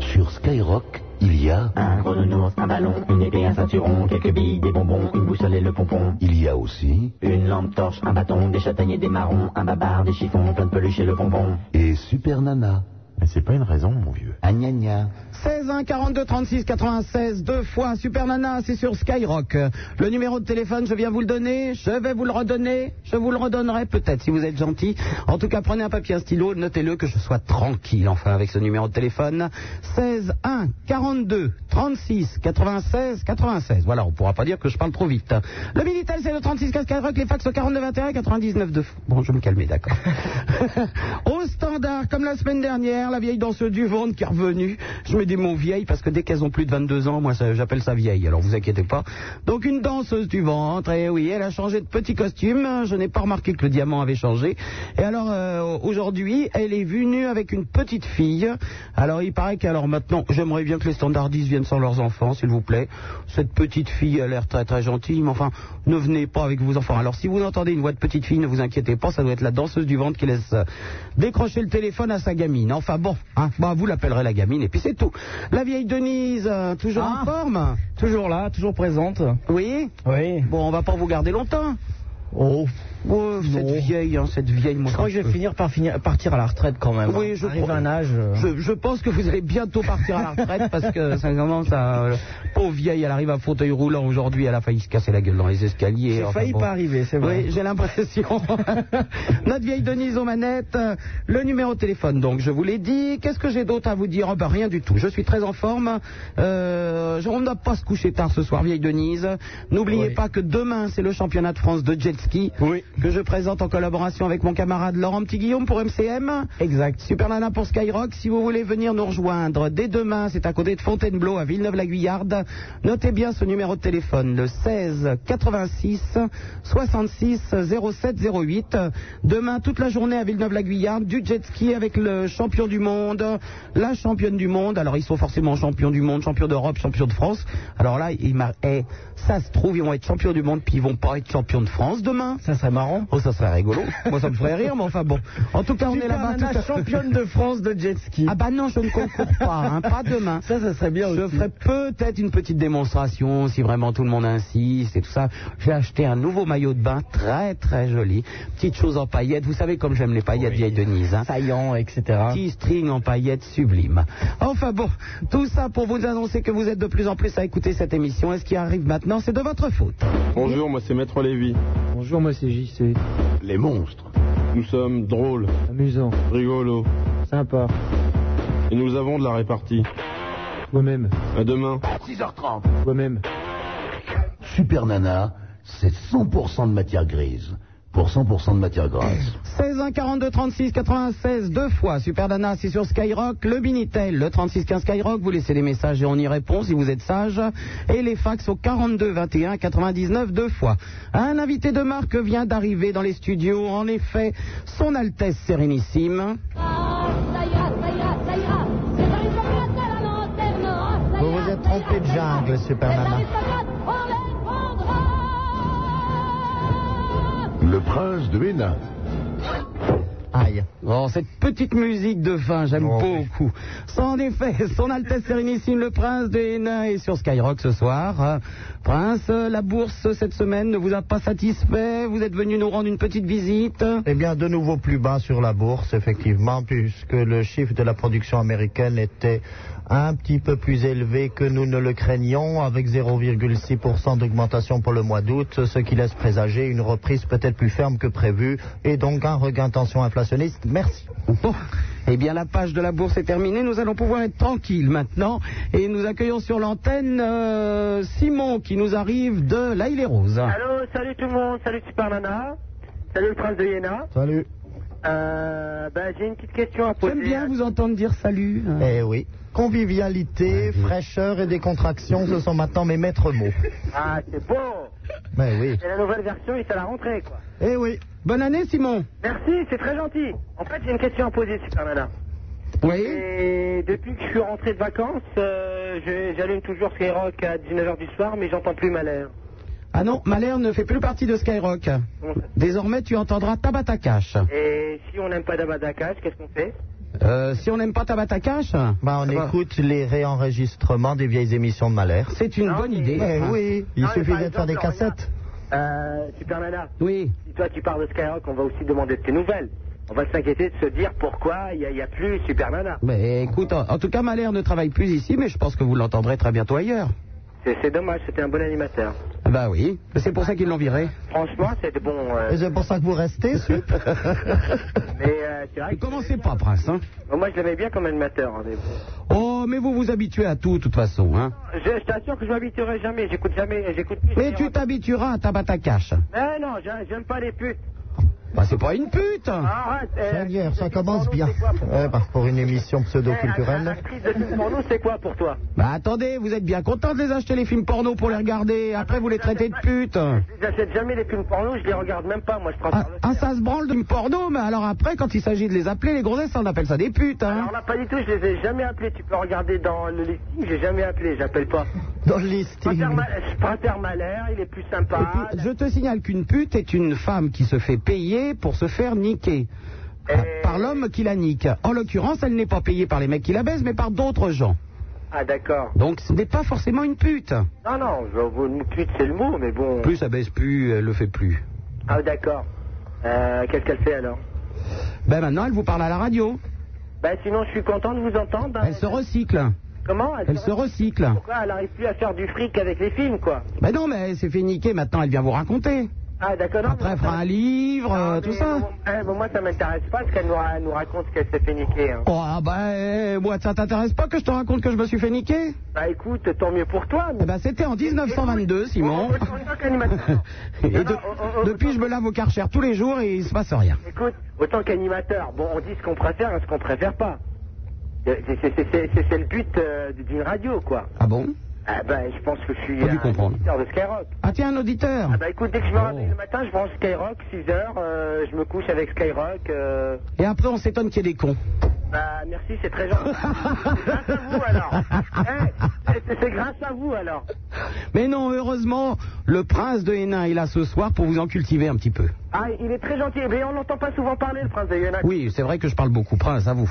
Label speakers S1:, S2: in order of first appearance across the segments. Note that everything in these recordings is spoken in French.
S1: Sur Skyrock, il y a...
S2: Un gros nounours, un ballon, une épée, un ceinturon, quelques billes, des bonbons, une boussole et le pompon.
S1: Il y a aussi...
S2: Une lampe torche, un bâton, des châtaigniers, des marrons, un babar, des chiffons, plein de peluches et le bonbon.
S1: Et Super Nana.
S3: Mais c'est pas une raison, mon vieux.
S2: Ah gna gna.
S4: 16 1 42 36 96 deux fois Super Nana, c'est sur Skyrock. Le numéro de téléphone, je viens vous le donner, je vais vous le redonner, je vous le redonnerai peut-être si vous êtes gentil. En tout cas, prenez un papier, un stylo, notez-le que je sois tranquille enfin avec ce numéro de téléphone. 16 1 42 36 96 96. Voilà, on pourra pas dire que je parle trop vite. Le Minitel, c'est le 36 15 Skyrock, les fax au 42 21 99 deux. Bon, je vais me calmer, d'accord. au standard, comme la semaine dernière, la vieille danseuse du ventre qui est revenue. Je mets des mots vieilles parce que dès qu'elles ont plus de 22 ans, moi ça- j'appelle ça vieille, alors vous inquiétez pas. Donc une danseuse du ventre, et oui, elle a changé de petit costume, je n'ai pas remarqué que le diamant avait changé. Et alors euh, aujourd'hui, elle est venue avec une petite fille. Alors il paraît qu'alors maintenant, j'aimerais bien que les standardistes viennent sans leurs enfants, s'il vous plaît. Cette petite fille a l'air très très gentille, mais enfin, ne venez pas avec vos enfants. Alors si vous entendez une voix de petite fille, ne vous inquiétez pas, ça doit être la danseuse du ventre qui laisse euh, décrocher le téléphone à sa gamine. Enfin bon, hein, bah, vous l'appellerez la gamine et puis c'est tout. La vieille Denise, euh, toujours en forme
S5: Ah. Toujours là, toujours présente.
S4: Oui
S5: Oui.
S4: Bon, on va pas vous garder longtemps.
S5: Oh.
S4: Oh,
S5: Non.
S4: cette vieille, hein, cette vieille, moi,
S5: Je crois que je vais finir par finir, partir à la retraite quand même. hein.
S4: Oui, je
S5: Arrive
S4: crois-
S5: à un âge. euh,
S4: Je, je pense que vous allez bientôt partir à la retraite parce que ça commence à. euh, pauvre vieille, elle arrive à fauteuil roulant aujourd'hui, elle a failli se casser la gueule dans les escaliers.
S5: J'ai
S4: Enfin,
S5: failli
S4: bon.
S5: pas arriver, c'est vrai.
S4: Oui, j'ai l'impression. Notre vieille Denise aux manettes, euh, le numéro de téléphone, donc je vous l'ai dit. Qu'est-ce que j'ai d'autre à vous dire Oh, ben, Rien du tout. Je suis très en forme. Euh, on ne doit pas se coucher tard ce soir, vieille Denise. N'oubliez
S5: Oui.
S4: pas que demain, c'est le championnat de France de jet ski
S5: Oui.
S4: que je présente en collaboration avec mon camarade Laurent Petit-Guillaume pour MCM.
S5: Exact.
S4: Super Nana pour Skyrock, si vous voulez venir nous rejoindre dès demain, c'est à côté de Fontainebleau, à Villeneuve-la-Guyarde. Notez bien ce numéro de téléphone, le 16 86 66 07 08. Demain, toute la journée à Villeneuve-la-Guyarde, du jet ski avec le champion du monde, la championne du monde. Alors, ils sont forcément champions du monde, champions d'Europe, champions de France. Alors là, il m'a- eh, ça se trouve, ils vont être champions du monde, puis ils vont pas être champions de France demain.
S5: Ça serait marrant.
S4: Oh, ça serait rigolo. Moi, ça me ferait rire, mais enfin bon. En tout cas, on est
S5: Super
S4: là-bas.
S5: Nana,
S4: tout à-
S5: championne de France de jet ski.
S4: ah bah non, je ne concours pas, hein, pas demain.
S5: Ça, ça serait bien
S4: Je
S5: aussi.
S4: ferai peut-être une petite démonstration si vraiment tout le monde insiste et tout ça. J'ai acheté un nouveau maillot de bain très très joli. Petite chose en paillettes. Vous savez comme j'aime les paillettes, vieille Denise. Hein.
S5: Saillant, etc.
S4: Petit string en paillettes sublime. Enfin bon, tout ça pour vous annoncer que vous êtes de plus en plus à écouter cette émission. Et ce qui arrive maintenant, c'est de votre faute.
S6: Bonjour, moi c'est Maître Lévy.
S7: Bonjour, moi c'est JC.
S1: Les monstres.
S6: Nous sommes drôles,
S7: Amusant,
S6: rigolos,
S7: sympa,
S6: et nous avons de la répartie.
S7: toi-même,
S6: À demain.
S1: 6h30.
S7: toi-même.
S1: Super Nana, c'est 100% de matière grise pour 100% de matière grasse.
S4: 16 1 42 36 96 deux fois Super Nana c'est sur Skyrock le Minitel le 36 15 Skyrock vous laissez les messages et on y répond si vous êtes sage et les fax au 42 21 99 deux fois un invité de marque vient d'arriver dans les studios en effet son Altesse Sérénissime
S5: Vous vous êtes trompé de jungle, Super Nana.
S1: Eh, Le prince de Hénin.
S5: Aïe.
S4: Oh, cette petite musique de fin, j'aime beaucoup. Ça, En effet, son Altesse Sérénissime, le Prince de Hénin, est sur Skyrock ce soir. Euh, Prince, euh, la bourse cette semaine ne vous a pas satisfait. Vous êtes venu nous rendre une petite visite.
S8: Eh bien, de nouveau plus bas sur la bourse, effectivement, puisque le chiffre de la production américaine était un petit peu plus élevé que nous ne le craignions, avec 0,6% d'augmentation pour le mois d'août, ce qui laisse présager une reprise peut-être plus ferme que prévu, et donc un regain de tension inflationniste. Merci.
S4: Bon, eh bien, la page de la bourse est terminée. Nous allons pouvoir être tranquilles maintenant. Et nous accueillons sur l'antenne euh, Simon qui nous arrive de La les Roses.
S9: Allô, salut tout le monde, salut Super Nana, salut le prince de Yéna.
S8: Salut.
S9: Euh, ben, j'ai une petite question à poser.
S4: J'aime bien vous entendre dire salut.
S8: Eh oui. Convivialité, fraîcheur et décontraction, ce sont maintenant mes maîtres mots.
S9: Ah, c'est beau
S8: Mais oui.
S9: C'est la nouvelle version et c'est la rentrée, quoi.
S8: Eh oui.
S4: Bonne année, Simon.
S9: Merci, c'est très gentil. En fait, j'ai une question à poser, Super Nana.
S4: Oui.
S9: Et depuis que je suis rentré de vacances, euh, je- j'allume toujours Skyrock à 19h du soir, mais j'entends plus Malher.
S4: Ah non, Malher ne fait plus partie de Skyrock.
S9: Comment ça
S4: Désormais, tu entendras Tabata Cash.
S9: Et si on n'aime pas Dabadakash, qu'est-ce qu'on fait
S4: Euh, si on n'aime pas euh, Tabata Cash,
S8: Bah, on
S4: ça va.
S8: écoute les réenregistrements des vieilles émissions de Malher.
S4: c'est une
S9: Non,
S4: bonne
S9: mais-
S4: idée.
S8: Eh
S4: Ah.
S8: oui, il
S9: Non, mais
S8: suffit
S9: par
S8: de faire des
S9: exemple,
S8: cassettes.
S9: Euh, Super Nana,
S4: Oui.
S9: si toi tu parles de Skyrock, on va aussi demander de tes nouvelles. On va s'inquiéter de se dire pourquoi il n'y a, il y a plus Super Nana.
S4: Mais écoute, en, en tout cas, Malher ne travaille plus ici, mais je pense que vous l'entendrez très bientôt ailleurs.
S9: C'est c'est dommage, c'était un bon animateur.
S4: Ah Bah oui, c'est pour ça qu'ils l'ont viré.
S9: Franchement, c'était bon. euh,
S8: Et c'est pour ça que vous restez, sup.
S9: mais euh, c'est vrai
S4: Ne
S9: que-
S4: commencez pas, Prince. Hein.
S9: Moi, je l'aimais bien comme animateur. hein, mais bon.
S4: Oh, mais vous vous habituez à tout, de toute façon. Hein.
S9: Je, je t'assure que je m'habituerai jamais. J'écoute jamais. J'écoute plus.
S4: Mais tu t'habitueras à Tabata Cash.
S9: Eh non, j'ai- j'aime pas les putes.
S4: Bah, c'est pas une pute
S9: Arrête. eh,
S8: Seigneur, ça
S9: actrice
S8: commence
S9: porno,
S8: bien.
S9: c'est quoi pour toi
S8: Ouais, bah, pour une émission
S9: Eh, act-
S8: pseudo-culturelle.
S9: Actrice de film porno, c'est quoi pour toi
S4: Bah, attendez, vous êtes bien content de les acheter, les films porno, pour les regarder. Après, vous les traitez de putes.
S9: J'achète jamais les films porno, je les regarde même pas. Moi, je préfère
S4: Ah,
S9: le
S4: ah,
S9: faire.
S4: ça se branle de porno, mais alors après, quand il s'agit de les appeler, les grossesses, on appelle ça des putes. Hein.
S9: Alors là, pas du tout, je les ai jamais appelés. Tu peux regarder dans le listing, j'ai jamais appelé, j'appelle pas.
S8: Dans le
S9: Je préfère
S8: listing.
S9: Mal- Je préfère Malher, il est plus sympa.
S4: Et puis, je te signale qu'une pute est une femme qui se fait payer pour se faire niquer. Par- Par l'homme qui la nique. En l'occurrence, elle n'est pas payée par les mecs qui la baissent, mais par d'autres gens.
S9: Ah, d'accord.
S4: Donc, ce n'est pas forcément une pute.
S9: Non, non, je vous le pute, c'est le mot, mais bon.
S4: Plus ça baisse, plus elle le fait plus.
S9: Ah, d'accord. Euh, Qu'est-ce qu'elle fait alors
S4: Ben maintenant, elle vous parle à la radio.
S9: Ben sinon, je suis content de vous entendre. hein.
S4: Elle se recycle.
S9: Comment
S4: Elle se recycle.
S9: Pourquoi elle arrive plus à faire du fric avec les films, quoi
S4: Ben non, mais elle s'est fait niquer, maintenant elle vient vous raconter.
S9: Ah, d'accord. non,
S4: Après,
S9: mais-
S4: elle fera un livre,
S9: Non,
S4: euh,
S9: mais
S4: tout ça.
S9: bon, eh, bon, moi, ça m'intéresse pas ce qu'elle nous, ra- nous raconte, ce qu'elle s'est fait niquer. hein.
S4: Oh, ah ben, eh, moi, ça t'intéresse pas que je te raconte que je me suis fait niquer
S9: Bah écoute, tant mieux pour toi. mais-
S4: Eh ben, c'était en 1922, Simon.
S9: Oh, autant- autant qu'animateur.
S4: Et de-
S9: Non, non, oh, oh,
S4: depuis, je me lave au Karcher tous les jours et il se passe rien.
S9: Écoute, autant qu'animateur, bon, on dit ce qu'on préfère et ce qu'on préfère pas. C'est c'est- c'est- c'est- c'est- c'est le but euh, d'une radio, quoi.
S4: Ah bon
S9: Ah ben, je pense que je suis
S4: Faut dû
S9: un
S4: comprendre.
S9: auditeur de Skyrock.
S4: Ah tiens, un auditeur.
S9: Ah bah écoute, dès que je me réveille le matin, je branche Skyrock, 6 heures, euh, je me couche avec Skyrock. euh,
S4: Et après, on s'étonne qu'il y ait des cons.
S9: Bah merci, c'est très gentil. c'est grâce à vous alors. Eh, c'est- c'est grâce à vous alors.
S4: Mais non, heureusement, le prince de Hénin est là ce soir pour vous en cultiver un petit peu.
S9: Ah, il est très gentil, mais on n'entend pas souvent parler le prince de Yonaka.
S4: Oui, c'est vrai que je parle beaucoup, prince, à vous.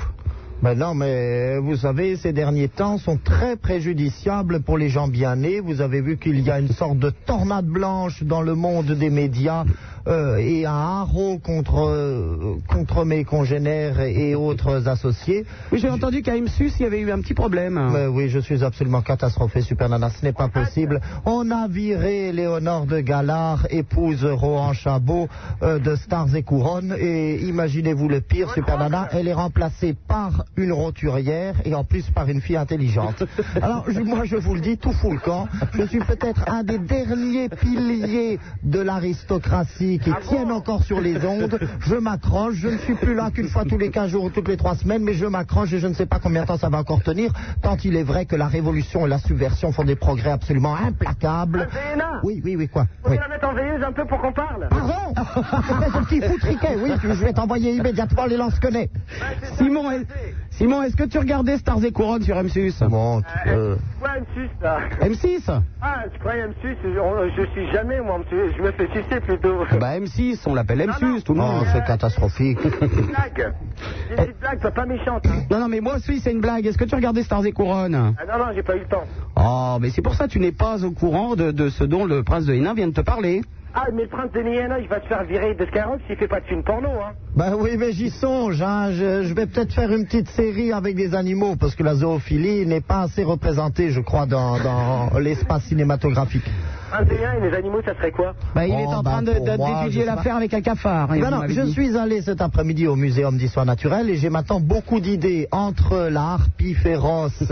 S8: Mais Ben non, mais euh, vous savez, ces derniers temps sont très préjudiciables pour les gens bien nés. Vous avez vu qu'il y a une sorte de tornade blanche dans le monde des médias euh, et un haro contre, euh, contre mes congénères et autres associés.
S4: Oui, j'ai entendu qu'à Imsus, il y avait eu un petit problème.
S8: Mais oui, je suis absolument catastrophé, Super Nana, ce n'est pas possible. On a viré Léonore de Galard, épouse Rohan Chabot euh, de Stars et Couronnes, et imaginez-vous le pire, Super Nana, elle est remplacée par une roturière, et en plus par une fille intelligente. Alors, je- moi, je vous le dis, tout fout le camp, je suis peut-être un des derniers piliers de l'aristocratie qui tiennent encore sur les ondes, je m'accroche, je ne suis plus là qu'une fois tous les 15 jours ou toutes les 3 semaines, mais je m'accroche et je ne sais pas combien de temps ça va encore tenir, tant il est vrai que la révolution et la subversion font des progrès absolument implacables.
S9: Zéna,
S8: Oui, oui, oui, quoi
S9: on peut
S8: oui.
S9: la mettre en veilleuse un peu pour qu'on parle.
S8: Pardon Espèce de petit foutriquet, oui, tu- je vais t'envoyer immédiatement les lance-connais.
S4: Simon, est- Simon, est-ce que tu regardais Stars et Couronnes sur M6
S8: Bon,
S4: Euh.
S9: Quoi, M6 là
S4: M6
S9: Ah, je croyais M6, je, je suis jamais moi, M6, je me fais sucer plutôt.
S4: Ah Bah M6, on l'appelle M6,
S9: Non, non.
S4: tout le
S8: non,
S4: monde.
S8: c'est catastrophique.
S9: Des blagues. Des petites blagues, pas, pas méchantes. hein.
S4: Non, non, mais moi aussi, c'est une blague. Est-ce que tu regardais Stars et Couronnes
S9: Ah non, non, j'ai pas eu le temps.
S4: Oh, mais c'est pour ça que tu n'es pas au courant de, de ce dont le prince de Hénin vient de te parler.
S9: Ah, mais le prince de Niana, il va se faire virer de Skyrock s'il fait pas de film porno, hein.
S8: Ben oui, mais j'y songe. hein. Je, je vais peut-être faire une petite série avec des animaux parce que la zoophilie n'est pas assez représentée, je crois, dans, dans l'espace cinématographique.
S9: Prince de Niana et les animaux, ça serait quoi
S4: Bah, il
S8: Oh,
S4: est en
S8: bah,
S4: train de-
S8: pour
S4: de-
S8: moi,
S4: d'étudier
S8: je sais pas.
S4: l'affaire avec un cafard. et
S8: Ben
S4: vous
S8: non,
S4: m'avez
S8: je
S4: dit.
S8: suis allé cet après-midi au Muséum d'histoire naturelle et j'ai maintenant beaucoup d'idées entre la harpie féroce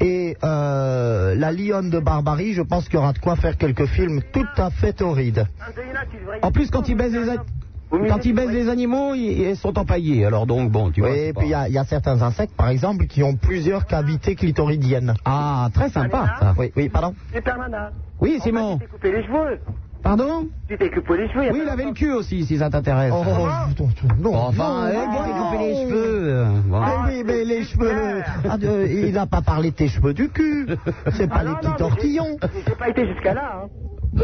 S8: et euh, la lionne de barbarie. Je pense qu'il y aura de quoi faire quelques films tout à fait torrides.
S9: Prince de Niana, tu devrais y-
S4: En plus, quand ils baisent les, a-
S9: Au milieu
S4: quand ils
S9: du-
S4: baisent les animaux, ils, ils sont empaillés. Alors donc, bon, tu vois.
S8: Oui,
S4: c'est
S8: et
S4: pas-
S8: puis il y a- il y, a certains insectes, par exemple, qui ont plusieurs cavités clitoridiennes.
S4: Ah, très sympa.
S9: Allez, là.
S4: ça.
S8: Oui, oui, pardon.
S9: Super Nana.
S4: Oui,
S9: on m'a
S4: Simon.
S9: dit, Ah, t'es coupé les cheveux.
S4: Pardon
S9: Tu t'es coupé les cheveux. y a
S4: Oui,
S9: pas
S4: il avait le
S9: longtemps.
S4: cul aussi, si ça t'intéresse.
S8: Oh, non, non,
S4: Ah. enfin, eh,
S8: non,
S4: bon, il
S8: non.
S4: coupait les cheveux. euh, bon.
S8: Mais oui, mais les cheveux. Ah, de- il n'a pas parlé de tes cheveux du cul. C'est pas
S9: Ah
S8: les
S9: non, non,
S8: petits
S9: mais
S8: tortillons.
S9: j'ai- J'ai pas été jusqu'à là, hein.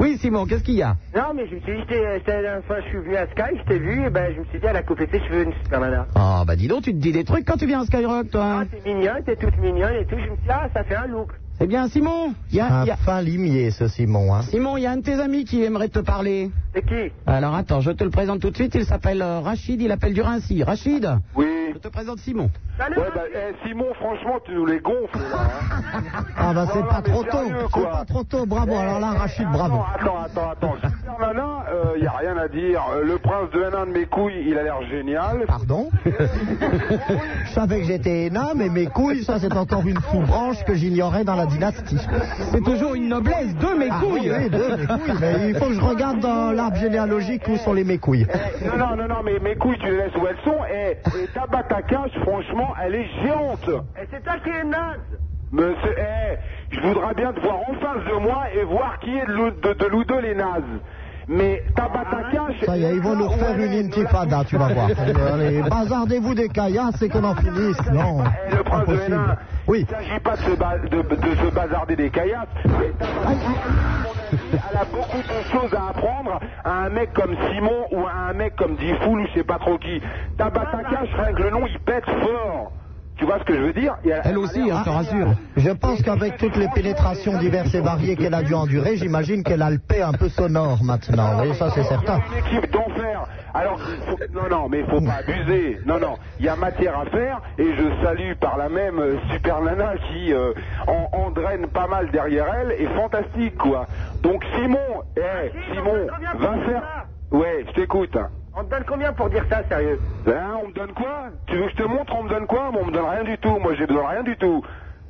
S4: Oui, Simon, qu'est-ce qu'il y a
S9: Non, mais je me suis dit, j'étais- c'est la dernière fois que je suis venu à Sky, je t'ai vu, et ben je me suis dit, elle a coupé ses cheveux, une super nana.
S4: Ah, bah dis donc, tu te dis des trucs quand tu viens à Skyrock, toi.
S9: Ah,
S4: hein.
S9: t'es mignonne, t'es toute mignonne et tout. Je me suis dit, ah, ça fait un look.
S4: C'est bien, Simon Il y a, il y
S8: Un
S4: a-
S8: fin limier, ce Simon. Hein.
S4: Simon, il y a un de tes amis qui aimerait te parler.
S9: C'est qui
S4: Alors attends, je te le présente tout de suite. Il s'appelle euh, Rachid, il appelle du Rincy. Rachid,
S10: Oui.
S4: je te présente Simon.
S9: Salut,
S10: Ouais, bah, eh, Simon, franchement, tu nous les gonfles, là. hein.
S8: Ah bah c'est
S10: Non, non,
S8: pas
S10: mais
S8: trop tôt,
S10: sérieux,
S8: c'est
S10: quoi.
S8: pas trop tôt, bravo. Oh, Alors là,
S10: Eh, eh,
S8: Rachid,
S10: attends,
S8: bravo.
S10: Attends, attends, attends. Super Nana, il n'y a rien à dire. Euh, Le prince de Hénin de mes couilles, il a l'air génial.
S8: Pardon Je savais que j'étais énorme, mais mes couilles, ça c'est encore une sous-branche que j'ignorais dans la dynastie.
S4: C'est toujours une noblesse de mes
S8: Ah,
S4: couilles.
S8: oui, deux, mes couilles. Mais il faut que je regarde dans l'arbre généalogique où sont les mes couilles.
S10: Eh, non, non, non, non, mais mes couilles, tu les laisses où elles sont. Et, et ta bate à cache, franchement, elle est géante.
S9: Et c'est toi qui es naze
S10: Monsieur, eh, je voudrais bien te voir en face de moi et voir qui est de l'ou- de, de l'oudo les nazes. Mais ta bate à cache.
S8: Ah Ça y est, ils vont nous faire une intifada, tu vas voir. Allez, bazardez-vous des caillasses et qu'on en finisse. Non,
S10: Eh, le
S8: pas
S10: prince de Hénin,
S8: possible. Oui.
S10: il ne s'agit pas de se, ba- de, de se bazarder des caillasses, mais ta bataille, à mon avis, elle a beaucoup de choses à apprendre à un mec comme Simon ou à un mec comme Difool ou je sais pas trop qui. Ta Batakash, rien que le nom, il pète fort. Tu vois ce que je veux dire Et
S4: Elle aussi,
S10: a l'air
S4: hein, je te
S10: géniale.
S4: rassure.
S8: Je pense qu'avec toutes les pénétrations diverses et variées qu'elle a dû endurer, j'imagine qu'elle a le paix un peu sonore maintenant. Oui, ça c'est certain.
S10: Il y a une équipe d'enfer. Alors, faut- non, non, mais il faut pas abuser. Non, non, il y a matière à faire. Et je salue par la même euh, Super Nana qui euh, en, en draine pas mal derrière elle. Et fantastique, quoi. Donc, Simon,
S9: Ah,
S10: eh, Simon,
S9: on te revient
S10: va
S9: pour
S10: faire. Ouais, je t'écoute.
S9: On te donne combien pour dire ça, sérieux
S10: Hein, on me donne quoi Tu veux que je te montre, on me donne quoi Moi, on me donne rien du tout. Moi, j'ai besoin de rien du tout.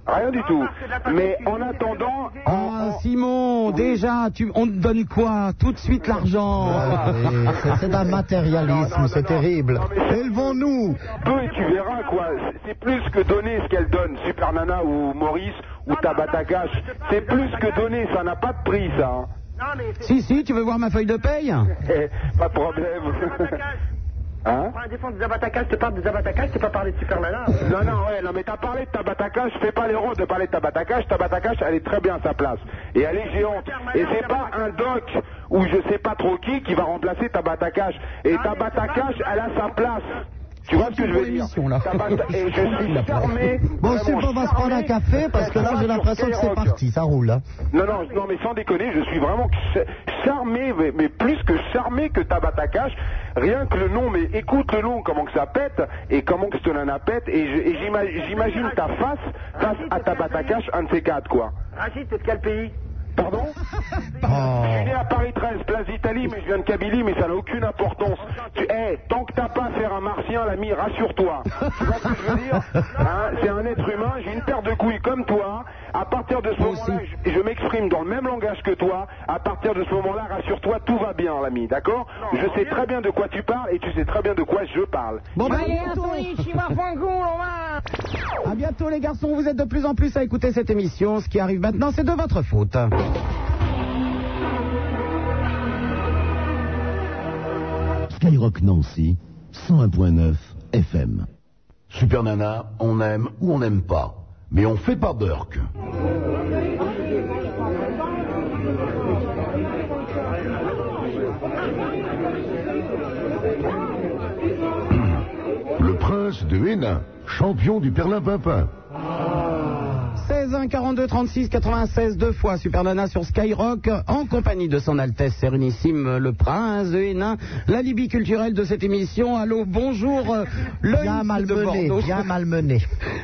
S10: Rien du tout.
S9: parce que la partie
S10: Mais
S9: cuisine,
S10: en
S9: c'est
S10: attendant.
S9: la
S10: en-
S8: Oh,
S4: Ah,
S10: en-
S4: Simon, déjà, tu, on te donne quoi Tout de suite l'argent.
S8: Ah oui, c'est- C'est un
S10: Non, non,
S8: matérialisme,
S10: non,
S8: c'est
S10: non.
S8: terrible.
S10: Non, mais-
S8: Élevons-nous
S10: peu et tu verras quoi. C'est- C'est plus que donner ce qu'elle donne, Super Nana ou Maurice ou Tabatagache. C'est plus que donner, ça n'a pas de prix ça. hein.
S9: Non, mais c'est
S4: Si, si, tu veux voir ma feuille de paye
S10: Eh, pas de problème.
S9: Zabatacage.
S10: Hein
S9: Pour la défense de Zabatacage, je te parle de Zabatacage, je t'ai pas parlé de Super Nana.
S10: non, non, ouais, non, mais t'as parlé de Tabatakash, fais pas l'erreur de parler de Tabatakash. Tabatakash, elle est très bien à sa place. Et elle est géante. Et c'est pas un doc ou je sais pas trop qui qui va remplacer Tabatakash.
S9: Ah,
S10: Et Tabatakash, elle a sa place. Tu vois ce que je veux dire
S4: Émission, là.
S10: Tabata- Et je suis charmé.
S8: Bon,
S10: vraiment
S8: Sup, on va se prendre un
S10: charmé
S8: café parce que là
S10: d'être
S8: j'ai
S10: sur
S8: l'impression que c'est
S10: Skyrock.
S8: parti, ça roule. hein.
S10: Non, non, non, mais sans déconner, je suis vraiment ch- charmé, mais, mais plus que charmé que Tabatakash. Rien que le nom, mais écoute le nom, comment que ça pète, et comment que Stonana pète, et je- et j'ima- j'imagine ta face face à Tabatakash, un de ces quatre, quoi.
S9: Rachid, c'est de quel pays
S10: Pardon
S9: Oh.
S10: Je suis né à Paris 13, place d'Italie, mais je viens de Kabylie, mais ça n'a aucune importance. Tu, eh, tant que t'as pas à faire un martien, l'ami, rassure-toi. Tu vois ce que je veux dire Hein, C'est un être humain, j'ai une paire de couilles comme toi. À partir de ce moment-là, je, je m'exprime dans le même langage que toi. À partir de ce moment-là, rassure-toi, tout va bien, l'ami, d'accord Je sais très bien de quoi tu parles et tu sais très bien de quoi je parle.
S4: Bon, bah, à bientôt. À bientôt, les garçons. Vous êtes de plus en plus à écouter cette émission. Ce qui arrive maintenant, c'est de votre faute.
S1: Skyrock Nancy, 101.9 FM. Super Nana, on aime ou on n'aime pas, mais on fait pas Burke. Le prince de Hénin, champion du Perlin-Pimpin.
S4: 16 1 42 36 96 deux fois Super Nana sur Skyrock en compagnie de son Altesse Sérénissime le Prince de Hénin, la Libye culturelle de cette émission. Allô, bonjour, euh,
S8: Bien
S4: Loïc de
S8: malmené,
S4: Bordeaux.
S8: bien malmené.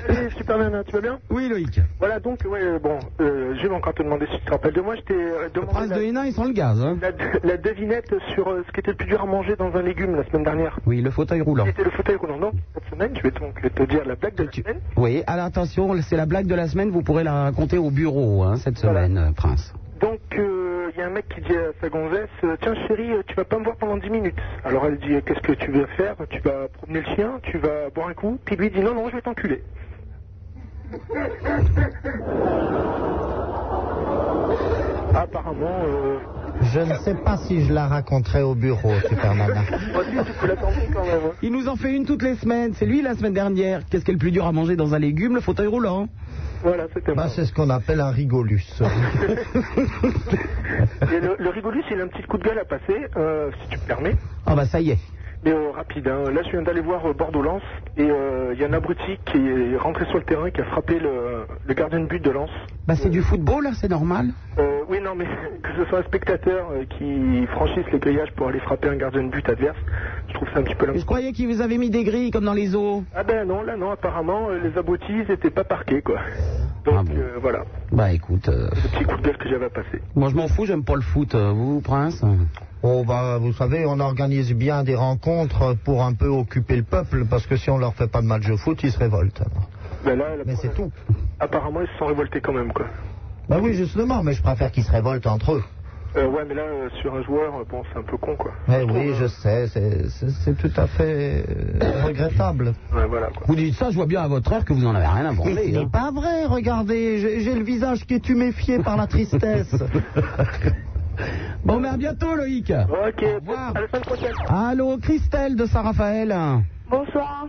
S9: Salut, Super Nana, Eh, tu vas bien
S4: Oui, Loïc.
S9: Voilà, donc, ouais, euh, bon, euh, je vais encore te demander si tu te rappelles de moi. Je t'ai euh,
S4: Le Prince de
S9: demandé
S4: Hénin, ils sont le gaz. hein.
S9: la, la- la devinette sur euh, ce qui était le plus dur à manger dans un légume la semaine dernière.
S4: Oui, le fauteuil roulant.
S9: C'était le fauteuil roulant. Donc, cette semaine, je vais donc te dire la blague de la semaine.
S4: Oui, alors attention, c'est la blague de la semaine, vous pourrez la raconter au bureau hein, cette semaine, euh, Prince.
S9: Donc, euh, il y a un mec qui dit à sa gonzesse euh, Tiens, chérie, euh, tu vas pas me voir pendant 10 minutes. Alors, elle dit euh, Qu'est-ce que tu vas faire Tu vas promener le chien Tu vas boire un coup Puis lui dit Non, non, je vais t'enculer. Apparemment, euh,
S8: Je ne sais pas si je la raconterai au bureau, Super Nana.
S4: Il nous en fait une toutes les semaines. C'est lui la semaine dernière. Qu'est-ce qui est le plus dur à manger dans un légume Le fauteuil roulant.
S10: Voilà, c'était
S8: Bah,
S10: moi.
S8: c'est ce qu'on appelle un rigolus.
S10: Et le, le rigolus, il a un petit coup de gueule à passer, euh, si tu me permets.
S4: Ah bah ça y est.
S10: Mais euh, rapide, hein. là je viens d'aller voir Bordeaux-Lens et euh, il y a un abruti qui est rentré sur le terrain qui a frappé le, le gardien de but de Lens.
S4: Bah c'est du football, là, c'est normal.
S10: Euh, oui, non, mais que ce soit un spectateur euh, qui franchisse les grillages pour aller frapper un gardien de but adverse, je trouve ça un petit peu
S4: Je
S10: lamentable.
S4: croyais qu'ils vous avaient mis des grilles comme dans les eaux.
S10: Ah ben non, là non, apparemment euh, les abrutis ils étaient pas parqués quoi.
S8: Ah
S10: Donc euh, voilà,
S4: Bah écoute, euh,
S10: le petit coup de gueule que j'avais à passer.
S4: moi je m'en fous, j'aime pas le foot. Euh, Vous, Prince
S8: Oh bah vous savez, on organise bien des rencontres pour un peu occuper le peuple, parce que si on leur fait pas de match de foot, ils se révoltent.
S10: Ben là, la-
S8: Mais c'est tout.
S10: apparemment ils se sont révoltés quand même quoi.
S8: Bah oui, justement, mais je préfère qu'ils se révoltent entre eux.
S10: Euh, ouais, mais là euh, sur un joueur, euh, bon c'est un peu con quoi.
S8: Eh oui, je sais, c'est- c'est c'est tout à fait euh, regrettable.
S10: Ouais, voilà quoi.
S4: Vous dites ça, je vois bien à votre air que vous en avez rien hein.
S8: Mais ce
S4: inventé.
S8: n'est pas vrai, regardez, j'ai j'ai le visage qui est tuméfié par la tristesse.
S4: Bon, mais à bientôt, Loïc.
S10: Ok,
S4: revoir.
S10: à la semaine prochaine.
S4: Allô, Christelle de Saint-Raphaël.
S11: Bonsoir.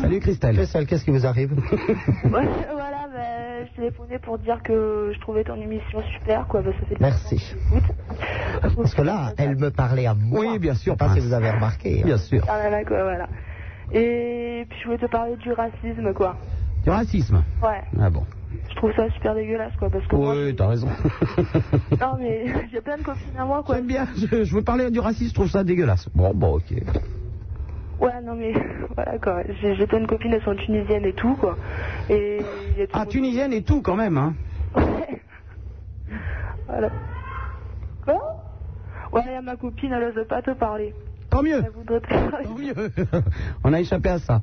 S4: Salut, Christelle.
S8: Fessel, qu'est-ce qui vous arrive
S11: Ouais, voilà, bah, je téléphonais pour dire que je trouvais ton émission super, quoi. bah, ça fait du
S8: Merci.
S11: bien.
S8: Parce que là, elle me parlait à moi.
S4: Oui, bien sûr,
S8: Je sais pas si
S4: Prince.
S8: vous avez remarqué.
S4: Bien sûr.
S11: Ah là là, quoi, voilà. Et puis je voulais te parler du racisme, quoi.
S4: Du racisme.
S11: Ouais,
S4: Ah bon.
S11: je trouve ça super dégueulasse, quoi, parce que moi,
S4: Oui, t'as raison.
S11: non mais j'ai plein de copines à moi, quoi.
S4: J'aime bien, je, je veux parler du racisme, je trouve ça dégueulasse. Bon, bon, ok.
S11: Ouais, non mais voilà, quoi. J'ai j'ai plein de copines, elles sont tunisiennes et tout, quoi. Et il y a tout le
S4: Ah,
S11: monde-
S4: tunisienne et tout quand même, hein.
S11: Ouais. Voilà. Quoi Ouais, ma copine, elle ose pas te parler.
S4: Tant mieux.
S11: Elle voudrait te parler.
S4: Tant mieux. On a échappé à ça.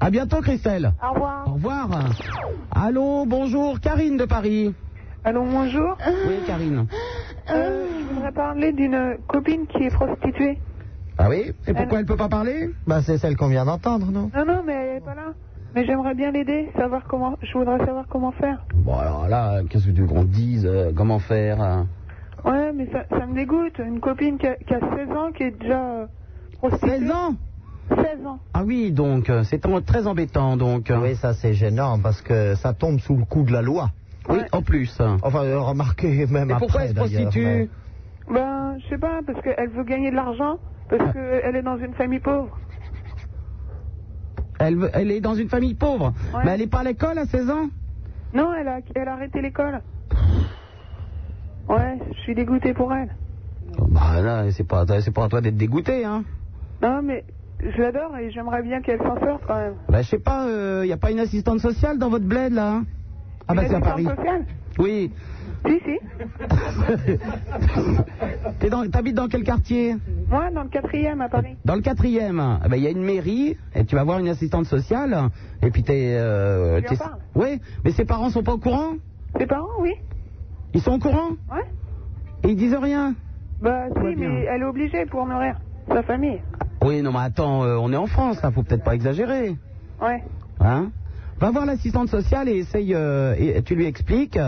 S4: À bientôt, Christelle.
S11: Au revoir.
S4: Au revoir. Allô, bonjour, Karine de Paris.
S12: Allô, bonjour.
S4: Oui, Karine.
S12: Euh, je voudrais parler d'une copine qui est prostituée.
S4: Ah oui Et pourquoi elle peut pas parler
S8: Bah, c'est celle qu'on vient d'entendre, non
S12: Non, non, mais elle n'est pas là. Mais j'aimerais bien l'aider, savoir comment. Je voudrais savoir comment faire.
S4: Bon, alors là, qu'est-ce que tu veux qu'on te dise euh, Comment faire euh
S12: Ouais, mais ça, ça me dégoûte. Une copine qui a, qui a 16 ans, qui est déjà euh, prostituée.
S4: 16 ans
S12: 16 ans.
S4: Ah oui, donc, euh, c'est en- très embêtant, donc. euh.
S8: Oui, ça c'est gênant parce que ça tombe sous le coup de la loi.
S4: Oui, en plus.
S8: Enfin, euh, remarquez même
S4: Mais
S8: après.
S4: pourquoi elle se
S8: d'ailleurs,
S4: prostitue
S8: mais-
S12: Ben, je sais pas, parce qu'elle veut gagner de l'argent, parce
S4: Ah.
S12: qu'elle est dans une famille pauvre.
S4: elle, veut- elle est dans une famille pauvre.
S12: Ouais.
S4: Mais elle est pas à l'école à 16 ans
S12: Non, elle a, elle a arrêté l'école. Ouais, je suis dégoûtée pour elle.
S4: Oh, Bah là, c'est pas, à toi- c'est pas à toi d'être dégoûté, hein.
S12: Non, mais je l'adore et j'aimerais bien qu'elle s'en sorte quand même.
S4: Bah, je sais pas, il n'y a pas une assistante sociale dans votre bled, là hein Ah, bah,
S12: Une
S4: c'est à Paris.
S12: assistante sociale
S4: Oui.
S12: Si, si.
S4: T'es dans- T'habites dans quel quartier
S12: Moi, dans le quatrième à Paris.
S4: Dans le quatrième, eh ben, il y a une mairie, et tu vas voir une assistante sociale, et puis t'es... Euh,
S12: Tu en
S4: t'es-
S12: parles
S4: Oui, mais ses parents sont pas au courant
S12: Tes parents, oui
S4: Ils sont au courant
S12: Ouais
S4: Et ils disent rien
S12: Bah,
S4: va
S12: si,
S4: bien.
S12: mais elle est obligée pour nourrir sa famille.
S4: Oui, non, mais attends, euh, on est en France, là, faut peut-être pas exagérer.
S12: Ouais.
S4: Hein Va voir l'assistante sociale et essaye, euh, et tu lui expliques,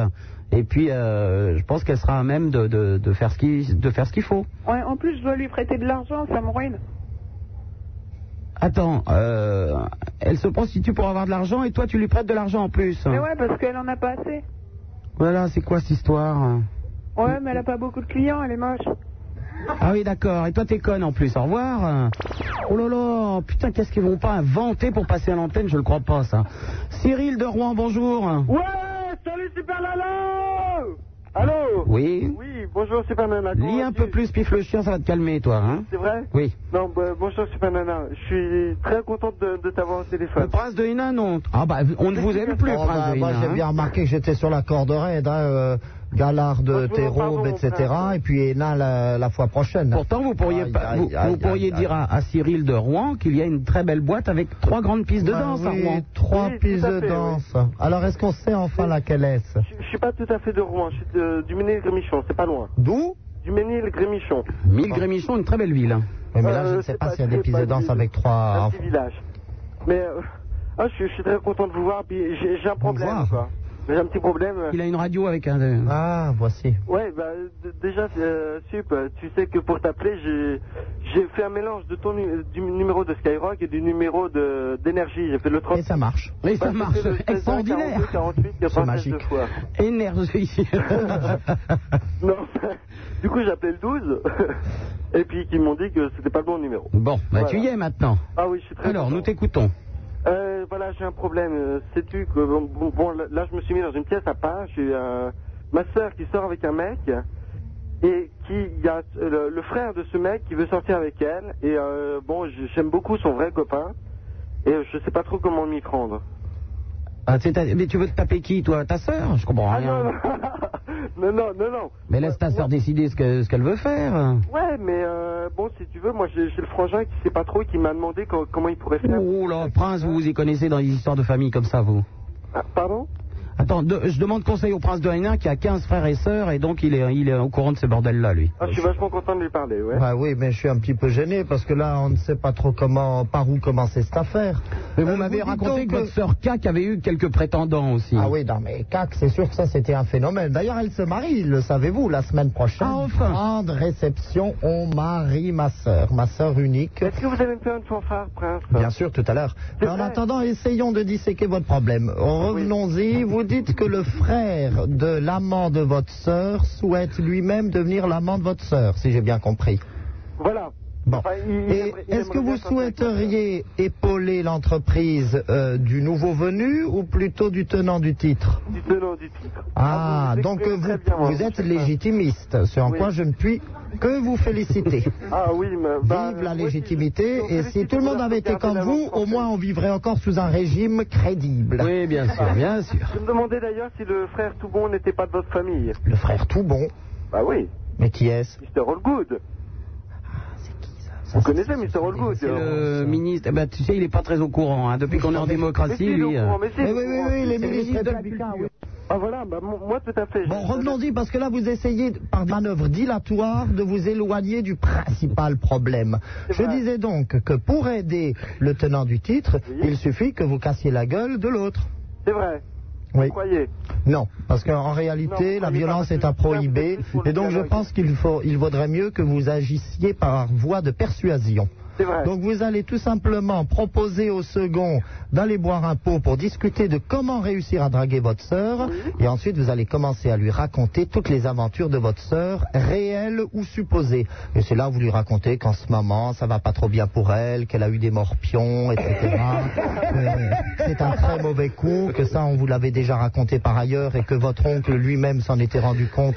S4: et puis euh, je pense qu'elle sera à même de, de, de faire ce qu'il de faire ce qu'il faut.
S12: Ouais, en plus, je dois lui prêter de l'argent, ça me ruine.
S4: Attends, euh, elle se prostitue pour avoir de l'argent, et toi tu lui prêtes de l'argent en plus.
S8: Ah.
S12: Mais ouais, parce qu'elle en a pas assez.
S4: Voilà, c'est quoi cette histoire
S12: Ouais, mais elle a pas beaucoup de clients, elle est moche.
S4: Ah oui, d'accord. Et toi, t'es conne en plus. Au revoir. Oh là là, putain, qu'est-ce qu'ils vont pas inventer pour passer à l'antenne Je le crois pas, ça. Cyril de Rouen, bonjour.
S13: Ouais, salut Super Nana Allô
S4: Oui.
S13: Oui, bonjour Super Nana.
S4: Lis un peu plus, pif le chien, ça va te calmer, toi. Hein
S13: C'est vrai
S4: oui.
S13: Non, bah, bonjour Super Nana. Je suis très contente de, de t'avoir au
S4: Le
S13: téléphone.
S4: prince de Hénin, non. Ah bah, on ne vous aime plus,
S8: Oh,
S4: prince
S8: bah,
S4: de
S8: moi
S4: Hénin,
S8: j'ai
S4: hein.
S8: bien remarqué que j'étais sur la corde raide, hein, euh, galarde,
S13: Oh, je vous en
S8: tes
S13: pardonne,
S4: hein.
S8: robes,
S13: mon
S8: etc.
S13: frère.
S8: Et puis Hénin la, la fois prochaine.
S4: Pourtant, vous pourriez,
S8: Aïe,
S4: pas-
S8: aïe,
S4: vous,
S8: aïe,
S4: vous pourriez
S8: aïe,
S4: dire
S8: aïe.
S4: à, à Cyril de Rouen qu'il y a une très belle boîte avec trois grandes pistes de
S8: Ah
S4: danse à
S8: oui,
S4: Rouen.
S8: trois
S13: Oui, tout à
S8: pistes de
S13: fait, oui.
S8: danse. Alors est-ce qu'on sait enfin laquelle est-ce
S13: Je, je suis pas tout à fait de Rouen, je suis de- du Ménil-Grémichon, c'est pas loin.
S8: D'où
S13: Du Ménil-Grémichon.
S4: Mille Grémichon, une très belle ville. hein.
S8: Oui, Mais là je
S13: Euh,
S8: ne sais
S13: c'est
S8: pas
S13: pas-
S8: s'il y a
S13: c'est
S8: des pistes
S13: pas
S8: de danse
S13: du-
S8: avec trois
S13: un petit village. Mais euh, ah, je, je suis très content de vous voir, puis j'ai j'ai un problème.
S8: voir.
S13: Quoi.
S10: Mais j'ai un petit problème.
S4: Il a une radio avec un.
S8: Ah, voici.
S10: Ouais, bah, d- déjà, euh, Sup, tu sais que pour t'appeler, j'ai- j'ai fait un mélange de ton nu- du numéro de Skyrock et du numéro de- d'énergie. J'ai fait le 30. Et
S8: ça marche.
S4: Et ça marche. Extraordinaire.
S10: 48, 96 deux fois.
S4: Énergie.
S10: Non. du coup, j'ai appelé le 12. et puis, ils m'ont dit que c'était pas le bon numéro.
S4: Bon, bah
S10: Voilà.
S4: tu y es maintenant.
S10: Ah oui, je suis très
S4: Alors,
S10: content.
S4: nous t'écoutons.
S10: Euh, voilà, j'ai un problème. Euh, Sais-tu que bon, bon, bon, là, là, je me suis mis dans une pièce à part. J'ai euh, ma sœur qui sort avec un mec et qui il y a euh, le, le frère de ce mec qui veut sortir avec elle. Et euh, bon, j- j'aime beaucoup son vrai copain et euh, je sais pas trop comment m'y prendre.
S4: Ah, c'est ta- Mais tu veux te taper qui, toi Ta sœur Je
S10: Ah,
S4: comprends rien.
S10: Non, non, non, non.
S4: Mais laisse ta sœur décider ce que- ce qu'elle veut faire.
S10: Ouais, mais euh, bon, si tu veux, moi j'ai j'ai le frangin qui sait pas trop, qui m'a demandé co- comment il pourrait faire.
S4: Oh là, prince, vous vous y connaissez dans les histoires de famille comme ça, vous
S10: Ah, pardon
S4: Attends, de- je demande conseil au prince de Hénin qui a 15 frères et sœurs et donc il est, il est au courant de ce bordel-là, lui.
S10: Ah, je suis vachement content de lui parler, ouais.
S8: Bah oui, mais je suis un petit peu gêné parce que là, on ne sait pas trop comment, par où commencer cette affaire.
S4: Mais Euh, vous m'avez raconté que votre sœur Cac avait eu quelques prétendants aussi.
S8: Ah oui, non, mais CAC, c'est sûr que ça, c'était un phénomène. D'ailleurs, elle se marie, le savez-vous, la semaine prochaine.
S4: Ah,
S8: Grande réception, on marie ma sœur, ma sœur unique.
S10: Est-ce que vous avez me faire une fanfare, Prince
S8: Bien sûr, tout à l'heure. Mais en attendant, essayons de disséquer votre problème. Revenons-y. Vous dites que le frère de l'amant de votre sœur souhaite lui-même devenir l'amant de votre sœur, si j'ai bien compris.
S10: Voilà.
S8: Bon. Et
S10: il aimerait- il
S8: est-ce que
S10: aimerait
S8: vous
S10: bien sortir avec
S8: souhaiteriez épauler l'entreprise euh, du nouveau venu ou plutôt du tenant du titre
S10: Du tenant du titre.
S8: Ah,
S10: vous
S8: donc
S10: exprimez
S8: vous,
S10: très bien, moi,
S8: vous
S10: je
S8: êtes
S10: sais pas.
S8: légitimiste, ce en
S10: Oui.
S8: quoi je ne puis que vous féliciter.
S10: Ah oui, mais bah,
S8: Vive la légitimité, et si tout le monde avait été comme vous, au moins on vivrait encore sous un régime crédible.
S4: Oui, bien sûr, bien sûr.
S10: Je me demandais d'ailleurs si le frère Toubon n'était pas de votre famille.
S8: Le frère Toubon
S10: Bah oui,
S8: Mais qui est-ce
S10: Mr. Allgood. Vous connaissez Mr. Allgood
S4: Le ministre, eh ben, tu sais, il n'est pas très au courant. hein. Depuis qu'on est en
S8: Ah,
S4: démocratie,
S10: Mais si, il est au
S4: lui. euh,
S10: courant, mais
S8: Eh
S10: si, il est au courant.
S8: les
S10: C'est le
S8: ministres
S10: ministre de la
S8: républicains,
S10: Culture. Ah voilà, bah, mon- moi tout à fait.
S8: Bon, revenons-y, parce que là, vous essayez, par des manœuvres dilatoires, de vous éloigner du principal problème. Je disais donc que pour aider le tenant du titre, il suffit que vous cassiez la gueule de l'autre.
S10: C'est vrai.
S8: Oui.
S10: Croyez.
S8: Non, parce qu'en réalité, la violence est à prohiber, et donc je pense qu'il faut, il vaudrait mieux que vous agissiez par voie de persuasion. Donc vous allez tout simplement proposer au second d'aller boire un pot pour discuter de comment réussir à draguer votre sœur, et ensuite vous allez commencer à lui raconter toutes les aventures de votre sœur, réelles ou supposées. Et c'est là où vous lui racontez qu'en ce moment, ça va pas trop bien pour elle, qu'elle a eu des morpions, etc. que c'est un très mauvais coup, que ça on vous l'avait déjà raconté par ailleurs, et que votre oncle lui-même s'en était rendu compte,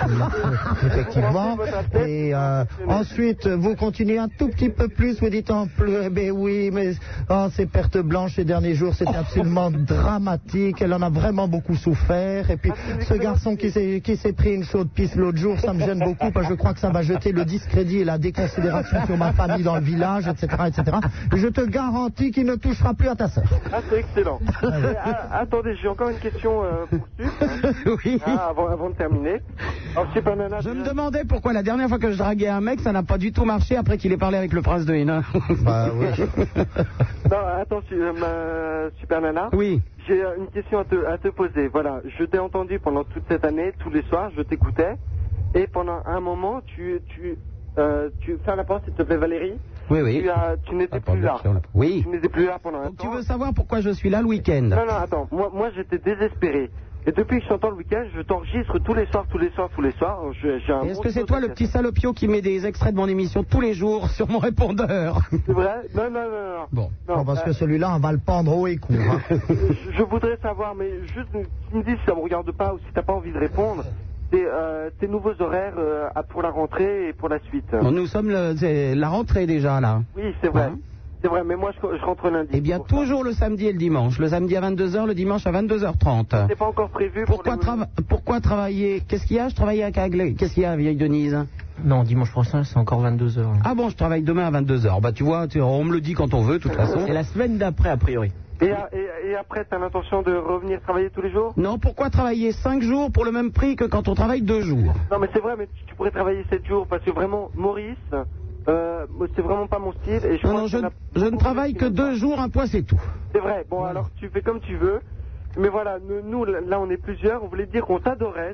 S8: effectivement. Et euh, ensuite, vous continuez un tout petit peu plus, vous dites en plus, eh ben oui, mais oh, ces pertes blanches ces derniers jours, c'est absolument dramatique, elle en a vraiment beaucoup souffert, et puis ce garçon qui s'est qui s'est pris une chaude pisse l'autre jour, ça me gêne beaucoup, parce que je crois que ça va jeter le discrédit et la déconsidération sur ma famille dans le village, etc., etc. Et je te garantis qu'il ne touchera plus à ta sœur.
S10: Ah, c'est excellent. Mais, ah, attendez, j'ai encore une question euh, pour Sup.
S4: euh, Oui.
S10: Ah, avant, avant de terminer. Alors, Sup Ananas,
S4: Je me demandais pourquoi la dernière fois que je draguais un mec, ça n'a pas du tout marché après qu'il ait parlé avec le prince de Hénin.
S8: Bah
S10: Non, attends, su- euh, ma- Super Nana.
S4: Oui.
S10: J'ai euh, une question à te, à te poser. Voilà, je t'ai entendu pendant toute cette année, tous les soirs, je t'écoutais. Et pendant un moment, tu. tu euh, tu fermes la porte, s'il te plaît, Valérie.
S4: Oui, oui.
S8: Ah,
S4: Ah,
S10: Tu, as- tu n'étais plus là.
S4: Oui.
S10: Tu n'étais plus là pendant un
S4: Tu veux savoir pourquoi je suis là le week-end
S10: Non, non, attends. Moi, moi j'étais désespéré. Et depuis que je t'entends le week-end, je t'enregistre tous les soirs, tous les soirs, tous les soirs. Je- j'ai un
S4: Est-ce
S10: bon
S4: que c'est
S10: taux
S4: toi
S10: de-
S4: le petit salopio qui met des extraits de mon émission tous les jours sur mon répondeur
S10: C'est vrai Non, non, non, non. euh, bah,
S4: Bon.
S8: Bon, parce que celui-là, on va le pendre haut et court. hein.
S10: Je, je voudrais savoir, mais juste, tu me dis si ça me regarde pas ou si t'as pas envie de répondre, tes, euh, tes nouveaux horaires euh, à- pour la rentrée et pour la suite.
S4: Bon, Nous sommes le- c'est la rentrée déjà là.
S10: Oui, c'est vrai. C'est vrai, mais moi, je, je rentre lundi.
S4: Hein Eh bien, toujours le samedi et le dimanche. Le samedi à 22h, le dimanche à 22h30.
S10: C'est pas encore prévu
S4: Pourquoi, trava- pourquoi travailler Qu'est-ce qu'il y a Je travaille à Cagley. Qu'est-ce qu'il y a, vieille Denise
S14: Non, dimanche prochain, c'est encore 22h.
S4: Ah bon, je travaille demain à 22h. Bah, tu vois, tu- on me le dit quand on veut, de toute façon.
S14: C'est la semaine d'après, a priori.
S10: Et, à- et, et après, t'as l'intention de revenir travailler tous les jours
S4: Non, pourquoi travailler 5 jours pour le même prix que quand on travaille 2 jours
S10: Non, mais c'est vrai, mais tu, tu pourrais travailler 7 jours parce que vraiment, Maurice, euh, c'est vraiment pas mon style. Et je
S4: Non,
S10: crois
S4: non, je,
S10: qu'il y en a-
S4: je ne travaille que 2 jours, un point, c'est tout.
S10: C'est vrai, bon, alors tu fais comme tu veux. Mais voilà, nous, nous, là, on est plusieurs. On voulait dire qu'on t'adorait.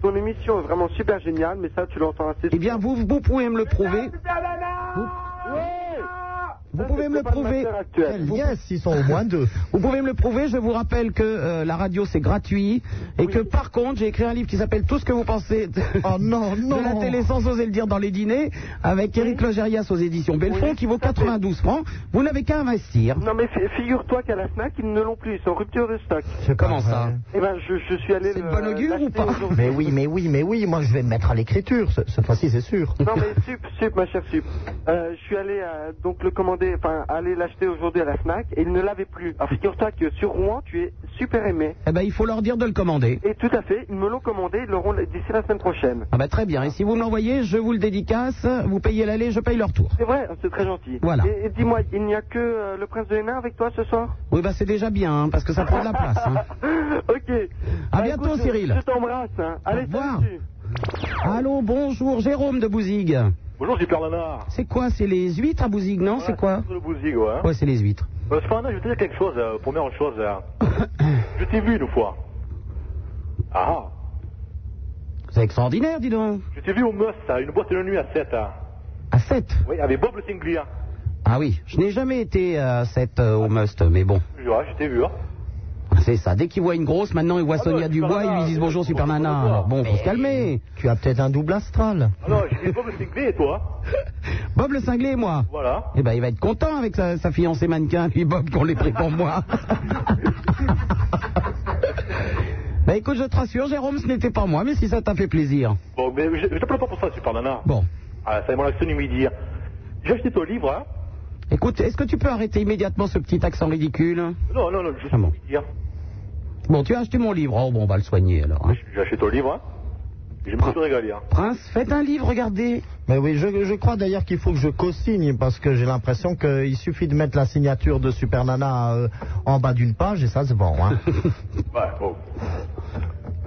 S10: Ton émission est vraiment super géniale, mais ça, tu l'entends assez
S4: Eh bien, vous, vous pouvez me le prouver. Vous pouvez me le prouver.
S8: Yes, ils sont au moins deux.
S4: Vous pouvez me le prouver. Je vous rappelle que euh, la radio c'est gratuit et que par contre j'ai écrit un livre qui s'appelle Tout ce que vous pensez de,
S8: Oh
S4: de la télé sans oser le dire dans les dîners avec Eric Logérias aux éditions Belfond qui vaut 92 francs. Vous n'avez qu'à investir.
S10: Non mais fi- figure-toi qu'à la Fnac ils ne l'ont plus, ils sont en rupture de stock.
S4: Comment ça
S10: Eh ben je, je suis allé. C'est le
S8: bon augure
S10: ou pas
S8: Mais oui, mais oui, mais oui, moi je vais me mettre à l'écriture, ce- cette fois-ci c'est sûr.
S10: Non mais sup, sup, ma chère sup. Euh, je suis allé euh, donc le commander, enfin aller l'acheter aujourd'hui à la Fnac et il ne l'avait plus. Alors figure-toi que sur Rouen tu es super aimé.
S4: Eh ben il faut leur dire de le commander.
S10: Et tout à fait, ils me l'ont commandé, ils l'auront d'ici la semaine prochaine.
S4: Ah bah très bien. Et si vous me l'envoyez, je vous le dédicace. Vous payez l'aller, je paye le retour.
S10: C'est vrai, c'est très gentil.
S4: Voilà.
S10: Et, et dis-moi, il n'y a que euh, le prince de Hénin avec toi ce soir
S4: Oui bah c'est déjà bien hein, parce que ça prend de la place. hein.
S10: Ok. Bah,
S4: À bientôt
S10: écoute, je-
S4: Cyril.
S10: Je t'embrasse. hein.
S4: Au
S10: Allez,
S4: revoir.
S10: salut.
S4: Allô, bonjour Jérôme de Bouzigues.
S15: Bonjour, Super Nana.
S4: C'est quoi C'est les huîtres à Bouzigues, non C'est quoi
S15: Le Bouzigo, hein.
S4: Ouais, c'est les huîtres.
S15: Euh, Super Nana, je vais te dire quelque chose, euh, première chose. euh, je t'ai vu une fois. Ah,
S4: C'est extraordinaire, dis donc.
S15: je t'ai vu au Must, à une boîte de nuit à 7.
S4: À 7
S15: Oui, avec Bob le Singlia.
S4: Ah oui, je n'ai jamais été à 7 euh, au must, mais bon,
S15: Je vois, je t'ai vu, hein. Ah
S4: c'est ça. Dès qu'il voit une grosse, maintenant il voit Sonia Dubois, ils lui disent bonjour Supermana. Alors bon, faut se calmer.
S8: Tu as peut-être un double astral.
S15: Alors, j'ai vu Bob le Singlia et toi
S4: Bob le cinglé et moi.
S15: Voilà.
S4: Eh ben, il va être content avec sa, sa fiancée mannequin, lui Bob, qu'on l'ait pris pour moi. ben écoute, je te rassure, Jérôme, ce n'était pas moi, mais si ça t'a fait plaisir.
S15: Bon, mais je, je t'appelle pas pour ça, Super Nana.
S4: Bon.
S15: Ah, ça y est, mon action du midi. J'ai acheté ton livre, hein.
S4: Écoute, est-ce que tu peux arrêter immédiatement ce petit accent ridicule
S15: Non, non, non, je suis
S4: Ah bon.
S15: dire.
S4: Bon, tu as acheté mon livre. Oh, bon, on va le soigner alors. hein.
S15: J'ai acheté ton livre, hein. Je
S1: Ah.
S15: me suis régalé, hein.
S4: Prince, faites un livre, regardez.
S8: Mais oui, je, je crois d'ailleurs qu'il faut que je co-signe parce que j'ai l'impression qu'il suffit de mettre la signature de Super Nana euh, en
S4: Bah,
S8: bas d'une page et ça se vend. Hein.
S15: Ouais, bon. Bah, oh.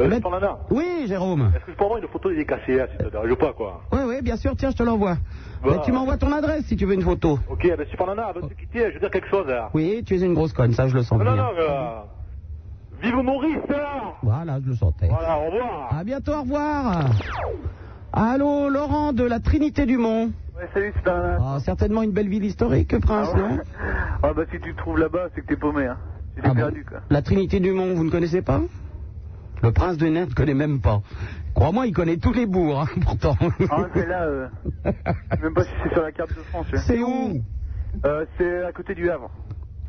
S15: Euh, Super Nana,
S4: Oui, Jérôme.
S15: est-ce que je peux avoir une photo dédicacée, hein, si ça te dérange pas, quoi
S4: Oui, oui, bien sûr, tiens, je te l'envoie.
S15: Bah.
S4: Mais tu m'envoies ton adresse si tu veux une photo.
S15: Ok, ben Super Nana, avant de se quitter, je veux dire quelque chose. Hein.
S4: Oui, tu es une grosse conne, ça je le sens
S15: Non, non,
S4: bien.
S15: non, euh, vive Maurice hein
S4: Voilà, je le sentais.
S15: Voilà, au revoir
S4: À bientôt, au revoir. Allô, Laurent de la Trinité du Mont.
S16: Ouais, salut, c'est un...
S4: Ah, certainement une belle ville historique, Prince,
S16: Ah ouais.
S4: non
S16: Ah bah si tu te trouves là-bas, c'est que t'es paumé, hein. Tu t'es
S4: Ah bon
S16: perdu, quoi.
S4: La Trinité du Mont, vous ne connaissez pas Le prince de Nain ne connaît même pas. Crois-moi, il connaît tous les bourgs, hein, pourtant.
S16: Ah ouais, mais là, euh, je sais même pas si c'est sur la carte de France. hein.
S4: C'est où
S16: euh, C'est à côté du Havre.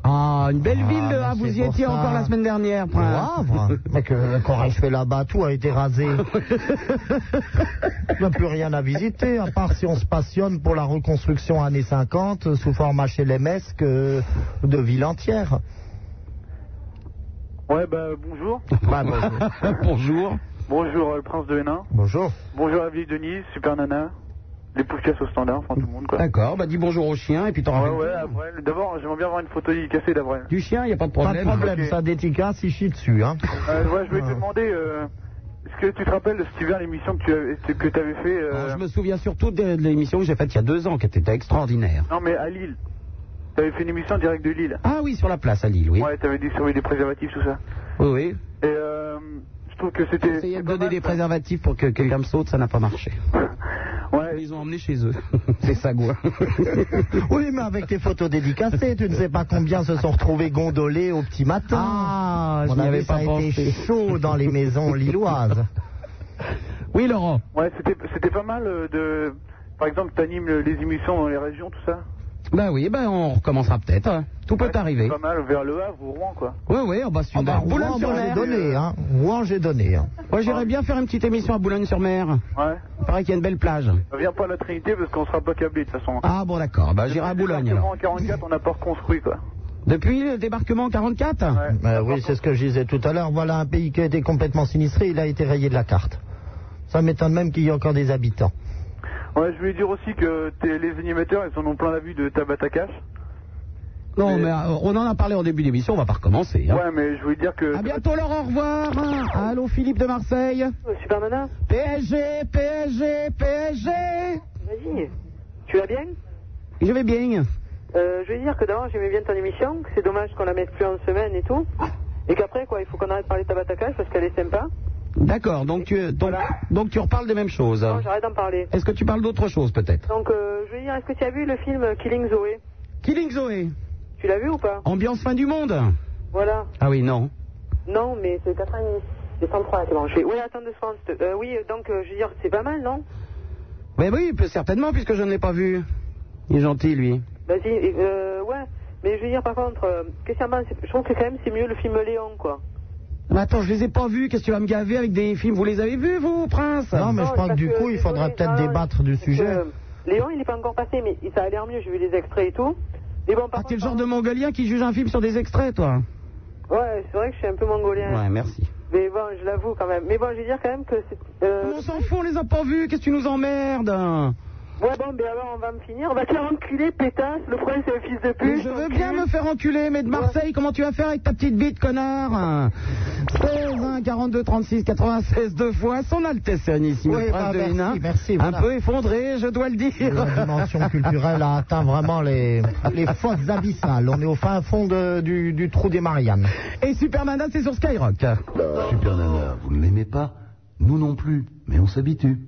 S4: Ah, une belle ville,
S8: mais
S4: ah, vous
S8: c'est
S4: y
S8: pour
S4: étiez
S8: ça.
S4: encore la semaine dernière,
S8: Au
S4: Prince.
S8: Havre. Mais que le corage fait là-bas, tout a été rasé. Il n'y a plus rien à visiter, à part si on se passionne pour la reconstruction années 50 euh, sous forme HLMesque euh, de ville entière.
S16: Ouais, bah bonjour.
S8: Bah, bonjour.
S4: Bonjour.
S16: Bonjour, euh, le prince de Hénin.
S8: Bonjour.
S16: Bonjour, la ville de Nice, Super Nana. Les poucasses au standard, enfin tout le monde, quoi.
S4: D'accord, bah dis bonjour au chien et puis
S8: Ah,
S4: t'en
S16: Ouais,
S4: ramènes.
S16: ouais, Avril. D'abord, j'aimerais bien avoir une photo dédicacée d'Avril.
S4: Du chien, il a pas de
S8: Pas
S4: problème.
S8: de problème, ça dédicace, il chie dessus. Hein.
S16: Euh, ouais, je voulais
S4: Ah.
S16: te demander, euh, est-ce que tu te rappelles de cet hiver l'émission que tu avais, que t'avais fait euh,
S4: Alors, Ah, je me souviens surtout de, de l'émission que j'ai faite il y a deux ans, qui était extraordinaire.
S16: Non, mais à Lille. T'avais fait une émission en direct de Lille.
S4: Ah oui, sur la place à Lille, oui.
S16: Ouais, t'avais dit sauver des préservatifs, tout ça.
S4: Oui, oui.
S16: Et euh, je trouve que
S4: J'ai
S16: c'était.
S4: essayé de donner des préservatifs pour que quelqu'un me saute, ça n'a pas marché.
S16: Ouais.
S4: Ils ont emmené chez eux. C'est sagouin.
S8: Oui, mais avec tes photos dédicacées, tu ne sais pas combien se sont retrouvés gondolés au petit matin.
S4: Ah, je
S8: On
S4: n'y
S8: avait
S4: avais
S8: pas
S4: pas
S8: ça a été
S4: pensé.
S8: chaud dans les maisons lilloises.
S4: Oui, Laurent.
S16: Ouais, c'était c'était pas mal euh, de. Par exemple, t'animes le- les émissions dans les régions, tout ça.
S4: Ben oui, ben on recommencera peut-être. hein. Tout peut
S16: Ouais,
S4: arriver.
S16: Pas mal vers Le Havre ou Rouen, quoi.
S4: Oui, oui, on va
S8: Ah bah, Rouen, moi, j'ai
S4: Boulogne-sur-Mer.
S8: donné, hein. Rouen, j'ai donné. hein.
S4: Moi, j'irais bien faire une petite émission à Boulogne-sur-Mer.
S16: Ouais.
S4: Il paraît qu'il y a une belle plage.
S16: Ça vient pas à la Trinité parce qu'on sera pas câblé de toute façon.
S4: Ah bon, d'accord. Ben j'irai à Boulogne alors.
S16: En 44, on n'a pas reconstruit, quoi.
S4: Depuis le débarquement en 44
S8: Euh, oui, c'est ce que je disais tout à l'heure. Voilà un pays qui a été complètement sinistré, il a été rayé de la carte. Ça m'étonne même qu'il y ait encore des habitants.
S16: Ouais, je voulais dire aussi que t'es- les animateurs, ils en ont plein la vue de Tabata Cash.
S4: Non, mais euh, on en a parlé en début d'émission, on va pas recommencer. hein.
S16: Ouais, mais je voulais dire que.
S4: À bientôt, Laurent, au revoir. Allô, Philippe de Marseille.
S2: Euh, Super Nana,
S4: PSG, PSG, PSG.
S2: vas-y. Tu vas bien
S4: Je vais bien.
S2: Euh, Je veux dire que d'abord j'aimais bien ton émission, que c'est dommage qu'on la mette plus en semaine et tout.
S17: Et qu'après, quoi, il faut qu'on arrête de parler de tabatacage parce qu'elle est sympa.
S4: D'accord, donc tu, donc, donc tu reparles des mêmes choses.
S17: Non, j'arrête d'en parler.
S4: Est-ce que tu parles d'autre chose peut-être
S17: Donc, euh, je veux dire, est-ce que tu as vu le film Killing Zoe
S4: Killing Zoe
S17: Tu l'as vu ou pas
S4: Ambiance fin du monde
S17: Voilà.
S4: Ah oui, non.
S17: Non, mais c'est 4,5. C'est 103 qui est branché. Oui, attends deux secondes. s'il te- euh, oui, euh, donc, euh, je veux dire, c'est pas mal, non
S4: Mais oui, peut- certainement, puisque je ne l'ai pas vu. Il est gentil, lui.
S17: Vas-y, et, euh, ouais. Mais je veux dire, par contre, euh, qu'est-ce qu'il y a mal Je trouve que quand même, c'est mieux le film Léon, quoi.
S4: Mais attends, je les ai pas vus. Qu'est-ce que tu vas me gaver avec des films Vous les avez vus, vous, Prince
S8: Non, mais je pense que du coup, il faudrait peut-être débattre du sujet.
S17: Léon, il est pas encore passé, mais ça a l'air mieux. J'ai vu les extraits et tout. Mais bon, par
S4: Ah, t'es le genre de mongolien qui juge un film sur des extraits, toi.
S17: contre, ouais, c'est vrai que je suis un peu mongolien.
S4: Ouais, merci.
S17: Mais bon, je l'avoue quand même. Mais bon, je veux dire quand même que c'est. euh,
S4: On s'en fout, on les a pas vus. Qu'est-ce que tu nous emmerdes
S17: Ouais, bon, ben alors on va me finir. On va te faire enculer, pétasse. Le problème, c'est le fils de
S4: Mais
S17: pute.
S4: je veux bien me faire enculer, mais de Marseille, comment tu vas faire avec ta petite bite, connard 16, 1, 42, 36, 96, deux fois, son Altesse Sérénissime,
S8: Oui,
S4: le prince
S8: bah,
S4: de
S8: merci,
S4: Hénin.
S8: merci,
S4: Un
S8: voilà.
S4: peu effondré, je dois le dire.
S8: La dimension culturelle a atteint vraiment les, les fosses abyssales. On est au fin fond de- du, du trou des Mariannes.
S4: Et Superman, c'est sur Skyrock.
S1: Bah, Super Nana, vous ne l'aimez pas Nous non plus, mais on s'habitue.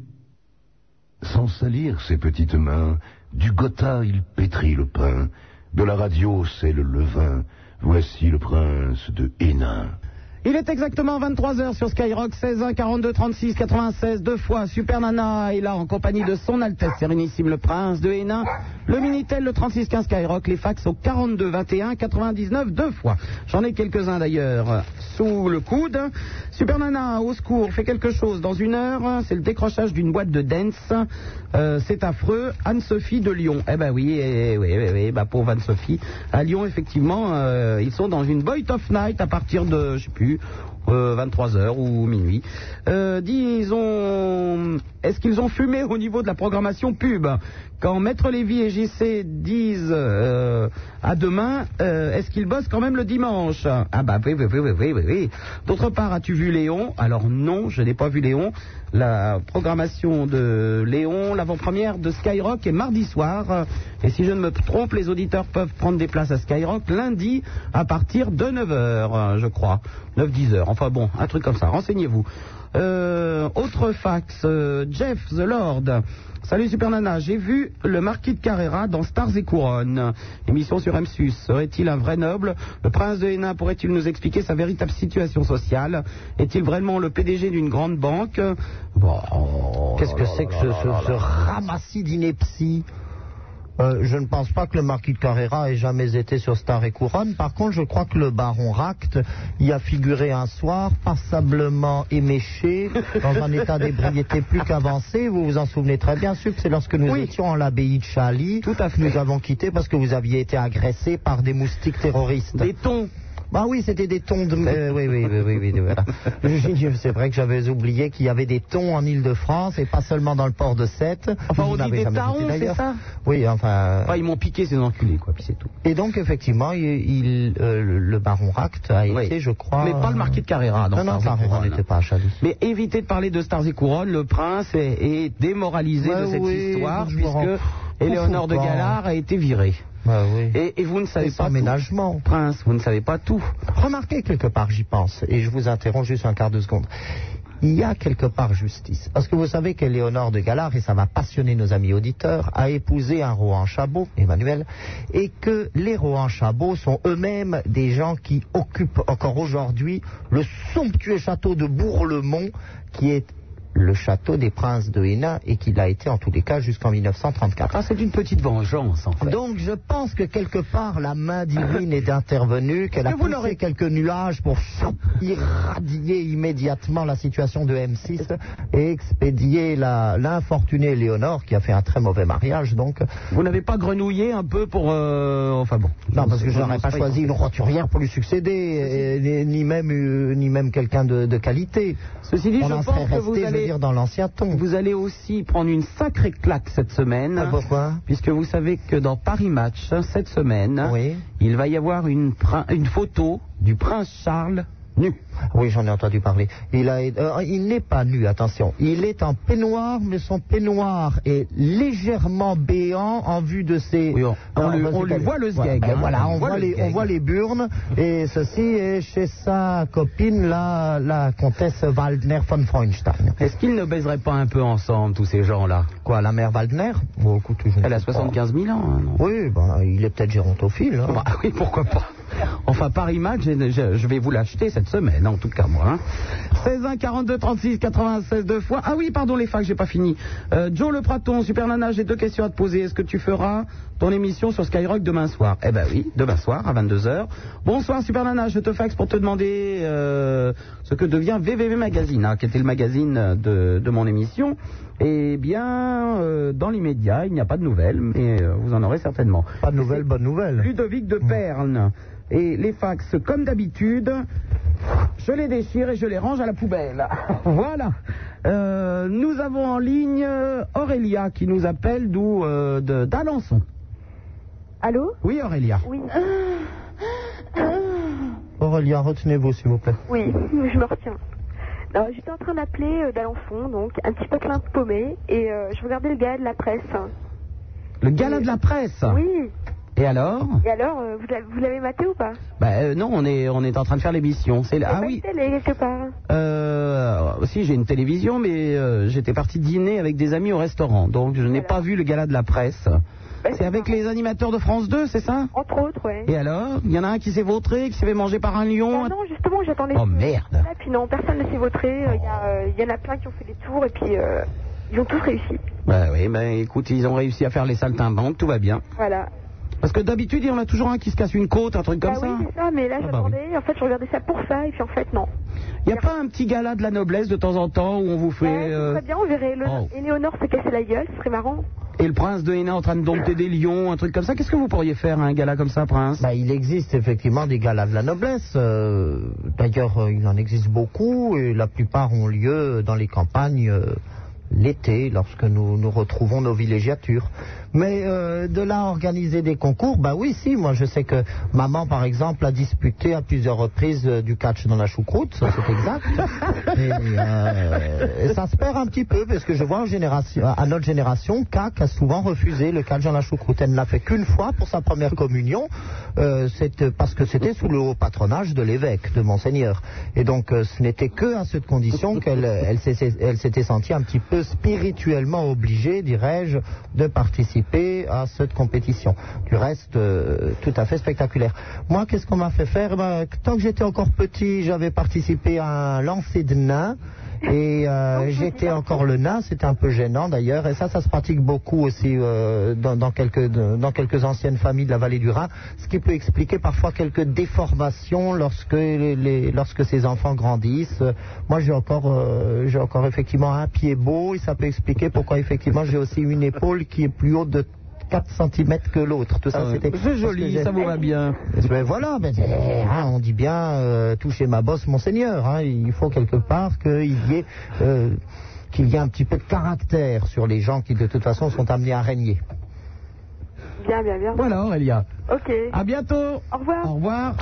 S1: Sans salir ses petites mains, du gotha il pétrit le pain, de la radio c'est le levain, voici le prince de Hénin.
S4: Il est exactement 23h sur Skyrock, 16 1 42 36 96, deux fois. Super Nana est là en compagnie de son Altesse Sérénissime le Prince de Hénin, le Minitel, le 36 15 Skyrock, les fax au 42 21 99, deux fois. J'en ai quelques-uns d'ailleurs euh, sous le coude. Super Nana, au secours, fait quelque chose dans une heure. C'est le décrochage d'une boîte de dance. Euh, c'est affreux. Anne-Sophie de Lyon. Eh ben oui, eh, oui, oui, oui, bah pauvre Anne-Sophie. À Lyon, effectivement, euh, ils sont dans une Boy of Night à partir de, je sais plus, 23h ou minuit. Euh, dis, ils ont... Est-ce qu'ils ont fumé au niveau de la programmation pub Quand Maître Lévy et JC disent euh, à demain, euh, est-ce qu'ils bossent quand même le dimanche Ah bah oui, oui, oui, oui, oui, oui, oui. D'autre part, as-tu vu Léon Alors non, je n'ai pas vu Léon. La programmation de Léon, l'avant-première de Skyrock est mardi soir. Et si je ne me trompe, les auditeurs peuvent prendre des places à Skyrock lundi à partir de 9h, je crois. 9-10 heures. Enfin bon, un truc comme ça. Renseignez-vous. Euh, autre fax, euh, Jeff the Lord. Salut Super Nana, j'ai vu le marquis de Carrera dans Stars et Couronnes, émission sur M6. Serait-il un vrai noble Le prince de Hénin pourrait-il nous expliquer sa véritable situation sociale Est-il vraiment le PDG d'une grande banque Bon, Oh
S8: Qu'est-ce que c'est que ce, ce, ce ramassis d'ineptie Euh, je ne pense pas que le marquis de Carrera ait jamais été sur Star et Couronne. Par contre, je crois que le baron Ract y a figuré un soir, passablement éméché, dans un état d'ébriété plus qu'avancé. Vous vous en souvenez très bien, Sup, c'est lorsque nous étions en l'abbaye de Chali que nous avons quitté parce que vous aviez été agressé par des moustiques terroristes. Des
S4: tons
S8: bah oui, c'était des tons de... euh, oui, oui, oui, oui, oui, oui, voilà. J'ai- C'est vrai que j'avais oublié qu'il y avait des tons en Ile-de-France et pas seulement dans le port de Sète.
S4: Enfin, on
S8: Vous
S4: dit
S8: n'avez
S4: des
S8: jamais été
S4: tarons, c'est
S8: d'ailleurs.
S4: ça
S8: Oui, enfin...
S4: Enfin, ils m'ont piqué ces enculés, quoi, puis c'est tout.
S8: Et donc, effectivement, il, il- euh, le- le baron Ract a été, je crois...
S4: Mais pas le marquis de Carrera, dans
S8: Non,
S4: Stars
S8: non,
S4: et
S8: Carrera
S4: Couronnes.
S8: n'était pas à Chalis.
S4: Mais évitez de parler de Stars et Couronnes, le prince est, est démoralisé
S8: Ouais,
S4: de cette
S8: oui,
S4: histoire,
S8: je me rends-
S4: puisque Éléonore de
S8: Confonds pas.
S4: Galard a été virée.
S8: Bah oui.
S4: Et, et vous ne savez
S8: C'est
S4: pas
S8: sans
S4: tout.
S8: ménagement.
S4: Prince, vous ne savez pas tout.
S8: Remarquez quelque part, j'y pense, et je vous interromps juste un quart de seconde. Il y a quelque part justice. Parce que vous savez qu'Éléonore de Galard, et ça va passionner nos amis auditeurs, a épousé un Rohan Chabot, Emmanuel, et que les Rohan Chabot sont eux-mêmes des gens qui occupent encore aujourd'hui le somptueux château de Bourlemont, qui est le château des princes de Hénin, et qui l'a été en tous les cas jusqu'en 1934.
S4: Ah, c'est une petite vengeance, en fait.
S8: Donc je pense que quelque part la main divine est intervenue, qu'elle a
S4: Est-ce que vous
S8: poussé quelques nuages pour irradier immédiatement la situation de M6 et expédier la- l'infortunée Léonore qui a fait un très mauvais mariage donc.
S4: Vous n'avez pas grenouillé un peu pour... euh, Enfin bon.
S8: Non, parce que je
S4: Non,
S8: n'aurais
S4: c'est
S8: pas
S4: pas
S8: choisi une roturière pour lui succéder, et- et- ni même, euh, ni même quelqu'un de, de qualité.
S4: Ceci dit,
S8: On
S4: je
S8: en
S4: pense
S8: serait
S4: que vous
S8: resté, je veux
S4: allez...
S8: dire, dans l'ancien ton.
S4: Vous allez aussi prendre une sacrée claque cette semaine.
S8: Ah, pourquoi
S4: Puisque vous savez que dans Paris hein, Match, cette semaine, il va y avoir une, prin- une photo du prince Charles Nu.
S8: Oui, j'en ai entendu parler. Il, a, euh, il n'est pas nu, attention. Il est en peignoir, mais son peignoir est légèrement béant en vue de ses.
S4: Oui, on- on lui-
S8: va
S4: on lui
S8: s'étaler.
S4: voit le
S8: Voilà,
S4: sgeg,
S8: ben
S4: hein,
S8: voilà,
S4: on
S8: on,
S4: voit
S8: voit
S4: le
S8: les, on
S4: sgeg.
S8: voit les burnes. Et ceci est chez sa copine, la, la comtesse Waldner von Freundstein.
S4: Est-ce qu'ils ne baiseraient pas un peu ensemble, tous ces gens-là
S8: Quoi, la mère Waldner Bon, écoute, je ne
S4: Elle a
S8: sais pas.
S4: 75 000 ans. hein, non
S8: Oui, ben, il est peut-être gérontophile. hein.
S4: Bah oui, pourquoi pas. Enfin, Paris Match, je, je- je vais vous l'acheter cette semaine, en tout cas moi. hein. 16 1 42 36 96 deux fois. Ah oui, pardon les facs, j'ai pas fini. Euh, Joe Le Praton, Super Nana, j'ai deux questions à te poser. Est-ce que tu feras ton émission sur Skyrock demain soir Eh ben oui, demain soir à 22h. Bonsoir Super Nana, je te faxe pour te demander euh, ce que devient VVV Magazine, hein, qui était le magazine de, de mon émission. Eh bien, euh, dans l'immédiat, il n'y a pas de nouvelles, mais euh, vous en aurez certainement.
S8: Pas de nouvelles, bonne nouvelle.
S4: Ludovic de Pernes. Et les fax, comme d'habitude, je les déchire et je les range à la poubelle. voilà. Euh, nous avons en ligne euh, Aurélia qui nous appelle d'où euh, de- d'Alençon.
S11: Allô
S4: Oui, Aurélia.
S11: Oui.
S8: Aurélien, retenez-vous, s'il vous plaît.
S11: Oui, je me retiens. Alors, J'étais en train d'appeler euh, d'Alençon, donc un petit peu plein de paumé, et euh, je regardais le gars de la presse.
S4: Le gala de la presse.
S11: Oui.
S4: Et alors
S11: Et alors, euh, vous l'avez- vous l'avez maté ou pas
S4: Bah, euh, Non, on est, on est en train de faire l'émission. C'est là- Ah
S11: Pas
S4: oui,
S11: une télé, quelque part.
S4: Euh, si j'ai une télévision, mais euh, j'étais parti dîner avec des amis au restaurant, donc je n'ai pas vu le gala de la presse.
S11: Ben,
S4: C'est avec les animateurs de France 2, c'est ça
S11: Entre autres, ouais.
S4: Et alors Il y en a un qui s'est vautré, qui s'est fait manger par un lion
S11: Ah non, justement, j'attendais.
S4: Oh, merde.
S11: Là, puis non, personne ne s'est voté. euh, Il y, a, euh, il y en a plein qui ont fait des tours, et puis euh, ils ont tous réussi.
S4: Bah oui, bah écoute, ils ont réussi à faire les saltimbanques, tout va bien.
S11: Voilà.
S4: Parce que d'habitude, il y en a toujours un qui se casse une côte, un truc comme
S11: bah
S4: ça.
S11: oui, c'est ça, mais là,
S4: Ah bah
S11: j'attendais. En fait, je regardais ça pour ça, et puis en fait, non.
S4: Il n'y a pas un petit gala de la noblesse de temps en temps où on vous fait... euh,
S11: Très bien, on verrait. Le...
S4: Oh.
S11: Éléonore se cassait la gueule, ce serait marrant.
S4: Et le prince de Hénin en train de dompter des lions, un truc comme ça. Qu'est-ce que vous pourriez faire à un gala comme ça, prince
S8: Bah, il existe effectivement des galas de la noblesse. euh, D'ailleurs, euh, il en existe beaucoup et la plupart ont lieu dans les campagnes euh, l'été, lorsque nous nous retrouvons nos villégiatures. Mais euh, de là à organiser des concours, bah oui, si. Moi, je sais que maman, par exemple, a disputé à plusieurs reprises euh, du catch dans la choucroute, ça c'est exact. et, euh, et ça se perd un petit peu parce que je vois en génération, à notre génération, CAC a souvent refusé le catch dans la choucroute. Elle ne l'a fait qu'une fois pour sa première communion, euh, c'est- euh, parce que c'était sous le haut patronage de l'évêque, de Monseigneur. Et donc, euh, ce n'était que à cette condition qu'elle euh, elle s'est- elle s'était sentie un petit peu spirituellement obligée, dirais-je, de participer à cette compétition. Du reste, euh, tout à fait spectaculaire. Moi, qu'est-ce qu'on m'a fait faire Eh ben, Tant que j'étais encore petit, j'avais participé à un lancer de nains. Et euh, j'étais encore le nain, c'était un peu gênant d'ailleurs. Et ça, ça se pratique beaucoup aussi euh, dans, dans quelques, dans quelques anciennes familles de la vallée du Rhin, ce qui peut expliquer parfois quelques déformations lorsque, les, les- lorsque ces enfants grandissent. Moi, j'ai encore, euh, j'ai encore effectivement un pied beau et ça peut expliquer pourquoi effectivement j'ai aussi une épaule qui est plus haute de 4 cm que l'autre. Tout ça,
S4: Ah ouais.
S8: c'était.
S4: C'est joli,
S8: parce que
S4: ça
S8: j'ai-
S4: vous va bien.
S8: ben voilà, ben, euh, hein, on dit bien euh, toucher ma bosse, monseigneur. hein. il faut quelque part qu'il y ait euh, qu'il y ait un petit peu de caractère sur les gens qui de toute façon sont amenés à régner.
S11: Bien, bien, bien.
S4: Voilà, Aurélia.
S11: Ok.
S4: À bientôt.
S11: Au revoir.
S4: Au revoir.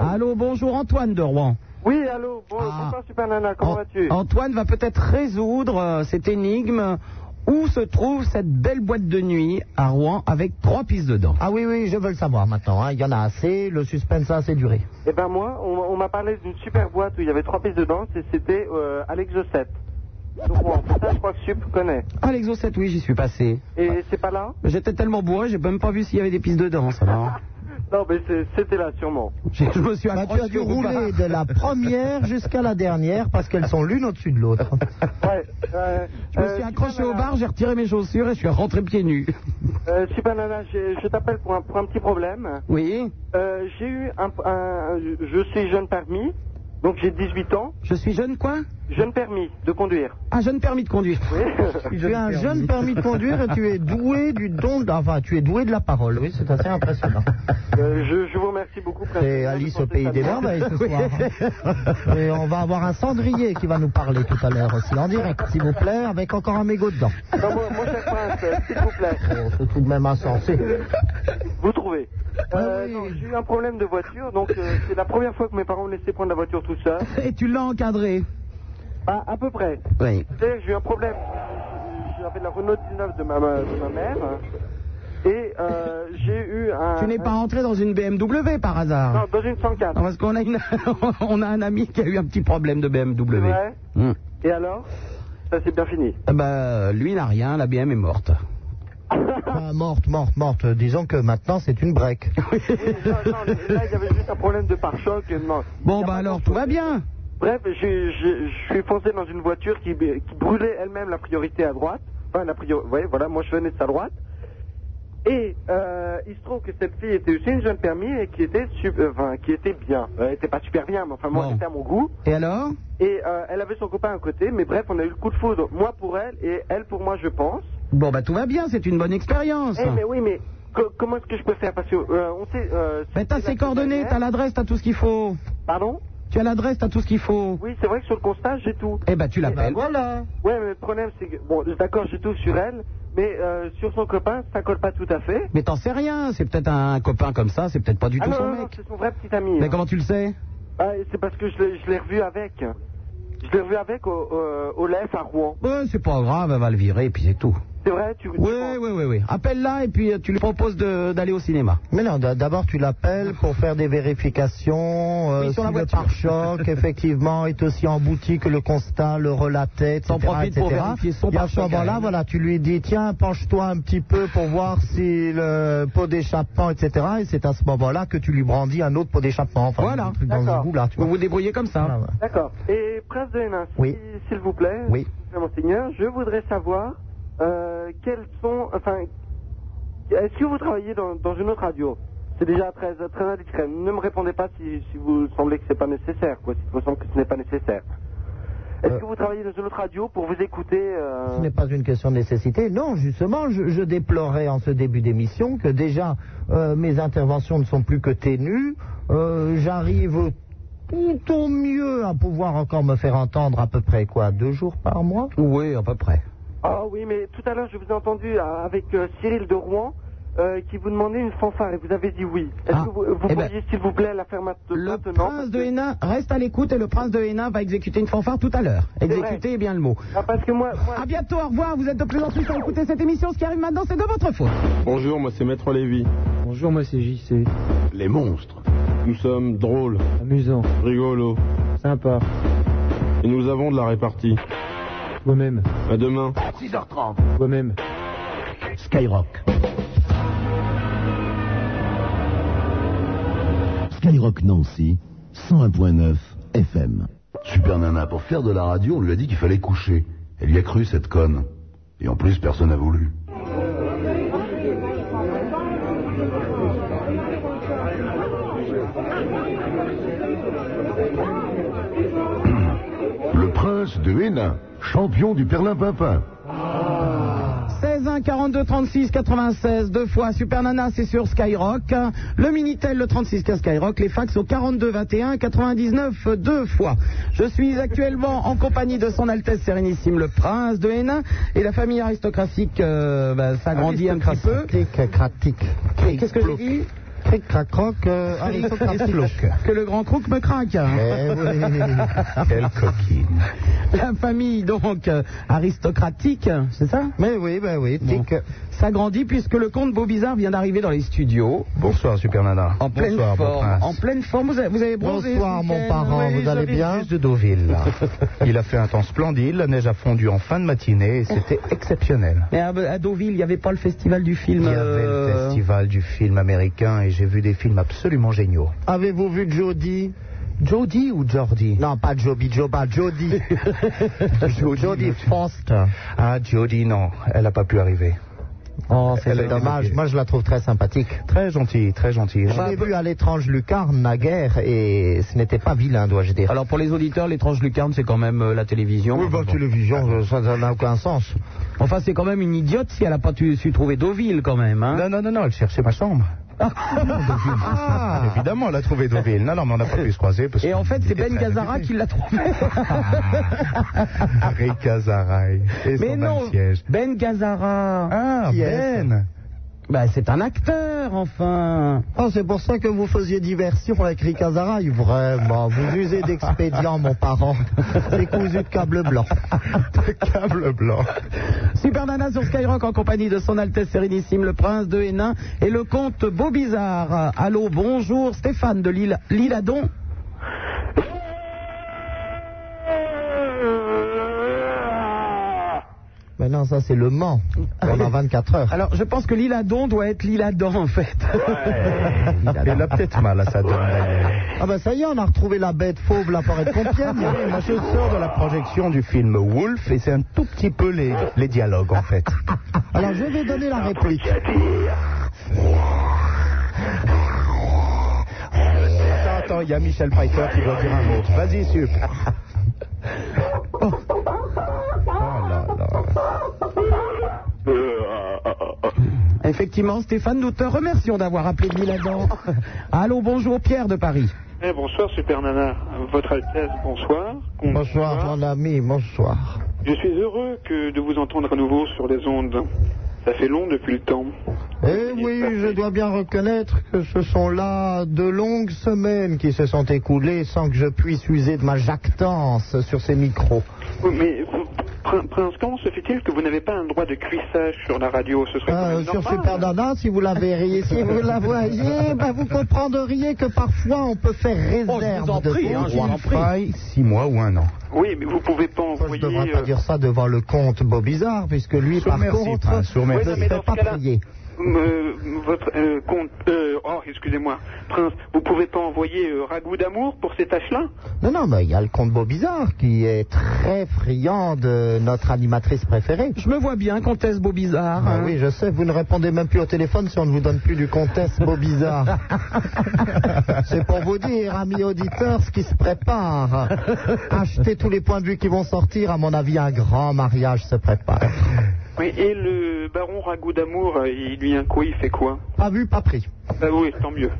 S4: Allô, bonjour Antoine de Rouen.
S10: Oui, allô, bon,
S4: Ah.
S10: bonsoir Super Nana, comment vas-tu
S4: Antoine va peut-être résoudre euh, cette énigme. Où se trouve cette belle boîte de nuit à Rouen avec trois pistes dedans
S8: Ah oui, oui, je veux le savoir maintenant. hein. Il y en a assez, le suspense a assez duré.
S10: Eh ben moi, on, on m'a parlé d'une super boîte où il y avait trois pistes de danse et c'était euh, à l'Exocet. Donc bon, ça je crois que Sup connaît.
S4: Ah, l'Exo 7, oui, j'y suis passé.
S10: Et c'est pas là
S4: J'étais tellement bourré, j'ai même pas vu s'il y avait des pistes de danse. alors.
S10: Non, mais c'est- c'était là sûrement.
S4: Je Oh, je me suis
S8: Bah,
S4: accroché
S8: tu as dû
S4: au
S8: rouler de la première jusqu'à la dernière parce qu'elles sont l'une au-dessus de l'autre.
S10: Ouais, euh,
S4: Je me
S10: euh,
S4: suis accroché au bar, j'ai retiré mes chaussures et je suis rentré pieds nus.
S10: euh, Super Nana, j'ai- je t'appelle pour un, pour un petit problème.
S4: Oui,
S10: Euh, j'ai eu un, un- Je suis jeune parmi, donc j'ai 18 ans.
S4: je suis jeune quoi
S10: Jeune permis de conduire.
S4: Un jeune permis de conduire.
S8: tu as un jeune permis de conduire et tu es doué du don, de- enfin tu es doué de la parole. Oui, c'est assez impressionnant.
S10: Euh, je, je vous remercie beaucoup. hein,
S8: C'est Alice au pays des merveilles ce soir. Et on va avoir un cendrier qui va nous parler tout à l'heure aussi en direct, s'il vous plaît, avec encore un mégot dedans.
S10: Non, moi, moi, cher prince, euh, s'il vous plaît.
S8: Bon, c'est tout de même Ah insensé.
S10: Vous trouvez Euh, non, J'ai eu un problème de voiture, donc euh, c'est la première fois que mes parents me laissaient prendre la voiture tout seul.
S4: Et tu l'as encadré.
S10: Bah, à peu près.
S4: Oui.
S10: C'est-à-dire que J'ai eu un problème. J'avais la Renault 19 de ma, ma- de ma mère. hein. Et euh, j'ai eu un.
S4: Tu n'es pas entré dans une BMW par hasard
S10: Non, dans une 104.
S4: Ah, Parce qu'on a, une- on a un ami qui a eu un petit problème de BMW.
S10: C'est vrai
S8: Hum.
S4: Hmm.
S10: Et alors Ça c'est bien fini.
S4: Ah Bah, lui n'a rien, la BM est morte.
S8: Enfin, Ah, morte, morte, morte. Disons que maintenant c'est une break.
S10: Non, non, là, il y avait juste un problème de pare-choc. non.
S4: Bon, bah alors, tout va bien.
S10: Bref, j'ai- j'ai- je suis foncé dans une voiture qui, qui brûlait elle-même la priorité à droite. Enfin, la priori- vous voyez, voilà, moi je venais de sa droite. Et euh, il se trouve que cette fille était aussi une jeune permis et qui était, su- euh, enfin, qui était bien. Euh, elle était pas super bien, mais enfin, moi c'était à mon goût.
S4: Et alors
S10: Et euh, elle avait son copain à côté, mais bref, on a eu le coup de foudre. Moi pour elle et elle pour moi, je pense.
S4: Bon, bah tout va bien, c'est une bonne expérience.
S10: Eh, mais oui, mais co- comment est-ce que je peux faire Parce que euh, on sait. euh,
S4: Mais t'as ses coordonnées,
S10: hein.
S4: t'as l'adresse, t'as tout ce qu'il faut.
S10: Pardon
S4: Tu as l'adresse, t'as tout ce qu'il faut.
S10: Oui, c'est vrai que sur le constat, j'ai tout.
S4: Eh ben, tu l'appelles.
S10: voilà. Ouais, mais le problème, c'est que, bon, d'accord, j'ai tout sur elle, mais euh, sur son copain, ça colle pas tout à fait.
S4: Mais t'en sais rien, c'est peut-être un copain comme ça, c'est peut-être pas du
S10: ah
S4: tout
S10: non,
S4: son
S10: non,
S4: mec.
S10: non, c'est son vrai petit ami.
S4: Mais comment tu le sais
S10: Ah, et c'est parce que je l'ai- je l'ai revu avec. Je l'ai revu avec au, euh, au LEF à Rouen.
S4: Ouais, c'est pas grave, elle va le virer et puis c'est tout.
S10: C'est vrai, tu...
S4: Oui, oui, oui, oui. Appelle-la et puis euh, tu lui proposes de- d'aller au cinéma.
S8: Mais non, d- d'abord tu l'appelles pour faire des vérifications euh,
S4: Oui, sur la
S8: si le
S4: voiture.
S8: pare-choc effectivement est aussi embouti que le constat hein, le relatait, etc.
S4: T'en profites
S8: etc.
S4: pour vérifier son
S8: Et à ce
S4: pare-choc à
S8: moment-là,
S4: elle.
S8: voilà, tu lui dis tiens penche-toi un petit peu pour voir si le pot d'échappement, etc. Et c'est à ce moment-là que tu lui brandis un autre pot d'échappement. Enfin,
S4: Voilà.
S8: un truc dans ce goût-là, tu vois.
S4: Vous vous débrouillez comme ça.
S8: Voilà.
S10: D'accord. Et Prince de Hénin, si-
S8: Oui.
S10: s'il vous plaît,
S8: Oui.
S10: Monseigneur, je voudrais savoir euh, quels sont... Enfin, est-ce que vous travaillez dans, dans une autre radio C'est déjà très, très indiscret. Ne me répondez pas si, si vous semblez que c'est pas nécessaire, quoi, si vous semble que ce n'est pas nécessaire. Est-ce
S4: Euh.
S10: que vous travaillez dans une autre radio pour vous écouter euh,
S8: Ce n'est pas une question de nécessité. Non, justement, je, je déplorais en ce début d'émission que déjà euh, mes interventions ne sont plus que ténues. Euh, J'arrive tout au mieux à pouvoir encore me faire entendre à peu près quoi, deux jours par mois.
S4: Oui, à peu près.
S10: Ah oui, mais tout à l'heure, je vous ai entendu euh, avec euh, Cyril de Rouen euh, qui vous demandait une fanfare et vous avez dit oui. Est-ce
S4: Ah.
S10: que vous, vous
S4: Eh ben,
S10: pourriez, s'il vous plaît, la faire mat-
S4: Le
S10: maintenant parce
S4: prince de
S10: que-
S4: Hénin reste à l'écoute et le prince de Hénin va exécuter une fanfare tout à l'heure. Exécuter est bien le mot.
S10: Ah, parce que moi, moi
S4: À bientôt, au revoir. Vous êtes de plus en plus à écouter cette émission. Ce qui arrive maintenant, c'est de votre faute.
S6: Bonjour, moi c'est Maître Lévy.
S7: Bonjour, moi c'est JC.
S1: Les monstres.
S6: Nous sommes drôles,
S7: Amusant,
S6: rigolos,
S7: sympa.
S6: et nous avons de la répartie.
S7: Toi-même,
S6: À demain.
S1: 6h30.
S7: toi-même.
S1: Skyrock. Skyrock Nancy, 101.9 FM. Super Nana, pour faire de la radio, on lui a dit qu'il fallait coucher. Elle y a cru, cette conne. Et en plus, personne n'a voulu. Le prince de Hénin, champion du Perlin-Pimpin.
S4: 16 1 42 36 96 deux fois Super Nana c'est sur Skyrock le minitel le 36 15 Skyrock les fax au 42 21 99 deux fois je suis actuellement en compagnie de son Altesse Sérénissime le Prince de Hénin et la famille aristocratique euh, bah, s'agrandit un petit peu
S8: Cric, cratic.
S4: Et qu'est-ce que j'ai dit
S8: Cric, crac, croc, euh, aristocratique.
S4: que le grand crook me craque hein.
S8: Eh oui.
S1: Quelle coquine.
S4: la famille donc euh, aristocratique c'est ça
S8: Mais oui,
S18: bah
S8: ben oui,
S4: Bon.
S8: tic.
S4: s'agrandit puisque le comte Beaubizarre vient d'arriver dans les studios
S8: Bonsoir, Super Nana.
S4: En pleine
S8: Bonsoir, mon
S4: forme.
S8: prince.
S4: En pleine forme. Vous avez, vous avez bronzé.
S8: Bonsoir
S4: ce
S8: mon
S4: week-end.
S8: parent,
S4: Oui,
S8: vous allez
S4: j'avais
S8: bien
S4: juste-
S8: de Deauville.
S18: Il a fait un temps splendide, la neige a fondu en fin de matinée et c'était exceptionnel.
S4: Mais à, à Deauville, il n'y avait pas le festival du film.
S18: Il y avait le
S4: euh,
S18: festival du film américain et j'ai vu des films absolument géniaux.
S8: Avez-vous vu Jody
S18: Jody ou Jordi
S8: Non, pas Joby Joba, Jody. Jody Foster.
S18: Ah, Jody, non, elle n'a pas pu arriver.
S8: Oh, c'est
S1: Elle a été
S8: dommage. Moi, je la trouve très sympathique.
S1: Très gentil, très gentil.
S8: Je
S4: Bah,
S8: l'ai vu à l'étrange lucarne naguère et ce n'était pas vilain, dois-je dire.
S4: Alors pour les auditeurs, l'étrange lucarne, c'est quand même euh, la télévision.
S8: Oui, bah, télévision, euh, ça ça n'a aucun sens.
S4: Enfin, c'est quand même une idiote si elle n'a pas tu- su trouver Deauville quand même. Hein.
S1: Non, non, non, non, elle cherchait ma chambre.
S8: Ah.
S1: Évidemment, elle a trouvé Deauville. Non, non, mais on n'a pas pu se croiser. Parce
S4: Et
S1: que-
S4: en fait, c'est
S1: était
S4: Ben
S1: très
S4: Gazzara qui l'a trouvé.
S1: Harry Casaray. Et son
S4: Ben- Mais non,
S1: siège.
S4: Ben Gazzara.
S1: Ah, Ben.
S4: Bah, c'est un acteur, enfin.
S8: Oh, c'est pour ça que vous faisiez diversion avec Ricazaraï. Vraiment, vous usez d'expédients, mon parent. C'est cousu de câble blanc.
S1: De câble blanc.
S4: Super Nana sur Skyrock en compagnie de son Altesse Sérénissime, le Prince de Hénin et le comte Beau Bizarre. Allô, bonjour, Stéphane de Lille, Lille-Adon.
S8: Mais non, ça, c'est le Mans. Pendant 24 heures.
S4: Alors, je pense que Lille-Adon doit être Lille-Adam, en fait.
S1: Elle a peut-être mal à sa dame d'ailleurs.
S8: Ah ben ça y est, on a retrouvé la bête fauve, la forêt de Compiègne.
S1: Moi, je sors de la projection du film Wolf et c'est un tout petit peu les, les dialogues en fait.
S8: Alors je vais donner la réplique.
S1: Attends, attends, il y a Michel Pfeiffer qui veut dire un mot. Vas-y, Sup.
S8: Oh.
S4: Effectivement, Stéphane, nous te remercions d'avoir appelé Lille-Adam. Allô, bonjour, Pierre de Paris.
S10: Eh, bonsoir, Super Nana. Votre Altesse, bonsoir.
S8: Bonsoir mon ami, bonsoir.
S10: Je suis heureux que de vous entendre à nouveau sur les ondes. Ça fait long depuis le temps.
S8: Eh oui, je dois bien reconnaître que ce sont là de longues semaines qui se sont écoulées sans que je puisse user de ma jactance sur ces micros.
S10: Oui, Mais, prin- Prince, comment se fait-il que vous n'avez pas un droit de cuissage sur la radio Ce serait quand
S8: Euh,
S10: même
S8: sur
S10: normal.
S8: Super Nana, si vous la verriez, si vous la voyez, ben vous comprendriez que parfois on peut faire
S4: Oh, je
S8: réserve
S4: vous en
S8: de
S4: prie, hein, je vous euh, en prie.
S1: Faille six mois ou un an.
S10: Oui, mais vous pouvez pas envoyer. euh,
S8: Je ne devrais pas dire ça devant le comte Bobizard, puisque lui,
S1: Sur
S8: par
S1: merci,
S8: contre,
S1: prince, sur
S8: ne
S1: merci.
S8: se
S10: Oui, non, mais
S8: fait
S10: dans
S8: pas
S10: ce cas-là-
S8: prier.
S10: Euh, votre euh, compte. euh, oh, excusez-moi, Prince, vous pouvez pas envoyer euh, Ragout d'amour pour ces tâches-là
S8: Non, non, mais il y a le comte Bobizard qui est très friand de notre animatrice préférée.
S4: Je me vois bien, comtesse Beau Bizarre.
S8: Ah oui, je sais, vous ne répondez même plus au téléphone si on ne vous donne plus du comtesse Bobizard. C'est pour vous dire, amis auditeurs, ce qui se prépare. Achetez tous les points de vue qui vont sortir. À mon avis, un grand mariage se prépare.
S10: Oui, et le baron Ragout d'amour, euh, il lui un quoi Il fait quoi
S8: Pas vu, pas pris.
S10: Bah oui, tant mieux.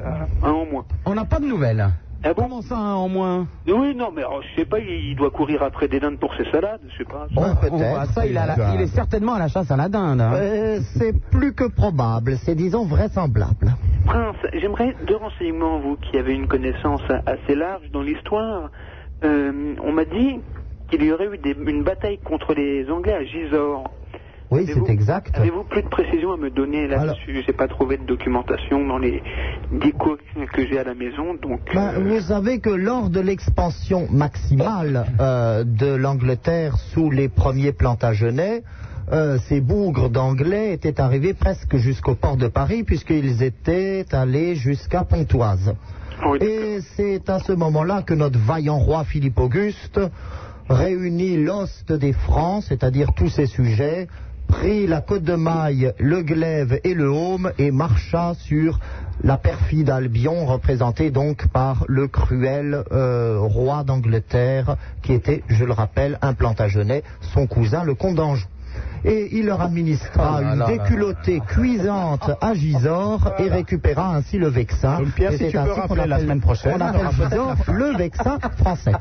S10: Euh, un en moins.
S4: On n'a pas de nouvelles.
S10: Ah bon
S4: Comment ça, un en moins
S10: Oui, non, mais alors, je sais pas, il doit courir après des dindes pour ses salades, je sais pas.
S8: Bon,
S4: Oh, bah,
S8: peut-être.
S4: ça, il, a la- il est certainement à la chasse à la dinde. hein.
S8: Euh, c'est plus que probable, c'est disons vraisemblable.
S10: Prince, j'aimerais deux renseignements, vous qui avez une connaissance assez large dans l'histoire. Euh, on m'a dit qu'il y aurait eu des- une bataille contre les Anglais à Gisors.
S8: Oui,
S10: Avez-vous-
S8: c'est exact.
S10: Avez-vous plus de précisions à me donner là-dessus J'ai pas trouvé de documentation dans les dix cours que j'ai à la maison, donc.
S8: Ben,
S10: euh,
S8: vous savez que lors de l'expansion maximale euh, de l'Angleterre sous les premiers Plantagenets, euh, ces bougres d'Anglais étaient arrivés presque jusqu'au port de Paris puisqu'ils étaient allés jusqu'à Pontoise.
S10: oui,
S8: Et c'est à ce moment-là que notre vaillant roi Philippe Auguste réunit l'ost des Francs, c'est-à-dire tous ses sujets, prit la côte de Maille, le Glaive et le Haume et marcha sur la perfide Albion, représentée donc par le cruel euh, roi d'Angleterre, qui était, je le rappelle, un Plantagenet, son cousin, le comte d'Anjou. Et il leur administra une déculottée cuisante à Gisors et récupéra ainsi le Vexin.
S1: Donc, Pierre,
S8: Et
S1: si
S8: c'est
S1: tu peux
S8: ainsi qu'on
S1: rappeler la
S8: appelle-
S1: semaine prochaine,
S8: On
S1: on
S8: appelle
S1: aura peut-être
S8: Gisors le Vexin français.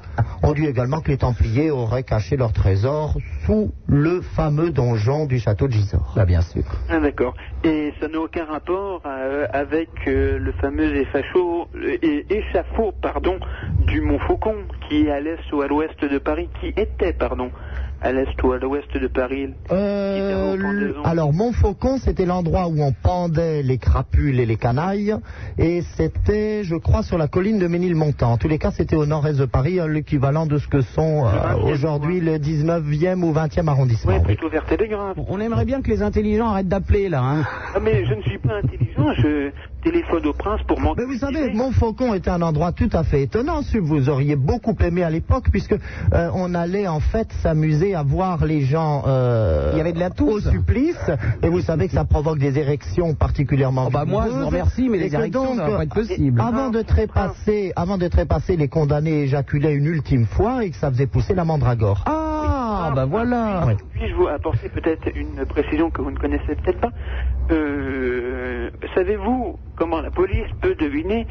S8: On dit également que les Templiers auraient caché leur trésor sous le fameux donjon du château de Gisors.
S4: Bah, bien sûr.
S10: Ah, d'accord. Et ça n'a aucun rapport euh, avec euh, le fameux échafaud, euh, é- échafaud pardon, du Mont Faucon, qui est à l'est ou à l'ouest de Paris, qui était, pardon, à l'est ou à l'ouest de Paris.
S8: Euh,
S10: Qui était au
S8: le-
S10: pendaison.
S8: alors, Montfaucon, c'était l'endroit où on pendait les crapules et les canailles, et c'était, je crois, sur la colline de Ménilmontant. En tous les cas, c'était au nord-est de Paris, euh, l'équivalent de ce que sont euh, aujourd'hui le 19e ou 20e arrondissement.
S10: Oui, plutôt vers Télégramme.
S4: On aimerait bien que les intelligents arrêtent d'appeler, là. hein.
S10: Ah, mais je ne suis pas intelligent, je,
S9: téléphone au prince pour manquer.
S8: Mais vous savez, Montfaucon était un endroit tout à fait étonnant, si vous auriez beaucoup aimé à l'époque, puisque euh, on allait en fait s'amuser à voir les gens euh,
S4: Il y avait de la
S8: au supplice, et vous savez que ça provoque des érections particulièrement.
S4: Oh, bah, moi, je vous
S8: vigoureuses,
S4: remercie, mais les
S8: et que
S4: érections,
S8: donc,
S4: ça va pas être possible. Ah.
S8: euh, Avant de trépasser, avant de trépasser, les condamnés éjaculaient une ultime fois et que ça faisait pousser la mandragore.
S4: Ah, bah voilà.
S9: Puis-je vous apporter peut-être une précision que vous ne connaissez peut-être pas Euh, Savez-vous comment la police peut deviner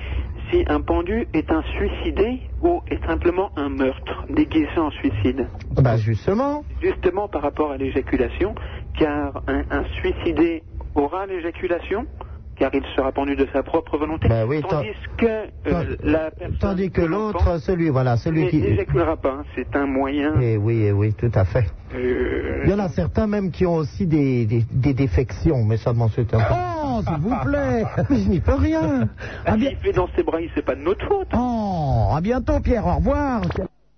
S9: si un pendu est un suicidé ou est simplement un meurtre déguisé en suicide
S8: Bah justement.
S9: Justement par rapport à l'éjaculation, car un, un suicidé aura l'éjaculation car il sera pendu de sa propre volonté,
S8: Bah oui, tant-
S9: tandis que euh, la personne
S8: Tandis que l'autre, celui, voilà, celui qui.
S9: n'éjaculera pas. hein. C'est un moyen.
S8: Eh oui, eh oui, tout à fait.
S9: euh,
S8: Il y en a certains même qui ont aussi des, des, des défections, mais ça m'en c'est un peu.
S4: Oh, s'il vous plaît.
S8: Mais je n'y peux rien.
S9: Ah, s'il fait dans ses bras, il c'est pas de notre faute.
S4: Oh, à bientôt, Pierre. Au revoir.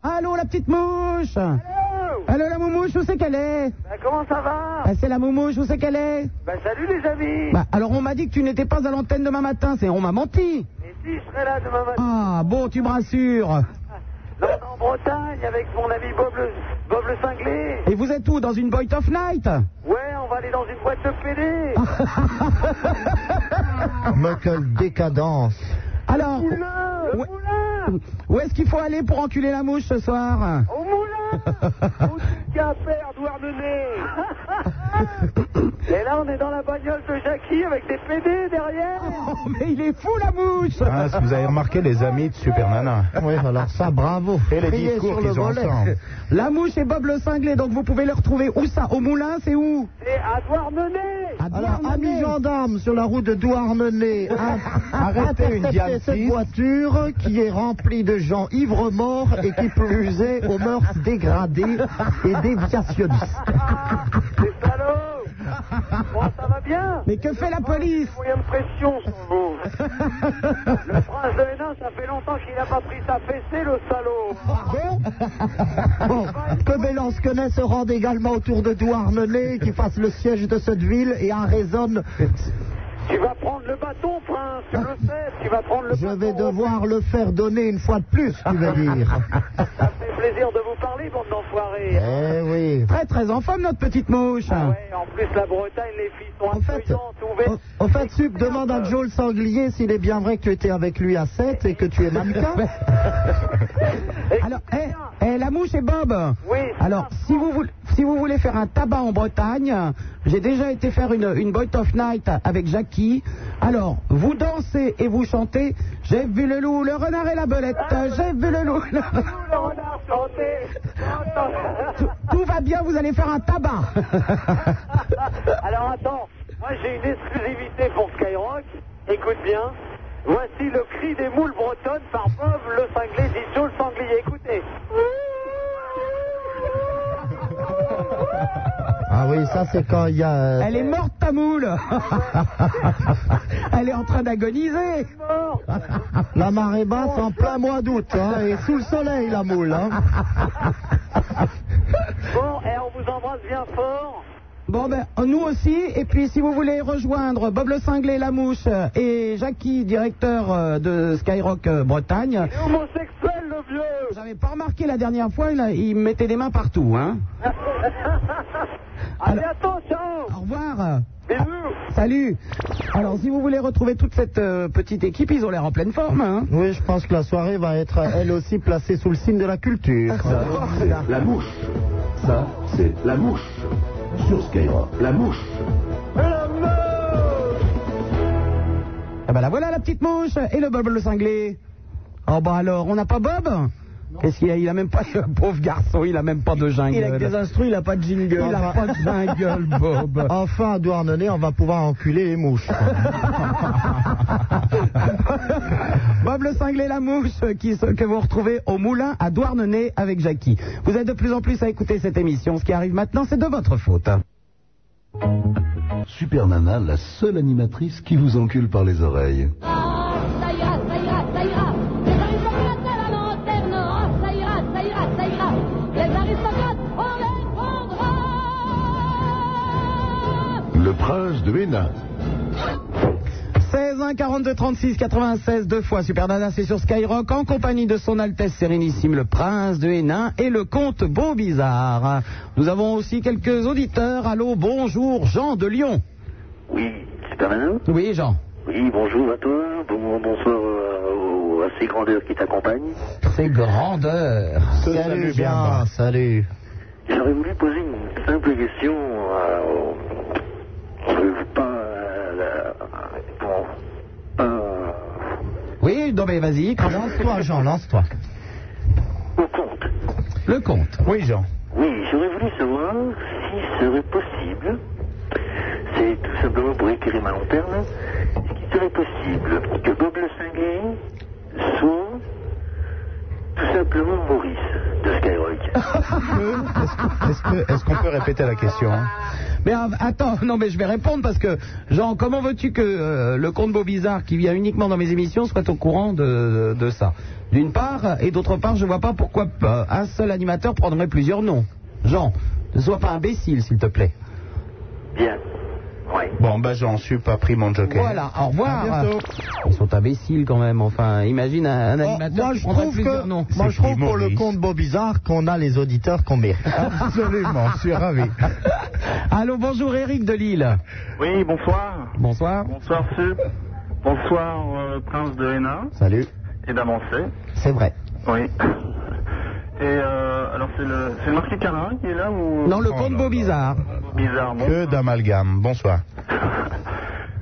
S4: Allô, la petite mouche. Allô. la moumouche, où c'est qu'elle est
S10: Oh, Bah, comment ça va
S4: Ah, C'est la moumouche, où c'est qu'elle est
S10: Bah salut les amis
S4: Bah, alors on m'a dit que tu n'étais pas à l'antenne demain matin, c'est on m'a menti.
S10: Et si je serai là demain matin
S4: Ah bon, tu me rassures.
S10: Non, en Bretagne avec mon ami Bob le, Bob le cinglé
S4: Et vous êtes où Dans une boîte of night
S10: Ouais, on va aller dans une boîte de PD
S8: Ah. Mais quelle décadence.
S4: Alors, où, où est-ce qu'il faut aller pour enculer la mouche ce soir
S10: Au moulin Où tu qu'à faire, Douarnenez Et là, on est dans la bagnole de Jackie avec des PD derrière
S4: Oh, mais il est fou la mouche
S19: Ah, si vous avez remarqué les amis de Super Nana.
S8: Oui, alors ça, bravo.
S19: Et les
S8: Criez
S19: discours
S8: sur le
S19: qu'ils ont
S8: volet.
S19: ensemble.
S4: La mouche et Bob le cinglé, donc vous pouvez le retrouver où ça Au moulin, c'est où
S10: Et à Douarnenez
S8: Alors, amis gendarmes sur la route de Douarnenez, hein,
S19: Arrêtez une Diane
S8: interceptez cette
S19: 6.
S8: voiture qui est remplie de gens ivres morts et qui plus est aux mœurs dégradées et déviationnistes.
S10: Ah, Les salauds Bon, ça va bien
S4: Mais que fait la police
S10: Moyen de pression sur vous Le prince de Hénin, ça fait longtemps qu'il n'a pas pris sa fessée, le salaud
S8: Bon, que Bélansquenet se rende également autour de Douarnenez, qui fasse le siège de cette ville et en raisonne.
S10: Tu vas prendre le bâton, prince, tu le sais, tu vas prendre le
S8: Je
S10: bâton.
S8: vais devoir le faire donner une fois de plus, tu veux dire.
S10: Ça me fait plaisir de vous parler, bande d'enfoirés.
S8: Eh oui.
S4: Très très en forme notre petite mouche.
S10: Ah ouais, en plus, la Bretagne, les filles sont
S8: En fait,
S10: accueillantes, ouvertes.
S8: En fait, Sup demande à Joe le sanglier s'il est bien vrai que tu étais avec lui à 7 et que tu es mannequin.
S4: Alors, eh, eh, la mouche et Bob
S10: Oui,
S4: Alors, si vous, voulez, si vous voulez faire un tabac en Bretagne, j'ai déjà été faire une, une Boy of Night avec Jackie. Alors, vous dansez et vous chantez J'ai vu le loup, le renard et la belette. J'ai vu le loup. le-
S10: Nous, le renard chanté.
S4: Tout, tout va bien, vous allez faire un tabac.
S10: Alors attends, moi j'ai une exclusivité pour Skyrock. Écoute bien. Voici le cri des moules bretonnes par Bob le cinglé dit Joe le sanglier. Écoutez.
S8: Ah oui, ça c'est quand il y a. euh,
S4: Elle est morte, ta moule. Elle est en train d'agoniser.
S10: Mort.
S8: La marée basse en plein mois d'août, hein, et sous le soleil la moule. Hein.
S10: Bon, et on vous embrasse bien fort.
S4: Bon, ben, nous aussi. Et puis, si vous voulez rejoindre Bob le Cinglé, la mouche euh, et Jackie, directeur euh, de Skyrock euh, Bretagne,
S10: Et homosexuel le vieux.
S4: j'avais pas remarqué la dernière fois, il, a- il mettait des mains partout. Hein.
S10: Allez, attends, ciao.
S4: Au revoir.
S10: Bisous.
S4: Salut. Alors, si vous voulez retrouver toute cette euh, petite équipe, ils ont l'air en pleine forme. Hein.
S8: Oui, je pense que la soirée va être euh, elle aussi placée sous le signe de la culture.
S4: Ah,
S1: Ça, c'est la mouche. Ça, c'est la mouche. Sur Skyrock, la mouche.
S4: Ah ben la voilà la petite mouche et le Bob le cinglé. Oh bah alors, on n'a pas Bob Qu'est-ce qu'il a Il a même pas le pauvre garçon, il a même pas de jungle.
S20: Il a que des instrus, il a pas de jingle.
S4: Il a pas de jungle, Bob.
S8: Enfin, à Douarnenez, on va pouvoir enculer les mouches.
S4: Bob le cinglé, la mouche, qui, se- que vous retrouvez au moulin à Douarnenez avec Jackie. Vous êtes de plus en plus à écouter cette émission. Ce qui arrive maintenant, c'est de votre faute.
S1: Super Nana, la seule animatrice qui vous encule par les oreilles.
S21: Ça ira, ça ira, ça ira. Les aristocrates à la lanterne. Ah, ça ira, ça ira, ça ira. Les aristocrates, on les prendra.
S1: Le prince de Hénin.
S4: 16 1 42 36 96 deux fois Super Nana c'est sur Skyrock en compagnie de son Altesse Sérénissime le Prince de Hénin et le Comte Beau Bizarre. Nous avons aussi quelques auditeurs. Allô, bonjour Jean de Lyon.
S9: Oui, Super Nana
S4: Oui Jean.
S9: Oui, bonjour à toi, bon- bonsoir euh, au- à ces grandeurs qui t'accompagnent.
S4: C'est grandeur.
S8: Salut, Jean, salut.
S9: J'aurais voulu poser une simple question, euh, au- euh, pas, euh, la- comment- pas
S4: Oui, non mais vas-y, commence.
S8: Lance-toi, Jean, lance-toi.
S9: au compte.
S4: Le compte.
S8: Oui, Jean.
S9: Oui, j'aurais voulu savoir s'il serait possible, c'est tout simplement pour éclairer ma lanterne, s'il serait possible que Bob le Cinglé soit tout simplement Maurice de Skyrock.
S8: Est-ce que- est-ce qu'on peut répéter la question
S4: Mais ah, attends, non mais je vais répondre parce que Jean, comment veux-tu que euh, le Comte Beau Bizarre qui vient uniquement dans mes émissions soit au courant de, de ça D'une part, et d'autre part, je vois pas pourquoi euh, un seul animateur prendrait plusieurs noms. Jean, ne sois pas imbécile s'il te plaît.
S9: Bien.
S8: Bon, bah, j'en suis pas pris mon joker.
S4: Voilà, au revoir. Ils sont imbéciles quand même. Enfin, imagine un, un
S8: Oh,
S4: animateur
S8: moi,
S4: qui
S8: je
S4: prendrait
S8: trouve
S4: plusieurs
S8: que,
S4: noms.
S8: moi, je trouve pour le compte Beau Bizarre qu'on a les auditeurs qu'on mérite. Absolument, je suis ravi.
S4: Allô, bonjour Eric de Lille.
S1: Oui, bonsoir.
S4: Bonsoir.
S1: Bonsoir, Sup. Bonsoir, euh, Prince de Hénin.
S8: Salut.
S1: Et d'avancée.
S8: C'est vrai.
S1: Oui. Et euh, alors, c'est le, c'est le marquis Carin qui est là ou.
S8: Non, le comte
S1: là
S8: Beau
S1: là.
S8: Bizarre.
S1: Beau Bizarre, bon.
S8: Que d'amalgame. Bonsoir.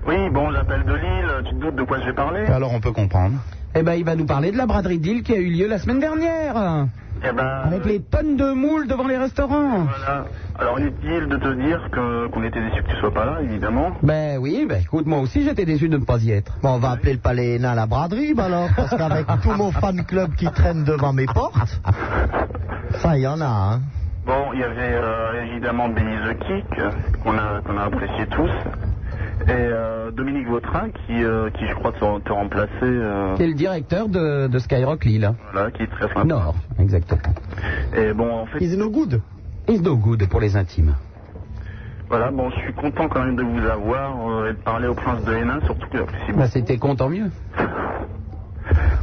S1: Oui, bon, j'appelle de Lille. Tu te doutes de quoi je vais parler
S8: Alors, on peut comprendre.
S4: Eh ben, il va nous parler de la braderie d'île qui a eu lieu la semaine dernière.
S1: Eh ben.
S4: Avec les tonnes de moules devant les restaurants.
S1: Voilà. Alors, inutile de te dire que, qu'on était déçus que tu sois pas là, évidemment.
S4: Ben oui, ben écoute, moi aussi j'étais déçu de ne pas y être.
S8: Bon, on va appeler le palais Hénin à la braderie,
S4: ben
S8: bah alors, parce qu'avec tout mon fan club qui traîne devant mes portes, ça, il y en a, hein.
S1: Bon, il y avait euh, évidemment Benny the Kick, euh, qu'on a, qu'on a apprécié tous. Et euh, Dominique Vautrin, qui, euh, qui je crois te, te remplaçait. euh,
S4: C'est le directeur de, de Skyrock Lille.
S8: Ah
S1: Voilà, qui est très sympa.
S4: Nord, exactement.
S1: Et bon, en fait,
S4: Is no good. Is no good pour les intimes.
S1: voilà, bon, je suis content quand même de vous avoir euh, et de parler au prince de Hénin, surtout que si
S4: Ben c'était con, tant mieux.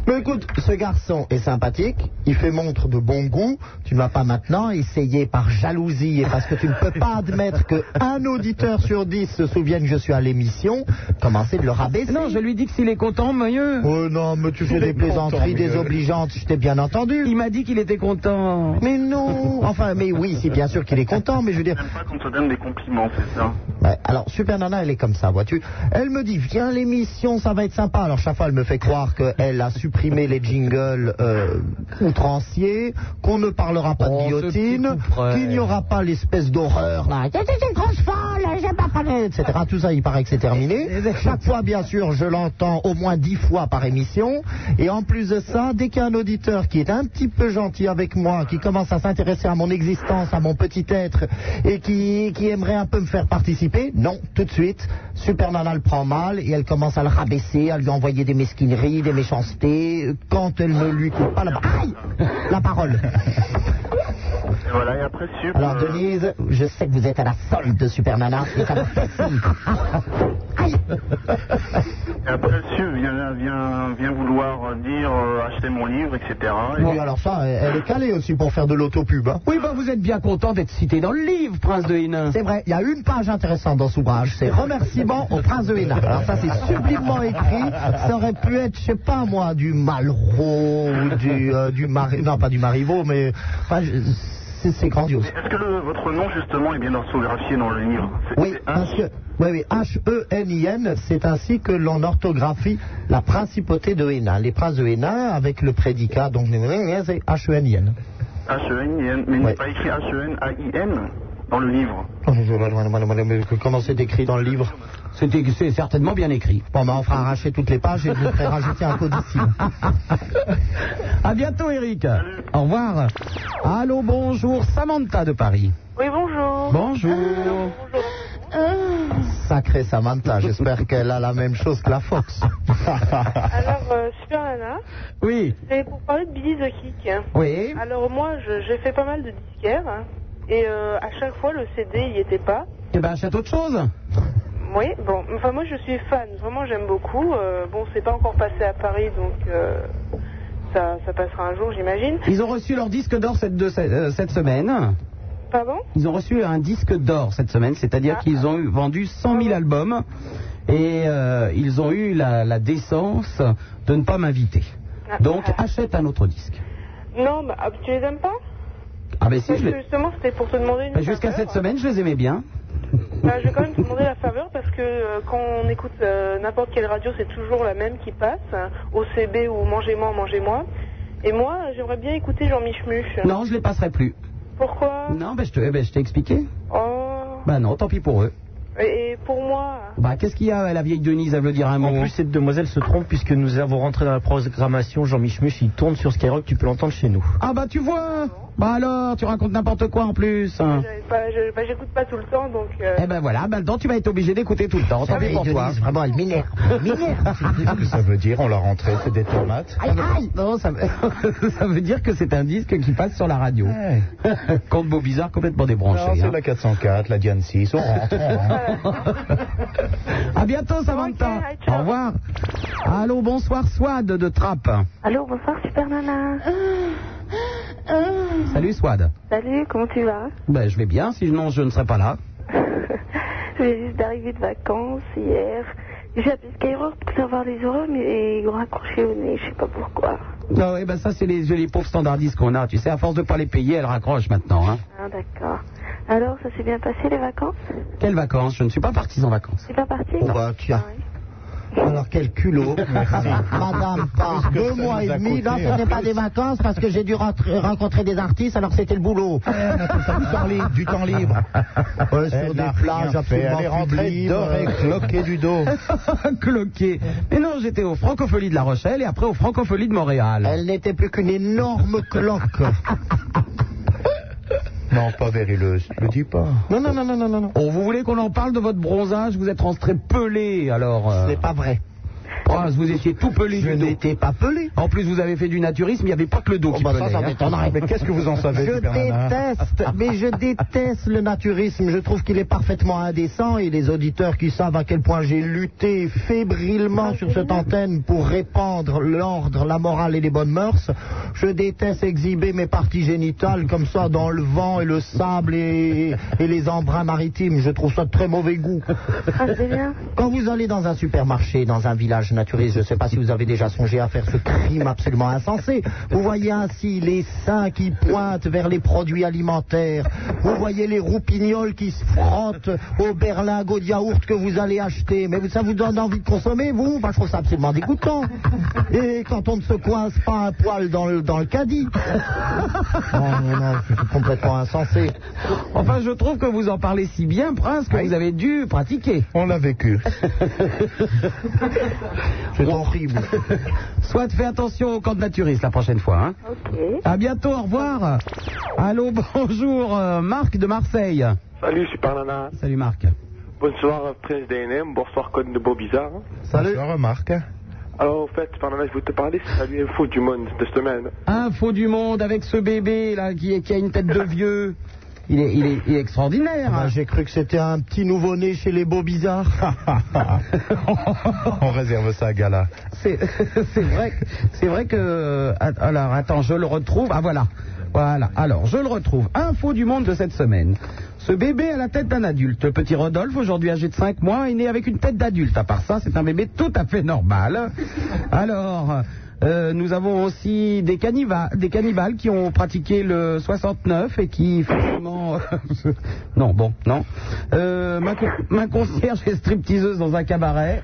S8: Mais écoute, ce garçon est sympathique, il fait montre de bon goût. Tu ne vas pas maintenant essayer par jalousie et parce que tu ne peux pas admettre qu'un auditeur sur dix se souvienne que je suis à l'émission, commencer de le rabaisser.
S4: Non, je lui dis que s'il est content, mieux.
S8: Oh non, mais tu fais
S4: Il est
S8: des plaisanteries
S4: content, mais, euh,
S8: désobligeantes, je t'ai bien entendu.
S4: Il m'a dit qu'il était content.
S8: Mais non Enfin, mais oui, c'est bien sûr qu'il est content, mais je veux dire...
S1: pas qu'on te donne des compliments, c'est ça
S8: Ouais, alors, Super Nana, elle est comme ça, vois-tu. Elle me dit, viens l'émission, ça va être sympa. Alors, chaque fois, elle me fait croire qu'elle a supprimé les jingles euh, outranciers, qu'on ne parlera pas de guillotine, qu'il n'y aura pas l'espèce d'horreur, là. Bah, C'est une grosse folle, j'ai pas parlé, etc. Tout ça, il paraît que ben, c'est terminé. Chaque fois, bien sûr, je l'entends au moins dix fois par émission. Et en plus de ça, dès qu'il y a un auditeur qui est un petit peu gentil avec moi, qui commence à s'intéresser à mon existence, à mon petit être, et qui, qui aimerait un peu me faire participer, non, tout de suite, Super Nana le prend mal et elle commence à le rabaisser, à lui envoyer des mesquineries, des méchancetés, quand elle ne lui coupe pas la, Aïe la parole.
S1: Et voilà, et après, Sup.
S8: Alors
S1: euh,
S8: Denise, je sais que vous êtes à la solde de Super Nana, et ça me fait signe. Aïe
S1: et après, Sup vient, vient, vient vouloir dire euh, acheter mon livre, etc. Et-
S8: Oui, alors ça, elle est calée aussi pour faire de l'autopub. Hein.
S4: Oui, ben vous êtes bien content d'être cité dans le livre, Prince de Hénin.
S8: C'est vrai, il y a une page intéressante dans ce ouvrage, c'est Remerciements au prince de Hénin. Alors ça, c'est sublimement écrit. Ça aurait pu être, je sais pas moi, du Malraux ou du, euh, du Mari- non pas du Marivaux, mais enfin, je- c'est- c'est grandiose.
S1: Est-ce que le- votre nom, justement, est bien orthographié dans le livre C'est-
S8: Oui,
S1: c'est un-
S8: parce que, oui, oui, H-E-N-I-N, c'est ainsi que l'on orthographie la principauté de Hénin. Les princes de Hénin, avec le prédicat, donc c'est H-E-N-I-N.
S1: H-E-N-I-N, mais il
S8: Ouais.
S1: n'est pas écrit H-E-N-A-I-N dans le livre.
S8: Oh, Comment c'est écrit dans le livre
S4: C'était- C'est certainement bien écrit.
S8: Bon, ben, on fera arracher toutes les pages et vous ferez rajouter un codicile.
S4: À bientôt, Eric. Au revoir. Allô, bonjour, Samantha de Paris.
S10: Oui, bonjour. Euh.
S4: Bonjour.
S8: Sacré Samantha, j'espère qu'elle a la même chose que la Fox.
S10: Alors, euh, Super Nana,
S4: Oui.
S10: c'est pour parler de Billy the Kick. hein.
S4: Oui.
S10: Alors, moi, je- j'ai fait pas mal de disquaires. hein, Et euh, à chaque fois, le CD, il n'y était pas.
S4: Eh ben, achète autre chose.
S22: Oui, bon, enfin moi je suis fan, vraiment j'aime beaucoup. Euh, bon, c'est pas encore passé à Paris, donc euh, ça, ça passera un jour, j'imagine.
S4: Ils ont reçu leur disque d'or cette, de- euh, cette semaine.
S22: Pardon
S4: Ils ont reçu un disque d'or cette semaine, c'est-à-dire
S10: Ah.
S4: qu'ils ont eu, vendu 100 000 albums et euh, ils ont eu la, la décence de ne pas m'inviter.
S10: Ah.
S4: Donc achète un autre disque.
S22: Non, bah, ah, tu les aimes pas
S4: Ah ben si,
S22: Parce
S4: je
S22: que
S4: les-
S22: Justement, c'était pour te demander une
S4: bah, jusqu'à cette semaine, je les aimais bien.
S22: Bah, je vais quand même te demander la faveur parce que euh, quand on écoute euh, n'importe quelle radio, c'est toujours la même qui passe, hein, OCB ou Mangez-moi, Mangez-moi. Et moi, euh, j'aimerais bien écouter Jean Michemuche.
S4: Non, je les passerai plus.
S22: Pourquoi
S4: Non, ben je te- eh ben, je t'ai expliqué.
S22: Oh,
S4: Bah non, tant pis pour eux.
S22: et, et pour moi
S4: Bah qu'est-ce qu'il y a la vieille Denise, elle veut dire un mot.
S14: En plus, cette demoiselle se trompe puisque nous avons rentré dans la programmation Jean Michemuche, il tourne sur Skyrock, tu peux l'entendre chez nous.
S4: Ah bah tu vois Bah alors, tu racontes n'importe quoi en plus. hein.
S22: j'avais pas- je- bah, j'écoute pas tout le temps, donc... euh,
S4: Eh ben voilà, maintenant tu vas être obligé d'écouter tout le temps.
S18: Ah
S4: Tant pis pour toi.
S8: vraiment, elle m'énerve. Elle m'énerve.
S18: Ça veut dire, on l'a rentré, c'est des tomates.
S4: Aïe, aïe Non, ça, veut- ça veut dire que c'est un disque qui passe sur la radio. Combo bizarre complètement débranché.
S18: Non, c'est
S4: hein.
S18: la 404, la Diane 6, on rentre, on rentre.
S4: À bientôt, Samantha. Au revoir. Allô, bonsoir, Swad de Trappe.
S11: Allô, bonsoir, super nana.
S4: Salut, Swad.
S11: Salut, comment tu vas
S4: Ben, je vais bien, sinon je ne serais pas là.
S11: J'ai juste d'arriver de vacances hier. J'ai appelé Skyrock pour savoir les horaires, mais ils ont raccroché au nez, je sais pas pourquoi.
S4: Non, eh ben ça, c'est les, les pauvres standardistes qu'on a. Tu sais, à force de pas les payer, elles raccrochent maintenant. Hein.
S11: Ah, d'accord. Alors, ça s'est bien passé les vacances
S4: Quelles vacances Je ne suis pas parti en vacances.
S11: C'est pas parti
S8: Bon, bah, tiens. Alors, quel culot. Merci.
S5: Madame, pas
S8: Parce que
S5: deux
S8: ça
S5: mois
S8: nous
S5: et
S8: a
S5: demi.
S8: coûté,
S5: Non,
S8: en
S14: hein.
S5: ce n'est pas des vacances parce que j'ai dû rentrer- rencontrer des artistes, alors c'était le boulot.
S14: Eh,
S8: du temps libre. Du temps libre. Ouais, sur des plages absolument
S18: Elle est rentrée
S8: sublimes,
S18: dorée,
S8: euh,
S18: cloquée
S8: du dos.
S4: Cloqué. Mais non, j'étais au Francophonie de La Rochelle et après au Francophonie de Montréal.
S8: Elle n'était plus qu'une énorme cloque.
S18: Non, pas vérileuse, ne dis pas.
S8: Non, non, non, non, non, non.
S4: Oh, vous voulez qu'on en parle de votre bronzage Vous êtes rentré pelé, alors. euh,
S8: C'est pas vrai.
S4: oh, vous étiez tout pelé
S8: Je
S4: du dos.
S8: n'étais pas pelé.
S4: En plus, vous avez fait du naturisme, il n'y avait pas que le
S18: Oh,
S4: dos qui
S8: bah, ça,
S4: pelait,
S8: ça
S4: hein.
S8: m'étonnerait.
S18: Mais qu'est-ce que vous en savez,
S8: Je
S18: Super Nana
S8: déteste, mais je déteste le naturisme. Je trouve qu'il est parfaitement indécent et les auditeurs qui savent à quel point j'ai lutté fébrilement sur cette antenne pour répandre l'ordre, la morale et les bonnes mœurs, je déteste exhiber mes parties génitales comme ça dans le vent et le sable et, et les embruns maritimes. Je trouve ça de très mauvais goût.
S11: Ah, c'est bien.
S8: Quand vous allez dans un supermarché, dans un village naturiste, je ne sais pas si vous avez déjà songé à faire ce crime absolument insensé, vous voyez ainsi les seins qui pointent vers les produits alimentaires, vous voyez les roupignoles qui se frottent aux berlingots de yaourt que vous allez acheter, mais ça vous donne envie de consommer, vous Bah, Je trouve ça absolument dégoûtant. Et quand on ne se coince pas un poil dans le, dans le caddie. Non, non, non, c'est complètement insensé.
S4: Enfin, je trouve que vous en parlez si bien, Prince, que vous avez dû pratiquer.
S18: On l'a vécu.
S8: C'est horrible.
S4: Soit fais attention au camp de naturiste la prochaine fois. Hein.
S11: Ok.
S4: À bientôt, au revoir. Allô, bonjour, euh, Marc de Marseille.
S23: Salut Super Nana,
S4: Salut, Marc.
S23: bonsoir Prince DNM, bonsoir Code de Beau Bizarre.
S18: Salut. Je remarque. hein.
S23: Alors en fait, Super Nana, je voulais te parler, c'est Salut Info du Monde de cette semaine.
S4: Info du monde avec ce bébé là qui, est- qui a une tête de vieux. Il est, il est, il est extraordinaire.
S8: Ah,
S4: hein.
S8: J'ai cru que c'était un petit nouveau-né chez les beaux bizarres.
S18: On réserve ça à Gala.
S4: C'est c'est vrai, que- c'est vrai que. Alors attends, je le retrouve. Ah voilà, voilà. Alors je le retrouve. Info du monde de cette semaine. Ce bébé a la tête d'un adulte. Le petit Rodolphe, aujourd'hui âgé de 5 mois, est né avec une tête d'adulte. À part ça, c'est un bébé tout à fait normal. Alors. euh, nous avons aussi des, canniva- des cannibales qui ont pratiqué le 69 et qui finalement... non, bon, non. Euh, ma, con- ma concierge est stripteaseuse dans un cabaret.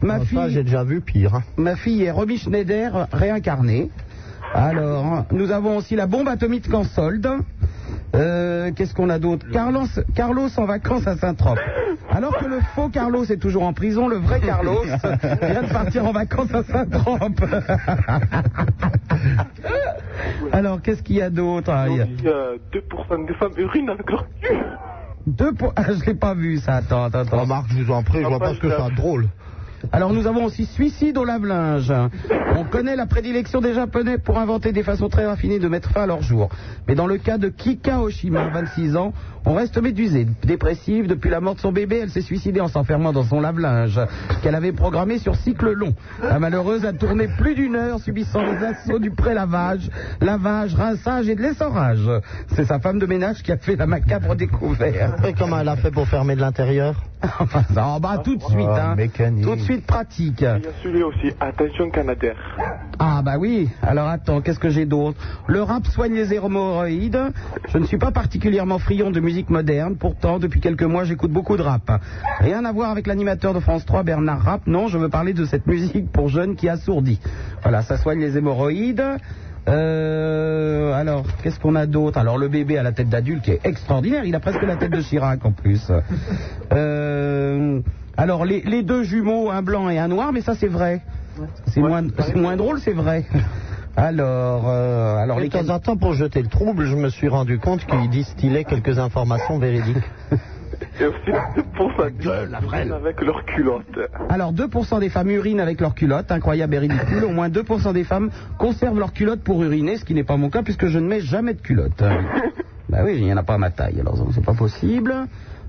S4: Ma
S8: Enfin, Ah, j'ai déjà vu pire. hein.
S4: Ma fille est Romy Schneider euh, réincarnée. Alors, nous avons aussi la bombe atomique Cansolde. Euh, Qu'est-ce qu'on a d'autre Carlos, Carlos en vacances à Saint-Trope. Alors que le faux Carlos est toujours en prison, le vrai Carlos vient de partir en vacances à Saint-Trope. Alors, qu'est-ce qu'il y a d'autre Ah, il y a-
S23: Il y a 2% des femmes urinent dans le corps.
S4: Deux po- Ah, je l'ai pas vu ça. Attends, attends, attends.
S8: Remarque, je vous en prie, je vois
S23: Enfin,
S8: pas ce que
S23: je-
S8: ça a de drôle.
S4: Ah, Alors nous avons aussi suicide au lave-linge. On connaît la prédilection des Japonais pour inventer des façons très raffinées de mettre fin à leur jour. Mais dans le cas de Kika Oshima, 26 ans, on reste médusé. Dépressive, depuis la mort de son bébé, elle s'est suicidée en s'enfermant dans son lave-linge, qu'elle avait programmé sur cycle long. La malheureuse a tourné plus d'une heure, subissant les assauts du pré-lavage, lavage, rinçage et de l'essorage. C'est sa femme de ménage qui a fait la macabre découverte.
S8: Et comment elle a fait pour fermer de l'intérieur
S4: Ah bah tout de suite,
S8: Oh,
S4: hein.
S8: mécanique.
S4: Tout de suite pratique.
S23: Il y a celui aussi, attention Canadair.
S4: Ah bah oui, alors attends, qu'est-ce que j'ai d'autre Le rap soigne les hémorroïdes. Je ne suis pas particulièrement friand de musique moderne, pourtant depuis quelques mois j'écoute beaucoup de rap. Rien à voir avec l'animateur de France 3 Bernard Rap, non, je veux parler de cette musique pour jeunes qui assourdit. Voilà, ça soigne les hémorroïdes. Euh, alors, qu'est-ce qu'on a d'autre Alors, le bébé à la tête d'adulte qui est extraordinaire, il a presque la tête de Chirac en plus. Euh, alors, les, les deux jumeaux, un blanc et un noir, mais ça c'est vrai. C'est moins, c'est moins drôle, c'est vrai. Alors, euh, alors
S8: Alors,
S4: les
S8: de temps en temps, pour jeter le trouble, je me suis rendu compte qu'il distillait quelques informations véridiques.
S23: Et aussi pour sa gueule, avec leur culotte.
S4: Alors 2% des femmes urinent avec leur culotte, incroyable et ridicule. Au moins 2% des femmes conservent leur culotte pour uriner, ce qui n'est pas mon cas puisque je ne mets jamais de culotte. bah oui, il n'y en a pas à ma taille, alors c'est pas possible.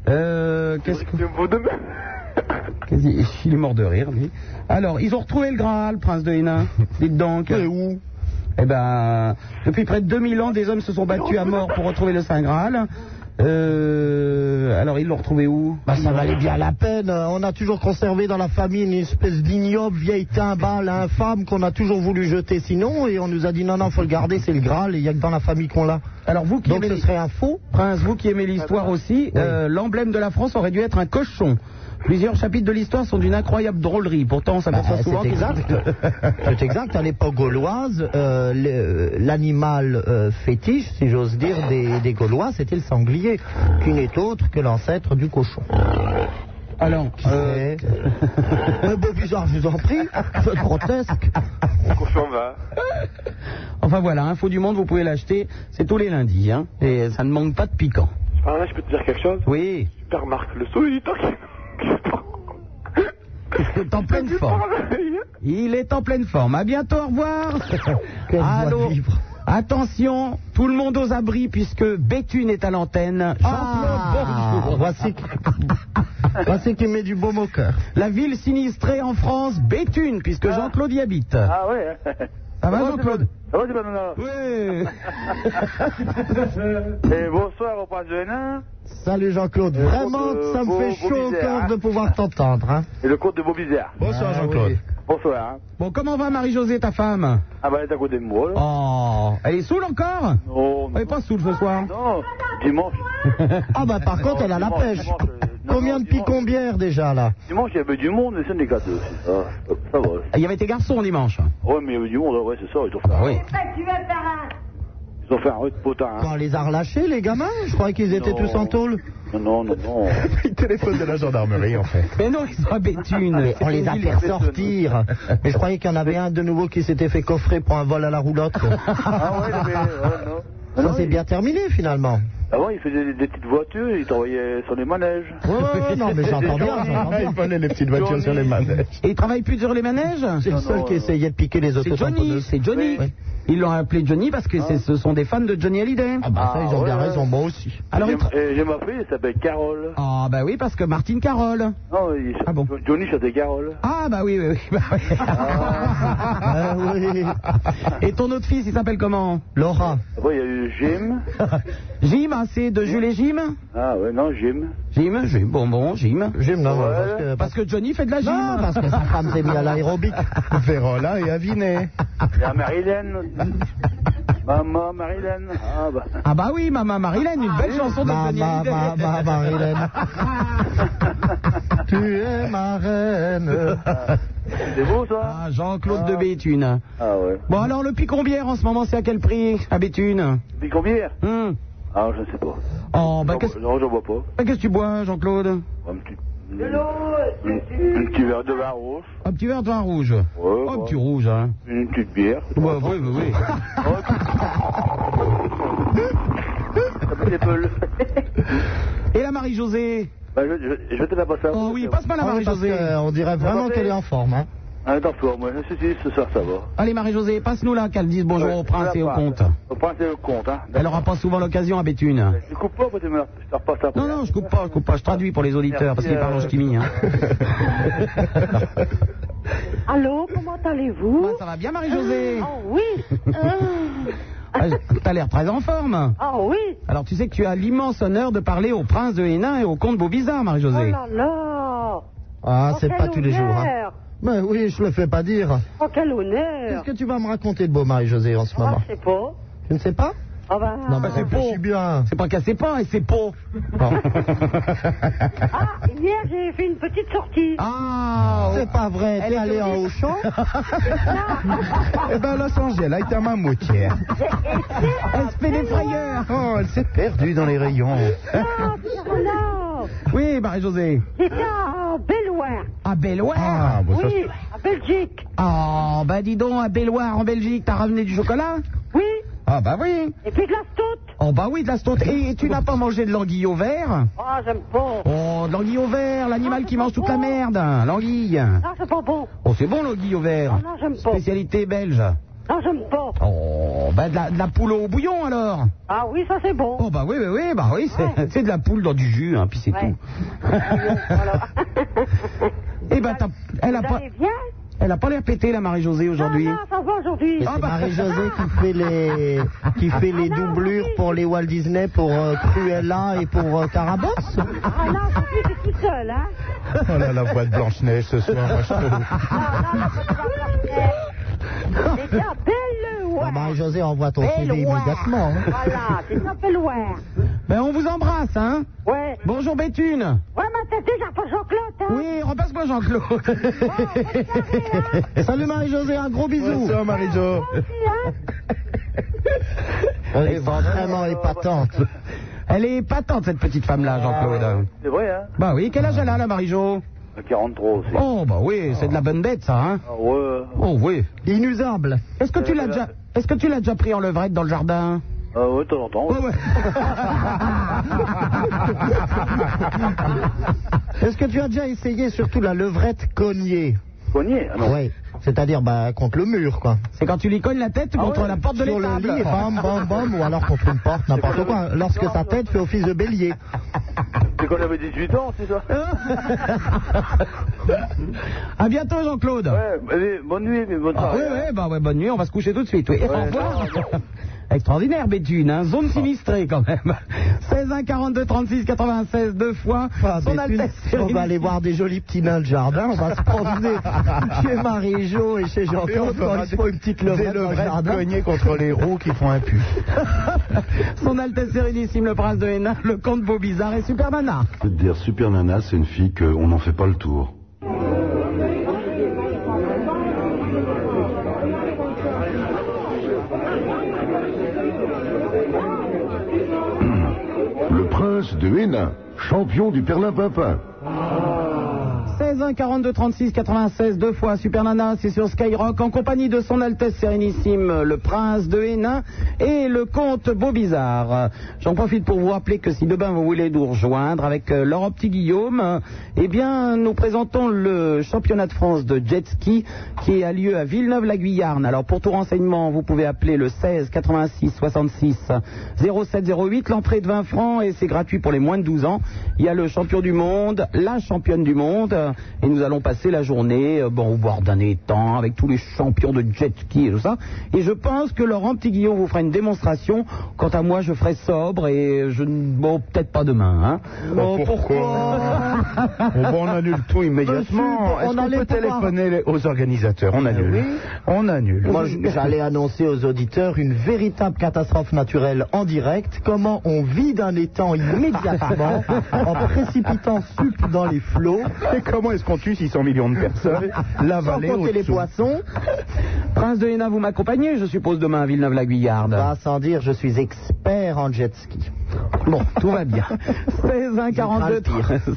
S4: Euh, qu'est-ce que... Qu'est-ce qu'il- Il est mort de rire, lui. Alors, ils ont retrouvé le Graal, prince de Hénin. Dites donc. Et où Eh ben, depuis près de 2000 ans, des hommes se sont battus à mort pour retrouver le Saint Graal. Euh, alors, ils l'ont retrouvé où
S8: Bah, ça valait bien la peine. Euh, On a toujours conservé dans la famille une espèce d'ignoble vieille timbale infâme qu'on a toujours voulu jeter sinon et on nous a dit non, non, faut le garder, c'est le Graal et il n'y a que dans la famille qu'on l'a.
S4: Alors vous qui
S8: Donc
S4: aimez
S8: ce
S4: les-
S8: serait un faux
S4: Prince, vous qui aimez l'histoire aussi, euh, l'emblème de la France aurait dû être un cochon. Plusieurs chapitres de l'histoire sont d'une incroyable drôlerie. Pourtant, on s'aperçoit
S8: Bah,
S4: souvent
S8: c'est
S4: qu'ils-
S8: exact. C'est exact. À l'époque gauloise, euh, le- euh, l'animal euh, fétiche, si j'ose dire, des, des Gaulois, c'était le sanglier, qui n'est autre que l'ancêtre du cochon.
S4: Alors,
S8: euh... un peu Euh, bah, bizarre, je vous en prie, un peu grotesque.
S23: Cochon va.
S4: Enfin voilà, Info du Monde, vous pouvez l'acheter. C'est tous les lundis. Hein, et ça ne manque pas de piquant.
S23: Ah, là, je peux te dire quelque chose
S4: Oui,
S23: Super Marc, le saut éditeur
S4: c'est en pleine forme. Il est en pleine forme. À bientôt, au revoir.
S8: Quelle joie
S4: Allô.
S8: de vivre.
S4: Attention, tout le monde aux abris puisque Béthune est à l'antenne.
S8: Ah,
S4: Jean-Claude, bonjour.
S8: voici, voici qui met du baume au cœur.
S4: La ville sinistrée en France, Béthune, puisque Jean-Claude y habite.
S24: Ah ouais
S4: Ça va, Jean-Claude
S24: Ça va, c'est pas nana
S4: Oui.
S24: Et bonsoir au prince de Hénin.
S8: Salut Jean-Claude, vraiment
S24: bon,
S8: ça me
S24: bon,
S8: fait
S24: bon
S8: chaud au
S24: misère,
S8: cœur
S24: hein.
S8: de pouvoir t'entendre. Hein.
S24: Et le comte de Beaubizarre.
S4: Ah
S8: Bonsoir Jean-Claude.
S24: Bonsoir. hein.
S4: Bon, comment va Marie-Josée, ta femme
S24: Ah bah, elle est à côté de moi, là.
S4: Oh, elle est saoule encore
S24: Non,
S4: Elle est pas saoule ce soir.
S24: non, dimanche.
S8: Ah bah par contre elle a la
S24: dimanche,
S8: pêche.
S24: dimanche, euh, non,
S8: Combien
S24: non,
S8: de picons bières déjà là
S24: Dimanche, il y avait du monde, mais c'est des gâteaux. Ça, ça va.
S4: Il y avait tes garçons dimanche.
S24: Ouais, mais il y avait du monde, ouais, c'est ça, ils ont fait,
S4: Ah oui.
S24: ils ont fait un rude potin. hein.
S8: Quand on les a relâchés les gamins, je croyais qu'ils étaient
S24: Non.
S8: tous en tôle.
S24: Non, non, non, non.
S18: Il téléphone de la gendarmerie, en fait.
S4: Mais non, ils sont à
S24: Ah,
S4: Béthune.
S8: Mais on les a fait ressortir. Mais je croyais qu'il y en avait un de nouveau qui s'était fait coffrer pour un vol à la roulotte.
S24: Ah ouais, mais, ouais, non. Mais non,
S8: Ça s'est
S24: il-
S8: bien terminé finalement.
S24: Avant, il faisait des, des petites voitures, il t'envoyait sur les manèges.
S8: Ouais, ouais, ouais, non mais j'entends bien, j'entends
S18: Il
S8: bien.
S18: volait les petites voitures sur les manèges.
S4: Et ils travaillent plus sur les manèges
S8: C'est le
S24: Non,
S8: seul
S24: non,
S8: qui
S24: non.
S8: essayait de piquer les
S4: C'est Johnny,
S8: autotamponneuses.
S4: c'est Johnny.
S8: Oui.
S4: Ils l'ont appelé Johnny parce que c'est- ce sont des fans de Johnny Hallyday.
S8: Ah bah ça ils ont
S24: Ah,
S8: bien
S24: ouais,
S8: raison, moi aussi.
S4: Alors,
S24: J'ai-
S4: ils tra-
S24: euh, J'ai ma fille, elle s'appelle Carole.
S4: Ah bah oui, parce que Martine Carole.
S24: Non, il-
S4: Ah bon.
S24: Johnny, c'était Carole.
S4: Ah bah oui, oui, oui. bah oui.
S8: Ah oui.
S4: Et ton autre fils, il s'appelle comment
S8: Laura,
S24: Après, il y a eu Jim.
S4: Jim, hein, c'est de Jules et Jim
S24: Ah ouais, non, Jim.
S4: Jim, Jim, bon, bon, Jim.
S8: j'aime non,
S24: Ouais.
S8: parce que-
S4: Parce que Johnny fait de la gym.
S8: Non, parce que sa femme s'est mise à l'aérobic.
S18: Vérola et Avinet.
S24: Il y a Marilyn. Maman, Marilyn. Ah bah.
S4: Ah bah oui, Maman Marilyn, une belle chanson de
S8: Ma,
S4: Johnny
S8: ma,
S4: Hallyday.
S8: ma, ma, Marilène. tu es ma reine.
S24: C'est beau, ça
S4: Ah, Jean-Claude de Béthune.
S24: Ah ouais.
S4: Bon alors, le picombière en ce moment, c'est à quel prix à Béthune
S24: Puis combien
S4: Hum.
S24: Ah, je sais pas.
S4: Oh, bah
S24: Non,
S4: qu'est-ce
S24: Non, j'en vois pas.
S4: bah, qu'est-ce que tu bois, Jean-Claude
S24: Un petit... Un petit verre de vin rouge.
S4: Un petit verre de vin rouge.
S24: Ouais,
S4: oh, un
S24: bah.
S4: petit rouge, hein.
S24: Une petite bière.
S4: Bah oui, bah oui.
S24: Ça fait des peules.
S4: Et la Marie-Josée
S24: Bah,
S25: Bah, je, je, je te la passe à vous.
S4: Oh oui, passe-moi la
S25: Ah oui, parce
S4: Marie-Josée.
S25: que, euh, on dirait vraiment qu'elle est en
S4: forme.
S25: Ah, d'accord, moi, je suis dit ce soir, ça va.
S4: Allez, Marie-Josée, passe-nous-la, qu'elle dise bonjour
S25: Ouais,
S4: au prince
S25: je
S4: et au
S25: la passe.
S4: comte.
S25: Au prince et au comte, hein.
S4: Elle n'aura pas souvent l'occasion à Béthune.
S25: Je coupe pas, parce que je me la- je te repasse après.
S4: Non, non, je coupe pas, je coupe pas, je traduis pour les
S25: Merci,
S4: auditeurs, parce qu'ils
S25: euh,
S4: parlent en ch'timi. Hein.
S3: Allô, comment allez-vous
S4: Ah, Ça va bien, Marie-Josée
S3: Oh oui Euh,
S4: Ah, T'as l'air très en forme.
S3: Ah oui
S4: Alors, tu sais que tu as l'immense honneur de parler au prince de Hénin et au comte Beaubizarre,
S3: Oh
S4: Marie-Josée.
S3: là là
S8: Ah,
S3: Oh,
S8: c'est
S3: quel
S8: pas tous les jours. Hein.
S3: honneur.
S4: Ben
S8: Mais oui, je le fais pas dire.
S3: Oh, quel honneur
S8: Qu'est-ce que tu vas me raconter de beau Marie-Josée en ce
S3: Ah,
S8: moment
S3: je sais pas.
S8: Tu ne sais pas
S3: Ah bah...
S8: Non, mais c'est beau. bien.
S4: ben, C'est pas cassé pas, et c'est beau.
S3: Ah, hier, j'ai fait une petite sortie.
S4: Ah
S18: oh,
S8: C'est pas vrai,
S3: Elle
S8: t'es
S3: est
S8: allé en
S3: jolie.
S8: Auchan
S18: Eh ben, Los Angeles, elle était à ma moitière.
S4: Elle se fait des frayeurs.
S18: Oh, elle s'est perdue dans les rayons.
S3: Ah, Fernand
S4: Oui, Marie-Josée.
S3: J'étais à Belloir.
S4: À Belloir
S18: Ah, bon, ça,
S3: Ah, Oui, à Belgique.
S4: Oh, bah dis donc, à Belloir, en Belgique, t'as ramené du chocolat
S3: Oui,
S4: Ah, bah oui.
S3: et puis de la stoute.
S4: Oh, bah oui, de la stoute. Et tu n'as pas mangé de l'anguille au verre
S3: Ah, j'aime pas.
S4: Oh, de l'anguille au verre,
S3: Ah,
S4: l'animal qui mange toute la merde, l'anguille.
S3: Non, Ah, c'est pas bon.
S4: Oh, c'est bon l'anguille au verre.
S3: Ah non, j'aime pas.
S4: Spécialité belge.
S3: Non, j'aime pas.
S4: Oh, bah de la, de la poule au bouillon alors.
S3: Ah oui, ça c'est bon.
S4: Oh, bah oui, oui, oui, bah oui, c'est c'est de la poule dans du jus, hein, puis c'est
S3: Ouais.
S4: tout. Eh ben, t'as- elle a
S3: Vous
S4: pas,
S3: allez bien
S4: elle a pas l'air pétée la Marie-Josée aujourd'hui. bah,
S3: Ah, ça va aujourd'hui.
S8: Et c'est Marie-Josée qui fait les, qui fait les doublures pour les Walt Disney, pour euh, Cruella et pour euh, Carabosse
S3: Ah non, aujourd'hui, t'es tout seul, hein
S18: Oh là, la voix de Blanche-Neige ce soir, moi, je trouve.
S3: C'est bien Belloir.
S8: Marie-Josée envoie ton
S3: Belloir.
S8: CD immédiatement. hein.
S3: Voilà, c'est bien Belloir.
S4: Ben, on vous embrasse, hein.
S3: Ouais.
S4: Bonjour Béthune.
S3: Ouais, ma tête, j'appelle Jean-Claude, hein. Oh,
S4: Oui, repasse-moi Jean-Claude.
S3: hein.
S8: Salut Marie-Josée, un gros bisou.
S18: Bonsoir, Marie-Jo.
S8: Elle est vraiment épatante.
S4: Elle est patente, cette petite femme-là, Jean-Claude.
S25: C'est vrai, hein
S4: Bah oui, quel âge elle a, la Marie-Jo
S25: 43 Euh, aussi.
S4: Oh, bah oui, c'est de la bonne bête, ça, hein
S25: Ah ouais. Euh,
S4: Oh, oui.
S8: Inusable.
S4: Est-ce que tu l'as déjà... Est-ce que tu l'as déjà pris en levrette dans le jardin Ah
S25: Ah ouais, de temps en temps.
S4: Oh, ouais.
S8: Est-ce que tu as déjà essayé surtout la levrette cognée
S25: Cogné, ah non.
S8: Oui. C'est-à-dire bah, contre le mur, quoi.
S4: C'est quand tu lui cognes la
S25: Ah
S4: tête contre la porte de
S8: Sur le lit, et
S4: l'étable.
S8: bam, bam, bam, ou alors contre une porte, n'importe quoi. Lorsque ta tête fait office de bélier.
S25: C'est quand j'avais 18 ans, c'est ça
S4: À bientôt, Jean-Claude.
S25: Ouais, allez, bonne nuit, mais bonne
S4: Ah, oui,
S25: soirée.
S4: oui, bah, ouais, bonne nuit, on va se coucher tout de suite. oui. Au revoir. Extraordinaire, Béthune, hein,
S8: Ah.
S4: zone sinistrée quand même. 16 1 42 36 96 deux fois.
S8: Ah,
S4: Son
S8: mais tu-
S4: Altesse
S8: on
S4: Sérénissime.
S8: va aller voir des jolis petits nains de jardin, on va se promener chez Marie-Jo et chez
S18: Et on
S8: Jean-Claude quand
S18: fera
S8: ils font
S18: des-
S8: une petite
S18: des
S8: levrette dans le
S18: levrettes
S8: jardin.
S18: cognées contre les roues qui font un pu.
S4: Son Altesse Sérénissime, le prince de Hénin, le comte Beaubizarre et Super Nana.
S1: Je peux te dire, Super Nana, c'est une fille qu'on n'en fait pas le tour. Le prince de Hénin, champion du Perlin-Pimpin.
S4: 16 1 42 36 96 deux fois Super Nana, c'est sur Skyrock en compagnie de son Altesse Sérénissime, le prince de Hénin et le comte Beaubizarre. J'en profite pour vous rappeler que si demain vous voulez nous rejoindre avec euh, Laurent Petit Guillaume, euh, eh bien nous présentons le championnat de France de jet ski qui a lieu à Villeneuve-la-Guyarne. Alors pour tout renseignement, vous pouvez appeler le 16 86 66 0708, l'entrée de 20 francs et c'est gratuit pour les moins de 12 ans. Il y a le champion du monde, la championne du monde euh, et nous allons passer la journée euh, bon, au bord d'un étang avec tous les champions de jet ski et tout ça. Et je pense que Laurent Petit Guillaume vous fera une démonstration. Quant à moi, je ferai sobre et je ne- bon peut-être pas demain. Hein.
S18: Oh, pourquoi Bon, bon, Eh ben, on annule tout immédiatement.
S8: Monsieur,
S18: Est-ce
S8: on
S18: qu'on
S8: allait
S18: peut
S8: pouvoir- Eh
S18: téléphoner les- aux organisateurs On annule. On annule.
S8: Moi, j- j'allais annoncer aux auditeurs une véritable catastrophe naturelle en direct, comment on vide un étang immédiatement en précipitant sup dans les flots.
S18: Et comment comment est-ce qu'on tue 600 millions de personnes La
S4: Sans
S18: vallée
S4: compter les
S18: au-dessous.
S4: poissons. Prince de Hénin, vous m'accompagnez, je suppose, demain à Villeneuve-la-Guyarde.
S8: Pas Bah, sans dire, je suis expert en jet ski.
S4: Bon, tout va bien. 16 1 42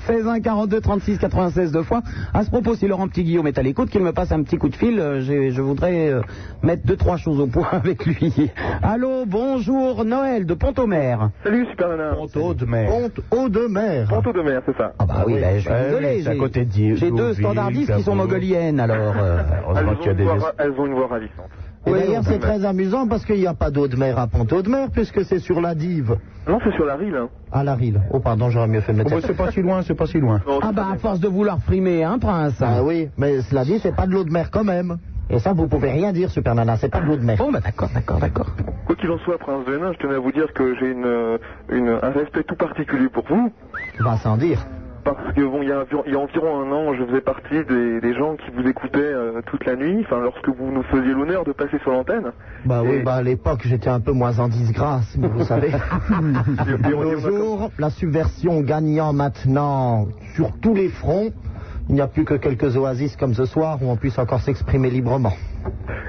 S4: 16 1 42 36 96 deux fois. À ce propos, si Laurent Petit Guillaume est à l'écoute, qu'il me passe un petit coup de fil, euh, j'ai- je voudrais euh, mettre deux trois choses au point avec lui. Allô, bonjour Noël de Pont-au-Mer.
S18: Salut, super nana. Ponto de mer. Ponto de mer. Ponto de mer, c'est ça. Ah
S4: bah oui, bah, je suis
S18: ben
S4: désolé,
S18: oui, c'est à
S4: j'ai-
S18: côté de
S4: j'ai deux standardistes qui sont mongoliennes, alors. euh,
S18: Heureusement qu'il y a des...
S8: Elles ont une voix ravissante. Et d'ailleurs, c'est très amusant parce qu'il n'y a pas d'eau de mer à Ponto de Mer puisque c'est sur la dive.
S25: Non, c'est sur la rive. Hein.
S8: À la rive. Oh, pardon, j'aurais mieux fait de
S18: Oh,
S8: mettre
S18: bah, c'est pas si loin, c'est pas si loin.
S4: Ah bah, à force de vouloir frimer, hein, prince
S8: Ah oui, mais cela dit, c'est pas de l'eau de mer quand même. Et ça, vous pouvez rien dire, Super Nana, c'est pas de l'eau de mer.
S4: Bon, bah d'accord, d'accord, d'accord.
S25: Quoi qu'il en soit, Prince de Hénin, je tenais à vous dire que j'ai une, euh, une- un respect tout particulier pour vous.
S8: Va Bah, sans dire.
S25: Parce que bon, il y, a, environ- il y a environ un an, je faisais partie des, des gens qui vous écoutaient euh, toute la nuit, enfin lorsque vous nous faisiez l'honneur de passer sur l'antenne.
S8: Bah oui, bah à l'époque, j'étais un peu moins en disgrâce, mais vous savez. De nos jours, la subversion gagnant maintenant sur tous les fronts, il n'y a plus que quelques oasis comme ce soir où on puisse encore s'exprimer librement.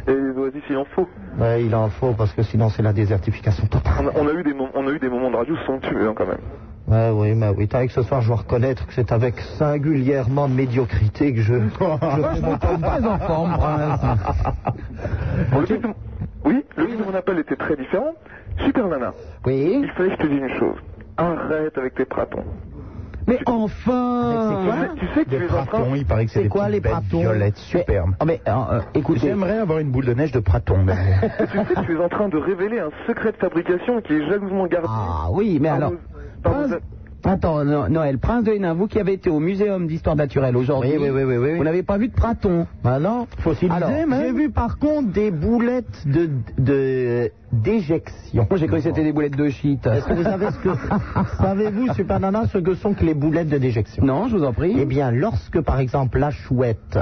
S25: Et les oasis, il en faut.
S8: Ouais, il en faut parce que sinon c'est la désertification totale.
S25: On a, on a eu, des mom- on a eu des moments de radio somptueux hein, quand même.
S8: Ouais, oui, mais oui. T'as vu que ce soir, je dois reconnaître que c'est avec singulièrement médiocrité que je, je fais mon combat.
S4: Très en forme, prince.
S25: Bon, le but de mon- Oui, le but de mon appel était très différent. Super Nana.
S8: Oui.
S25: Il fallait que je te dise une chose. Arrête avec tes pratons.
S4: Mais enfin
S25: Tu sais que tu es en train.
S18: il paraît que c'est des quoi, les pratons violettes superbes.
S4: Ah mais euh, euh, écoutez,
S18: J'aimerais avoir une boule de neige de praton. mais-
S25: Tu sais que tu es en train de révéler un secret de fabrication qui est jalousement gardé.
S4: Ah oui, mais alors. Prince- Attends, No- Noël, Prince de Hénin, vous qui avez été au Muséum d'histoire naturelle aujourd'hui,
S8: Oui, oui, oui, oui, oui, oui.
S4: vous n'avez pas vu de praton.
S8: Bah non.
S4: Fossilisé,
S8: Alors,
S4: même.
S8: j'ai vu par contre des boulettes de, de d'éjection.
S4: Moi j'ai cru que c'était des boulettes de shit.
S8: Est-ce que vous savez ce que savez-vous, Super Nana, ce que sont que les boulettes de déjection
S4: Non, je vous en prie.
S8: Eh bien, lorsque par exemple la chouette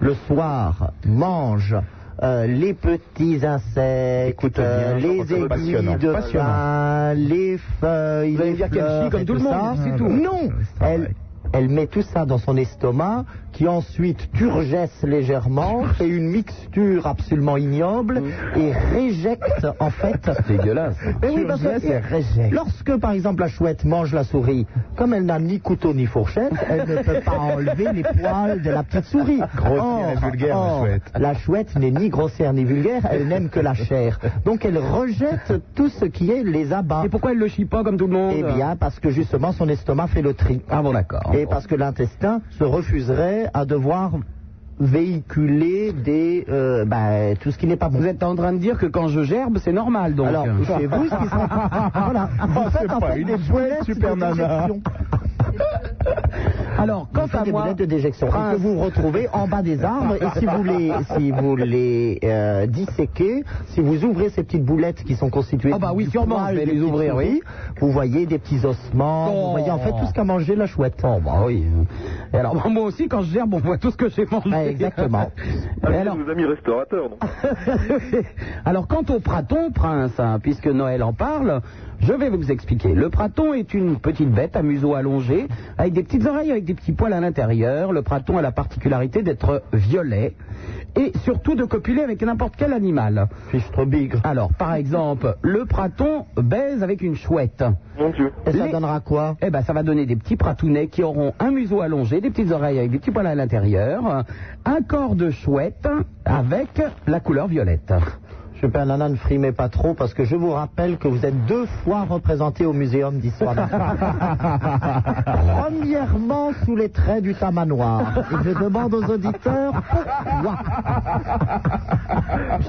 S8: le soir mange euh, les petits insectes,
S18: bien,
S8: euh,
S18: je
S8: les
S18: crois que c'est
S8: aiguilles
S18: passionnant,
S8: de
S18: passionnant.
S8: pin, les feuilles,
S4: Vous allez
S8: les
S4: me dire qu'elle
S8: fleurs
S4: chie comme
S8: et
S4: tout le monde,
S8: ça.
S4: c'est tout.
S8: Non, elle, elle met tout ça dans son estomac, qui ensuite turgesse légèrement, fait une mixture absolument ignoble et réjecte en fait.
S4: Mm. Dégueulasse.
S8: Mais Eh oui, parce que-
S18: Turgesse et réjecte.
S8: lorsque par exemple la chouette mange la souris, comme elle n'a ni couteau ni fourchette, elle ne peut pas enlever les poils de la petite souris.
S18: Grossière et
S8: Or-
S18: vulgaire, la
S8: or,
S18: chouette.
S8: la chouette n'est ni grossière ni vulgaire, elle n'aime que la chair. Donc elle rejette tout ce qui est les abats.
S4: Et pourquoi elle le chie pas comme tout le monde
S8: Eh bien, Eh parce que justement, son estomac fait le tri.
S4: Ah bon, d'accord.
S8: Et parce que l'intestin se refuserait à devoir véhiculer des, euh, bah, tout ce qui n'est pas bon.
S4: Vous êtes en train de dire que quand je gerbe, c'est normal donc. hein. Ah,
S8: Alors, chez vous, ce qui sera... Voilà. Vous faites, en fait, des boulettes
S18: Super
S8: de
S4: hein.
S18: Nana.
S8: déjection.
S4: Alors,
S8: Vous
S4: quant
S8: faites
S4: à
S8: des
S4: moi,
S8: boulettes de déjection. Et
S4: Prince-
S8: que vous retrouvez en bas des arbres. Et si vous les, si vous les euh, disséquez, si vous ouvrez ces petites boulettes qui sont constituées...
S4: Ah bah oui,
S8: du
S4: sûrement,
S8: poil
S4: je vais
S8: des
S4: les
S8: petites
S4: ouvrir, oui.
S8: souris, Vous voyez des petits ossements,
S4: Oh.
S8: vous voyez en fait tout ce qu'a mangé la chouette.
S4: bah oui. Et alors bah, moi aussi quand je gerbe, on voit tout ce que j'ai mangé.
S8: Ouais, Ah, exactement.
S4: Et
S25: Avec
S4: alors,
S25: nos amis restaurateurs. donc.
S6: Ah,
S4: Alors, quant au praton, prince, hein, puisque Noël en parle, je vais vous expliquer. Le praton est une petite bête à museau allongé, avec des petites oreilles, avec des petits poils à l'intérieur. Le praton a la particularité d'être violet et surtout de copuler avec n'importe quel animal.
S8: Fichtre bigre.
S4: Alors, par exemple, le praton baise avec une chouette.
S25: Mon Dieu.
S8: Et ça
S4: Les-
S8: donnera quoi
S4: Eh ben, ça va donner des petits pratounets qui auront un museau allongé, des petites oreilles avec des petits poils à l'intérieur, un corps de chouette avec la couleur violette.
S8: Super Nana, ne frimez pas trop parce que je vous rappelle que vous êtes deux fois représenté au Muséum d'Histoire naturelle. Premièrement, sous les traits du tamanoir. Et je demande aux auditeurs pourquoi.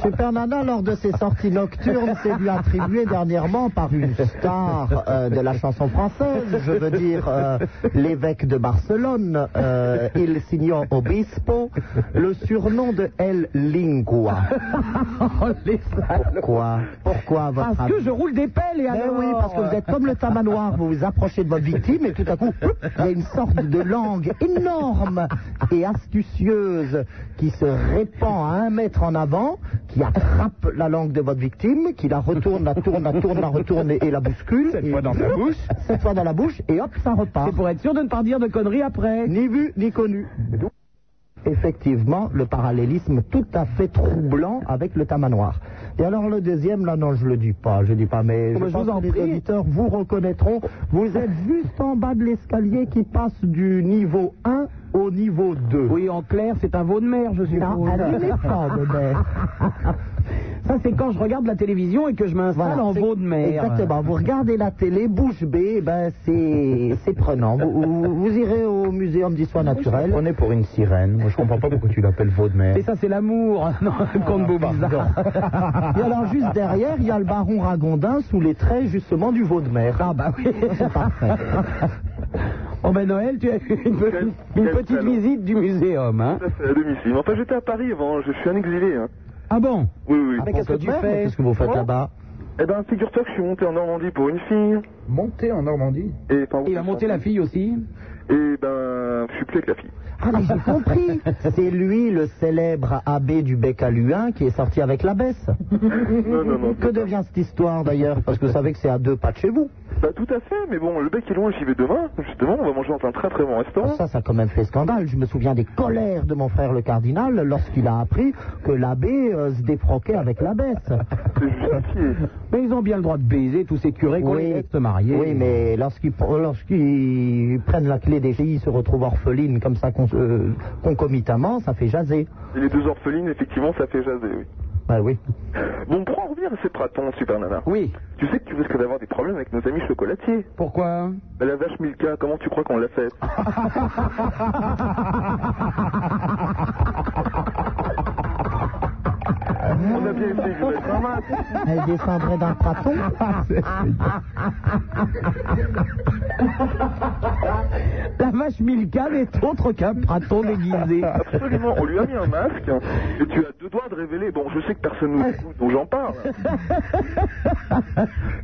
S8: Super Nana, lors de ses sorties nocturnes, s'est vu attribuer dernièrement par une star euh, de la chanson française, je veux dire euh, l'évêque de Barcelone, euh, Il Signor Obispo, le surnom de El Lingua.
S4: Oh, les
S8: Pourquoi Pourquoi, à votre
S4: Parce que je roule des pelles et alors.
S8: oui, parce que vous êtes comme le tamanoir, vous vous approchez de votre victime et tout à coup, hop, il y a une sorte de langue énorme et astucieuse qui se répand à un mètre en avant, qui attrape la langue de votre victime, qui la retourne, la tourne, la tourne, la retourne et, et la bouscule. Cette fois dans la bouche Cette fois dans la bouche et hop, ça repart.
S4: C'est pour être sûr de ne pas dire de conneries après.
S8: Ni vu, ni connu. Effectivement, le parallélisme tout à fait troublant avec le tamanoir. Et alors le deuxième, là non, je le dis pas, je dis pas, mais
S4: Oh,
S8: je
S4: mais je
S8: pense
S4: vous en
S8: que les
S4: prie.
S8: auditeurs vous reconnaîtront. Vous êtes juste en bas de l'escalier qui passe du niveau 1 au niveau 2. Oui, en clair, c'est un veau de mer, je suis Non, elle n'est pas de mer.
S4: Ça, c'est quand je regarde la télévision et que je m'installe
S8: Voilà,
S4: en
S8: c'est-
S4: veau de mer.
S8: Exactement. Vous regardez la télé, bouche bée, ben c'est c'est prenant. Vous, vous- vous irez au muséum d'histoire naturelle. On est pour une sirène. Moi, je comprends pas pourquoi tu l'appelles Vaudemère.
S4: Et ça, c'est l'amour.
S8: hein.
S4: Non, compte beau bizarre.
S8: Et alors, juste derrière, il y a le baron Ragondin sous les traits, justement, du Vaudemère. Ah, bah oui. C'est parfait.
S4: Oh ben Noël, tu as eu une, pe- une
S10: quel
S4: petite
S10: salaud.
S4: visite du muséum, hein
S10: Ça, c'est à domicile. Enfin, j'étais à Paris avant, je suis un exilé. hein.
S4: Ah bon
S10: Oui, oui.
S4: Mais qu'est-ce que tu fais Oh.
S10: Ouais. Eh ben, figure-toi que je suis monté en Normandie pour une fille.
S26: Monter en Normandie
S10: Et, enfin,
S4: Il a monté la fille aussi
S10: Et ben, je suis plus avec la fille.
S8: Ah, mais j'ai compris. C'est lui, le célèbre abbé du bec à Luin, qui est sorti avec l'abbesse.
S10: Non, non, non.
S8: Que devient cette histoire, d'ailleurs Parce que vous savez que c'est à deux pas de chez vous.
S10: Bah, tout à fait, mais bon, le bec est loin, j'y vais demain. Justement, on va manger dans un très très bon restaurant.
S8: Ça, ça a quand même fait scandale. Je me souviens des colères de mon frère le cardinal lorsqu'il a appris que l'abbé euh, se défroquait avec l'abbesse.
S4: Mais ils ont bien le droit de baiser tous ces curés qu'on les laisse se marier.
S8: Oui, mais lorsqu'ils pr- lorsqu'ils prennent la clé des filles, se retrouvent orphelines comme ça con- euh, concomitamment, ça fait jaser.
S10: Et les deux orphelines, effectivement, ça fait jaser, oui.
S8: Ouais, oui.
S10: Bon, pour en revenir à ces pratons, Super Nana.
S4: Oui.
S10: Tu sais que tu risques d'avoir des problèmes avec nos amis chocolatiers.
S4: Pourquoi
S10: Bah, la vache Milka, comment tu crois qu'on l'a faite On a bien essayé de lui mettre un masque.
S8: Elle descendrait d'un praton.
S4: La vache Milka n'est autre qu'un praton déguisé.
S10: Absolument, on lui a mis un masque et tu as deux doigts de révéler. Bon, je sais que personne nous écoute, donc j'en parle.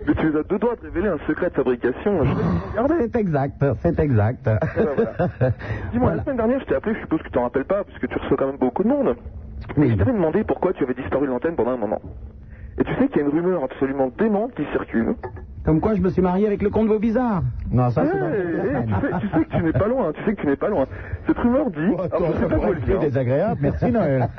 S10: Mais tu as deux doigts de révéler un secret de fabrication. Je-
S4: C'est exact, c'est exact.
S10: ben Voilà, voilà. Dis-moi, la semaine dernière, je t'ai appelé, je suppose que tu t'en rappelles pas, parce que tu reçois quand même beaucoup de monde. Mais je t'avais demandé pourquoi tu avais disparu de l'antenne pendant un moment. Et tu sais qu'il y a une rumeur absolument démente qui circule.
S4: Comme quoi je me suis marié avec le comte Beaubizarre.
S8: Non, ça,
S10: Eh, eh, tu, sais, tu sais que tu n'es pas loin, hein. tu sais que tu n'es pas loin. Cette rumeur dit...
S4: Oh, Ah,
S10: alors, je sais Oh, pas hein. d'où elle vient.
S8: désagréable. Merci, Noël.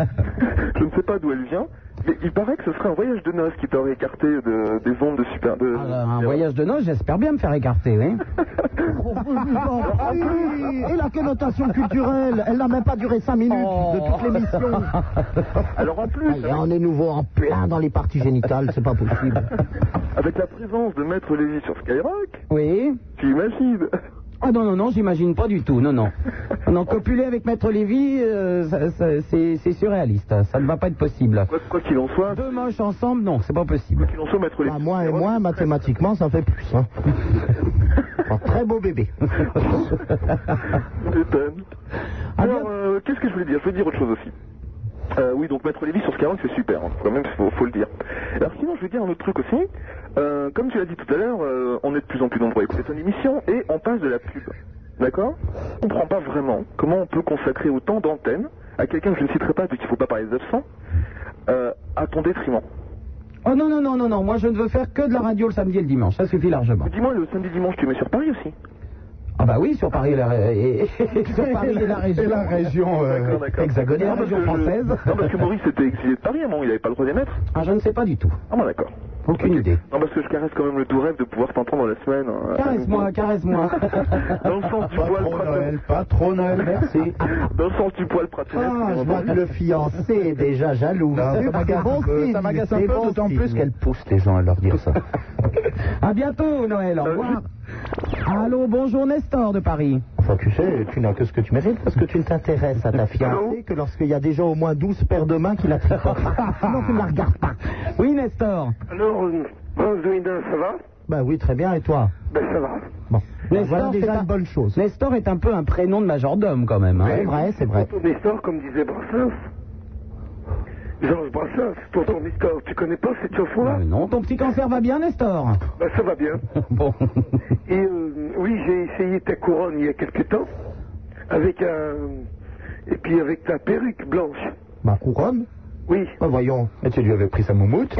S10: Je ne sais pas d'où elle vient, mais il paraît que ce serait un voyage de noces qui t'aurait écarté de- des ondes de super. De...
S4: Ah, Un voyage de noces, j'espère bien me faire écarter, oui.
S8: Ah oui, Et la connotation culturelle, elle n'a même pas duré 5 minutes
S4: Oh.
S8: de toute l'émission.
S10: Alors en plus,
S8: Et on est nouveau en plein dans les parties génitales, c'est pas possible.
S10: avec la présence de Maître Lévy sur Skyrock,
S4: Oui.
S10: tu imagines
S4: Ah non, non, non, j'imagine pas du tout, non, non. Non, copuler avec Maître Lévy, euh, ça- ça- c'est c'est surréaliste, ça ne va pas être possible.
S10: Quoi quoi qu'il en soit,
S4: Deux moches ensemble, non, c'est pas possible. Bah,
S10: qu'il en soit, Maître Lévy.
S8: À moins et moins, mathématiquement, ça fait plus. hein. Un très beau bébé.
S10: Tu m'étonnes.
S4: Ah,
S10: Alors, euh, qu'est-ce que je voulais dire Je voulais dire autre chose aussi. Euh, oui, donc Maître Lévy sur Skyrock, c'est super, hein. quand même, faut, faut le dire. Alors sinon, je vais dire un autre truc aussi. Euh, comme tu l'as dit tout à l'heure, euh, on est de plus en plus nombreux à écouter ton émission et on passe de la pub. D'accord On ne comprend pas vraiment comment on peut consacrer autant d'antennes à quelqu'un que je ne citerai pas, puisqu'il ne faut pas parler des absents, euh, à ton détriment.
S1: euh,
S4: Oh non, non, non, non, non, moi je ne veux faire que de la radio le samedi et le dimanche, ça suffit largement.
S10: Dis-moi, le samedi dimanche, tu mets sur Paris aussi
S4: Ah bah oui, sur Paris et la, et- et- sur Paris et la région.
S1: Et la région euh,
S10: D'accord, d'accord.
S4: Et la
S1: hexagonale.
S4: région
S10: Parce que je-
S4: française.
S10: Non, parce que Maurice était exilé de Paris à un moment, il n'avait pas le droit d'émettre.
S4: Ah, je ne sais pas du tout,
S10: Ah bon, d'accord.
S4: aucune idée.
S10: Non, parce que je caresse quand même le doux rêve de pouvoir t'entendre la semaine. hein.
S4: Caresse-moi, caresse-moi.
S10: Dans le sens du
S1: Pas
S10: poil,
S1: trop
S10: pratin.
S1: Noël, pas trop Noël, merci.
S10: Dans le sens du poil, pratin.
S8: Ah, je vois que le fiancé est déjà jaloux.
S1: Non,
S8: C'est
S1: ça m'agace
S8: bon
S1: un peu,
S8: signe,
S1: ça m'agace un
S8: c'est
S1: peu,
S8: bon
S1: d'autant
S8: signe.
S1: plus qu'elle pousse les gens à leur dire ça.
S4: à bientôt, Noël,
S8: Euh,
S4: au revoir. Allô, bonjour Nestor de Paris.
S8: Enfin, tu sais, tu n'as que ce que tu mérites parce que tu ne t'intéresses à ta fiancée que lorsqu'il y a déjà au moins 12 paires de mains qui la tricotent. Sinon, tu ne la regardes pas.
S4: Oui, Nestor.
S27: Alors, euh, bon, Zouida, ça va
S8: Ben oui, très bien. Et toi
S27: Ben, ça va.
S8: Bon. bah,
S4: Nestor,
S8: voilà
S4: c'est
S8: déjà
S4: pas-
S8: une bonne chose.
S4: Nestor est un peu un prénom de majordome quand même. hein.
S8: C'est vrai, c'est vrai.
S27: Quand on est sort, comme disait Brassens,
S10: Georges Brassens, tonton Nestor, tu connais pas cette chanson là
S4: Ah, Non, ton petit cancer va bien, Nestor
S10: Bah, ça va bien.
S4: Bon.
S10: Et euh, oui, j'ai essayé ta couronne il y a quelque temps, avec un. Et puis avec ta perruque blanche.
S1: Ma couronne
S10: Oui.
S1: voyons, et tu lui avais pris sa moumoute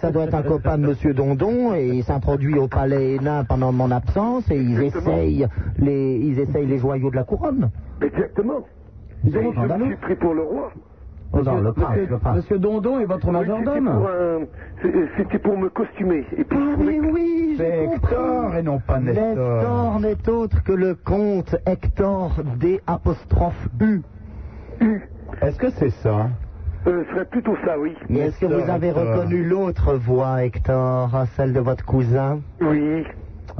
S8: Ça doit être un copain de Monsieur Dondon et il s'introduit au palais nain pendant mon absence et ils essayent les, ils essayent les joyaux de la couronne.
S10: Exactement. Et
S8: Ils ont Oh
S10: je
S8: scandaleux.
S10: me suis pris pour le roi.
S28: non, le prince,
S8: monsieur-
S28: le prince. Monsieur Dondon est votre
S10: C'était
S28: majordome
S10: pour, un- c'est- euh, c'était pour me costumer. Et puis, je trouvais
S8: Oui, oui,
S1: C'est Hector et non pas Nestor.
S8: Hector n'est autre que le comte Hector D apostrophe U.
S1: Est-ce que c'est ça
S10: que, euh, ce serait plutôt ça, oui.
S8: Mais Est-ce que vous avez reconnu l'autre voix, Hector, celle de votre cousin
S10: Oui.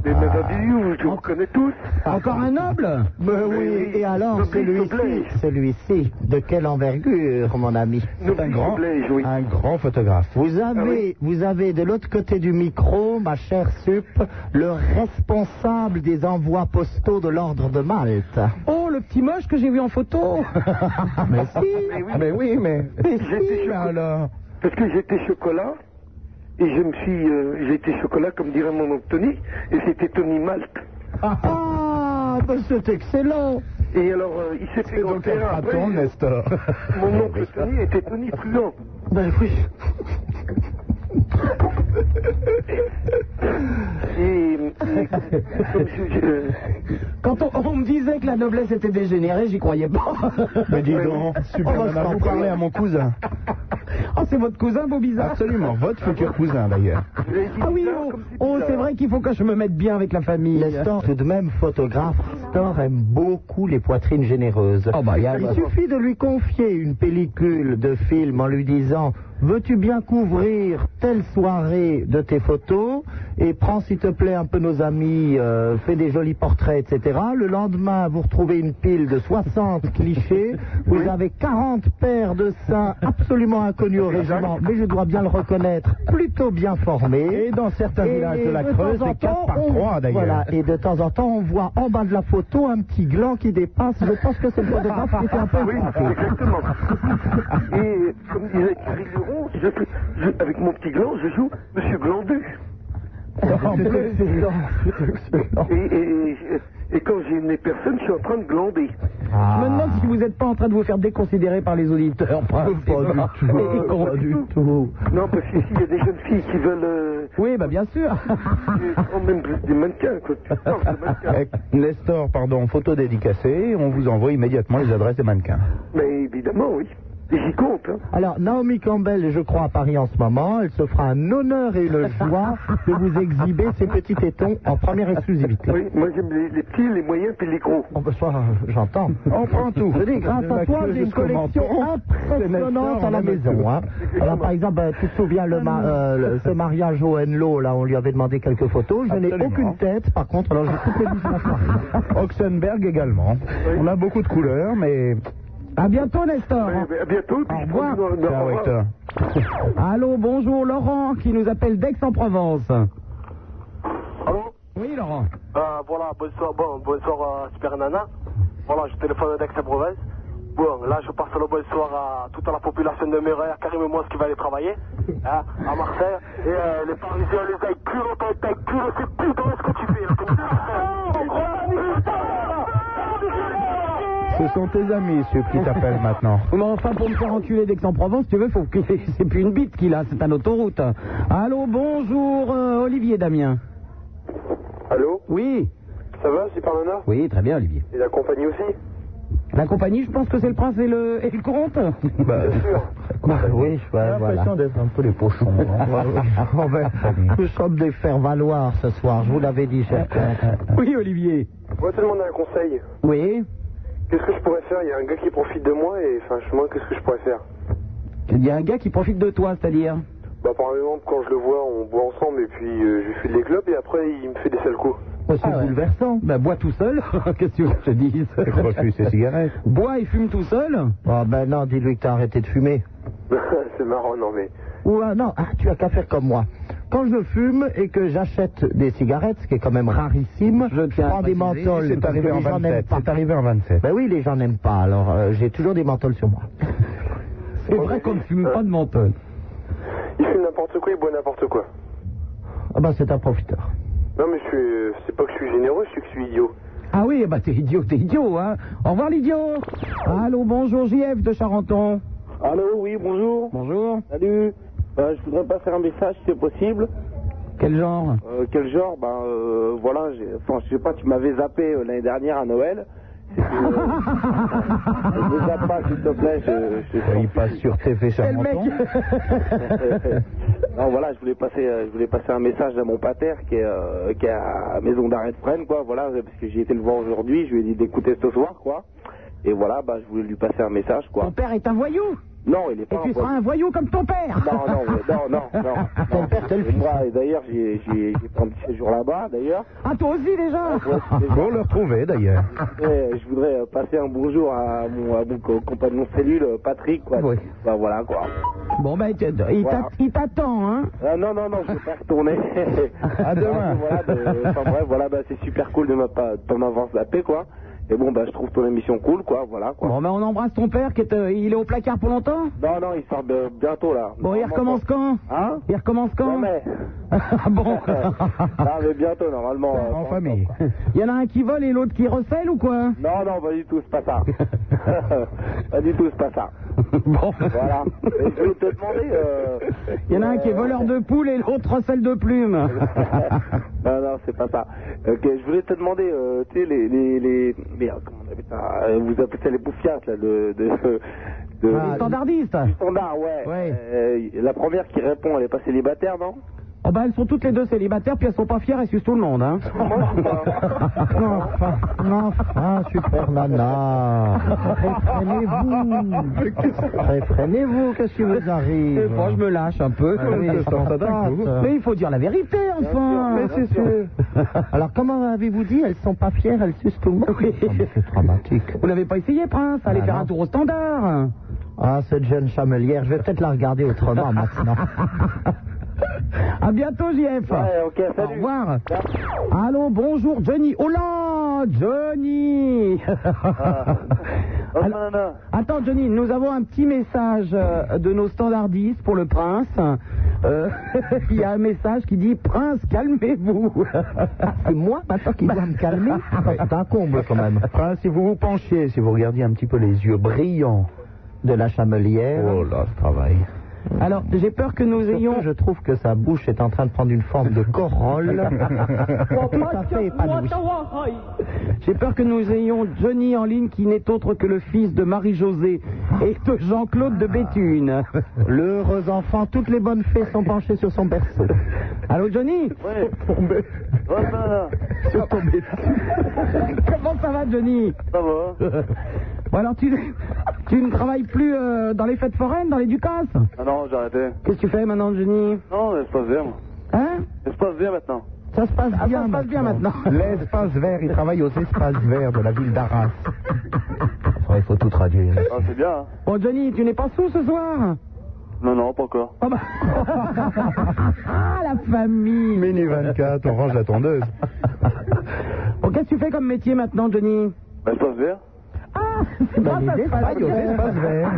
S10: Mais
S8: Ah.
S10: madame Didou, je vous connais tous.
S4: Encore un
S1: Ah.
S4: noble
S8: Mais oui, et alors
S10: Noblis
S8: celui-ci,
S10: oblige.
S8: celui-ci, de quelle envergure, mon ami
S1: C'est un grand,
S10: oblige, oui.
S1: un grand photographe.
S8: Vous
S4: Ah
S8: avez,
S1: oui.
S8: vous avez de l'autre côté du micro, ma chère Sup, le responsable des envois postaux de l'ordre de Malte.
S4: Oh, le petit moche que j'ai vu en photo
S1: mais si Mais oui, mais.
S10: J'étais
S1: Mais
S10: chocolat.
S1: alors
S10: Parce que j'étais chocolat. Et je me suis. euh, j'étais chocolat, comme dirait mon oncle Tony. Et c'était Tony Malte.
S8: Ah, ben c'est excellent
S10: Et alors, euh, il s'est fait
S1: Donc,
S10: grand-père
S1: un
S10: après.
S1: raton, Nestor.
S10: Mon oncle Tony était Tony Truant.
S8: Ben oui.
S10: Et, euh, comme je- je-
S4: Quand on, on me disait que la noblesse était dégénérée, j'y croyais pas.
S1: Mais dis donc, super,
S4: Oh, je
S1: nana,
S4: t'en
S1: vous
S4: prie.
S1: parlez à mon cousin.
S4: Oh, c'est votre cousin, beau bizarre
S1: Absolument, votre futur cousin d'ailleurs.
S4: Ah oui, oh, oh, c'est vrai qu'il faut que je me mette bien avec la famille.
S8: Nestor, tout de même photographe, Nestor aime beaucoup les poitrines généreuses.
S4: Oh, bah, y a-
S8: Il suffit de lui confier une pellicule de film en lui disant Veux-tu bien couvrir telle soirée de tes photos et prends s'il te plaît un peu nos amis, euh, fais des jolis portraits, etc. Le lendemain, vous retrouvez une pile de 60 clichés. Vous avez 40 paires de seins absolument inconnus au régiment, mais je dois bien le reconnaître, plutôt bien formés.
S1: Et dans certains villages de la Creuse,
S8: temps en
S1: c'est 4 par
S8: temps, on-
S1: 3 d'ailleurs.
S8: Voilà, et de temps en temps, on voit en bas de la photo un petit gland qui dépasse. Je pense que c'est le photographe qui était un peu
S10: Oui,
S8: étouffé.
S10: exactement. Et comme disait Thierry Luron, je, je- avec mon petit gland, je joue Monsieur Glandu.
S1: En plus,
S10: Et, et- et quand j'ai une personne, je suis en train de glander.
S4: Je me demande si vous n'êtes pas en train de vous faire déconsidérer par les auditeurs. Pas du
S10: Euh, pas du
S4: tout.
S10: Non, parce qu'ici, il y a des jeunes filles qui veulent. euh,
S4: Oui, bah bien sûr.
S10: qui sont même des mannequins, quoi. Tu parles de mannequins.
S1: Avec Nestor, pardon, photo dédicacée, on vous envoie immédiatement les adresses des mannequins.
S10: Mais évidemment, oui. Et j'y compte. hein.
S8: Alors, Naomi Campbell est, je crois, à Paris en ce moment. Elle se fera un honneur et une joie de vous exhiber ses petits tétons en première
S29: Ah,
S8: exclusivité.
S10: Oui, moi, j'aime les, les petits, les moyens, puis les gros.
S8: Oh, ben, ça, j'entends.
S1: On prend tout.
S8: Je dis, grâce à toi, j'ai une collection impressionnante à la maison. hein. Alors, par exemple, euh, tu te souviens le ma- euh, le- ce mariage au Henlo, là, on lui avait demandé quelques photos. Je n'ai
S1: Absolument.
S8: aucune tête, par contre, alors j'ai toutes les mises sur la soirée.
S1: Oxenberg également. On a beaucoup de couleurs, mais.
S4: À bientôt, Nestor.
S10: Mais- mais à bientôt, puis
S4: Au
S10: je
S4: revoir.
S10: prends du- non,
S1: Ciao,
S10: au revoir.
S1: Hector.
S4: Allô, bonjour, Laurent, qui nous appelle d'Aix-en-Provence.
S29: Allô
S4: Oui, Laurent.
S29: Euh, voilà, bonsoir, bon, bonsoir euh, Super Nana. Voilà, je téléphone d'Aix-en-Provence. Bon, là, je passe le bonsoir à toute la population de Murray, à Karim et moi, qui va aller travailler, hein, à Marseille. Et euh, les Parisiens, les aïe, cul, t'as t'as cul, c'est plus drôle ce que tu fais. là, comme Oh, ça.
S1: Ce sont tes amis, ceux qui t'appellent maintenant.
S4: Oui, Mais enfin, pour me faire enculer d'Aix-en-Provence, tu veux, faut que c'est plus une bite qu'il a, c'est un autoroute. Allô, bonjour, euh, Olivier Damien.
S30: Allô
S4: Oui.
S30: Ça va, Super Nana
S4: Oui, très bien, Olivier.
S30: Et la compagnie aussi
S4: La compagnie, je pense que c'est le prince et le, et le comte.
S30: Bien sûr.
S8: Bah oui,
S1: J'ai
S8: ouais, voilà.
S1: l'impression d'être un peu les pochons.
S4: Ah,
S1: hein.
S8: On va- Nous sommes des faire-valoir ce soir, je vous l'avais dit, cher frère.
S4: Oui, Olivier.
S30: Moi, te demander un conseil.
S4: Oui.
S30: Qu'est-ce que je pourrais faire Il y a un gars qui profite de moi et, enfin, je- moi, qu'est-ce que je pourrais faire
S4: Il y a un gars qui profite de toi, c'est-à-dire
S30: Bah, par exemple, quand je le vois, on boit ensemble et puis euh, je lui fais des globes et après, il me fait des sales coups.
S8: Oh, c'est bouleversant.
S4: Bah, bois tout seul. Qu'est-ce que tu veux que je te dise
S1: Il refuse ses cigarettes.
S4: Bois et fume tout seul
S8: Oh, ben non, dis-lui que t'as arrêté de fumer.
S30: c'est marrant, non mais.
S8: Ou euh, non, ah, tu as qu'à faire comme moi. Quand je fume et que j'achète des cigarettes, ce qui est quand même rarissime,
S4: Je tiens à
S8: prends des
S4: préciser,
S8: mentholes.
S1: C'est
S8: parce que
S1: arrivé en
S8: les gens n'aiment
S1: 27.
S8: pas.
S1: C'est arrivé en 27.
S8: Ben oui, les gens n'aiment pas, alors euh, j'ai toujours des mentholes sur moi.
S4: Et C'est vrai qu'on ne fume pas de menthol.
S31: Il fait n'importe quoi, il boit n'importe quoi.
S4: Ah bah c'est un profiteur.
S31: Non, mais je
S30: euh,
S31: suis- c'est pas que je suis généreux, c'est que je suis idiot.
S4: Ah oui, eh bah t'es idiot, t'es idiot, hein. Au revoir l'idiot. Allô, bonjour JF de Charenton.
S10: Allô, oui, bonjour.
S4: Bonjour.
S10: Salut. Euh, je voudrais pas faire un message, si c'est possible.
S4: Quel genre
S10: Euh, quel genre Ben euh, voilà, j'ai- enfin, je sais pas, tu m'avais zappé euh, l'année dernière à Noël. Et puis, euh, ne me zappe pas, s'il te plaît. Je,
S4: Euh,
S10: je, il passe sur TV Charenton. non, voilà, je voulais passer, euh, je voulais passer un message à mon pater qui est, euh, qui est à maison d'arrêt de Fresnes, quoi. Voilà, parce que j'ai été le voir aujourd'hui, je lui ai dit d'écouter ce soir, quoi. Et voilà, bah, je voulais lui passer un message, quoi.
S4: Ton père est un voyou.
S10: Non, il est
S4: Et
S10: pas.
S4: tu
S10: encore-
S4: seras un voyou comme ton père.
S10: non, non, non, non, non. Ton père, c'est le Moi, et d'ailleurs, j'ai j'ai- j'ai pris un petit séjour là-bas, d'ailleurs.
S4: Ah, toi aussi déjà
S10: On le retrouvait, d'ailleurs. Je voudrais euh, passer un bonjour à mon, à mon co- compagnon cellule, euh, Patrick, quoi. Bah, voilà, quoi.
S4: Bon, ben, il t'a- il t'a- il t'attend, hein.
S10: Ah, non, non, non, je vais pas retourner. à demain. Voilà, de- enfin, bref, voilà, bah, c'est super cool de ma part, ton avance la paix, quoi. Et bon, bah, je trouve ton émission cool, quoi, voilà, quoi.
S4: Bon, ben, on embrasse ton père qui est, euh, il est au placard pour longtemps
S10: Non, non, il sort de- bientôt, là.
S4: Bon, il
S10: Normalement,
S4: recommence quand
S10: Hein
S4: Il recommence quand
S10: Jamais.
S4: Ah bon
S10: non, mais bientôt, normalement. euh,
S4: En famille. Il y en a un qui vole et l'autre qui recèle ou quoi
S10: Non, non, pas du tout, c'est pas ça. pas du tout, c'est pas ça.
S4: Bon.
S10: Voilà. Et je vais te demander. euh,
S4: Il y en a un qui est voleur de poules et l'autre recèle de plumes.
S10: Non, non, c'est pas ça. Ok, je voulais te demander, euh, tu sais, les, les, les. Merde, comment on appelle ça Euh, Vous appelez ça les bouffiates, là, de. de, de-
S4: Les standardistes
S10: Du standard, ouais. Euh, la première qui répond, elle est pas célibataire, non
S4: Oh bah elles sont toutes les deux célibataires, puis elles sont pas fières, elles sucent tout le monde, hein.
S8: Non, enfin, non, enfin, super nana. Réfrénez-vous. Réfrénez-vous, qu'est-ce qui vous arrive
S4: Moi, Eh ben, je me lâche un peu.
S8: Ah oui,
S4: mais,
S8: je t'entends d'un coup.
S4: mais il faut dire la vérité, enfin.
S8: Bien sûr, mais c'est sûr.
S4: Alors, comment avez-vous dit Elles sont pas fières, elles sucent tout le monde. C'est dramatique. Ah Vous n'avez pas essayé, Prince Allez faire un tour au standard.
S32: Ah, cette jeune chamelière, je vais peut-être la regarder autrement maintenant.
S4: À bientôt, JF. Au revoir. Allô, bonjour, Johnny. Oh là, Johnny.
S10: Oh,
S4: Alors, attends, Johnny, nous avons un petit message euh, de nos standardistes pour le prince. Euh, il y a un message qui dit Prince, calmez-vous.
S8: Ah,
S4: Ah, C'est moi maintenant qui dois me calmer.
S8: C'est un comble quand même. Enfin, si vous vous penchiez, si vous regardiez un petit peu les yeux brillants de la chamelière. Oh là, ce travail.
S4: Alors, j'ai peur que nous
S8: ayons.
S32: Je trouve que sa bouche est en train de prendre une forme de corolle. Tout à fait épanouie.
S4: J'ai peur que nous ayons Johnny en ligne qui n'est autre que le fils de Marie-Josée et de Jean-Claude de Béthune.
S32: L'heureux enfant, toutes les bonnes fées sont penchées sur son berceau.
S4: Allô Johnny
S10: Ouais.
S32: Oh là là.
S4: Comment ça va Johnny
S10: Ça va. hein.
S4: Euh. Bon alors tu, tu ne travailles plus euh, dans les fêtes foraines, dans les Ducasses
S10: Ah non, j'ai arrêté.
S4: Qu'est-ce que tu fais maintenant Johnny
S10: Non, l'espace vert, moi.
S4: Hein Ah,
S10: L'espace vert maintenant.
S4: Ça se passe bien, ça se passe bien maintenant.
S8: L'espace vert, il travaille aux espaces verts de la ville d'Arras. il faut tout traduire.
S10: Ah, c'est bien, hein.
S4: Bon Johnny, tu n'es pas sous ce soir
S10: Non, non, pas encore.
S4: Oh, bah. Ah la famille
S8: Mini 24, on range la tondeuse.
S4: Bon qu'est-ce que tu fais comme métier maintenant Johnny
S10: L'espace vert
S4: Ah c'est pas ça se passe
S8: aux
S4: bien.
S8: espaces verts.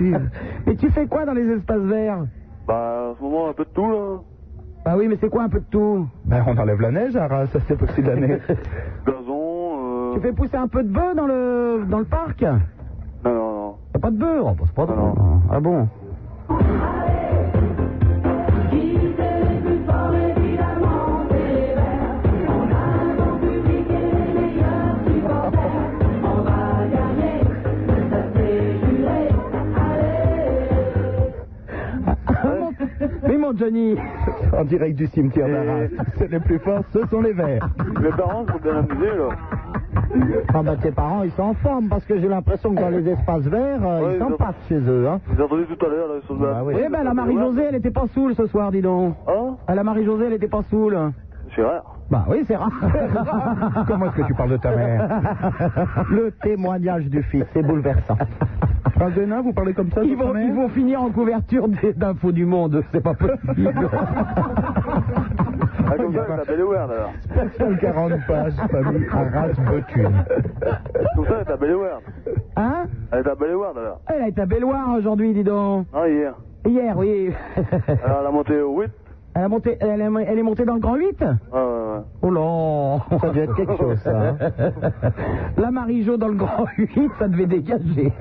S4: Mais tu fais quoi dans les espaces verts
S10: Bah, en ce moment, un peu de tout, là.
S4: Bah oui mais c'est quoi un peu de tout
S8: Ben, on enlève la neige à Arras, c'est pas de la neige.
S10: euh,
S4: Tu fais pousser un peu de bœuf dans le, dans le parc
S10: Non, non, non.
S4: T'as pas de beurre on pas de Ah bon Mais mon Johnny
S8: En direct du cimetière
S32: Euh.
S8: d'Arras. C'est les plus forts, ce sont les verts.
S10: Mes parents sont bien amusés, là.
S32: Ah bah, tes parents, ils sont en forme parce que j'ai l'impression que dans les espaces verts, euh,
S10: Ouais,
S32: ils s'en
S10: ils ont-
S32: passent chez eux. Hein.
S10: Vous entendez tout à l'heure, là, ils sont là.
S4: Eh ben la Marie-Josée elle était pas saoule ce soir dis donc
S10: Hein
S4: Ah la Marie-Josée elle était pas saoule
S10: C'est rare.
S4: Bah oui c'est rare
S8: Comment est-ce que tu parles de ta mère
S32: Le témoignage du fils, c'est bouleversant.
S8: Prince Hénin, vous parlez comme ça de
S4: Ils
S8: ta
S4: vont,
S8: mère
S4: ils vont finir en couverture des- d'infos du monde, c'est pas possible.
S10: Ah,
S33: Spécial
S34: Bubble, la Delaware, là.
S33: Spécial 40 pages, famille Arras Botune.
S34: Tout ça, elle est à Delaware.
S4: Hein
S34: Elle est à Delaware, là.
S4: Elle a été à Belloir aujourd'hui, dis donc.
S34: Non, hier.
S4: Hier, oui.
S34: Alors, elle a monté au 8.
S4: Elle, a monté, elle, est- elle est montée dans le Grand 8
S34: Ouais, ouais, ouais.
S4: Oh là
S34: Ça devait être quelque chose, ça, hein.
S4: La Marie-Jo dans le Grand 8, ça devait dégager.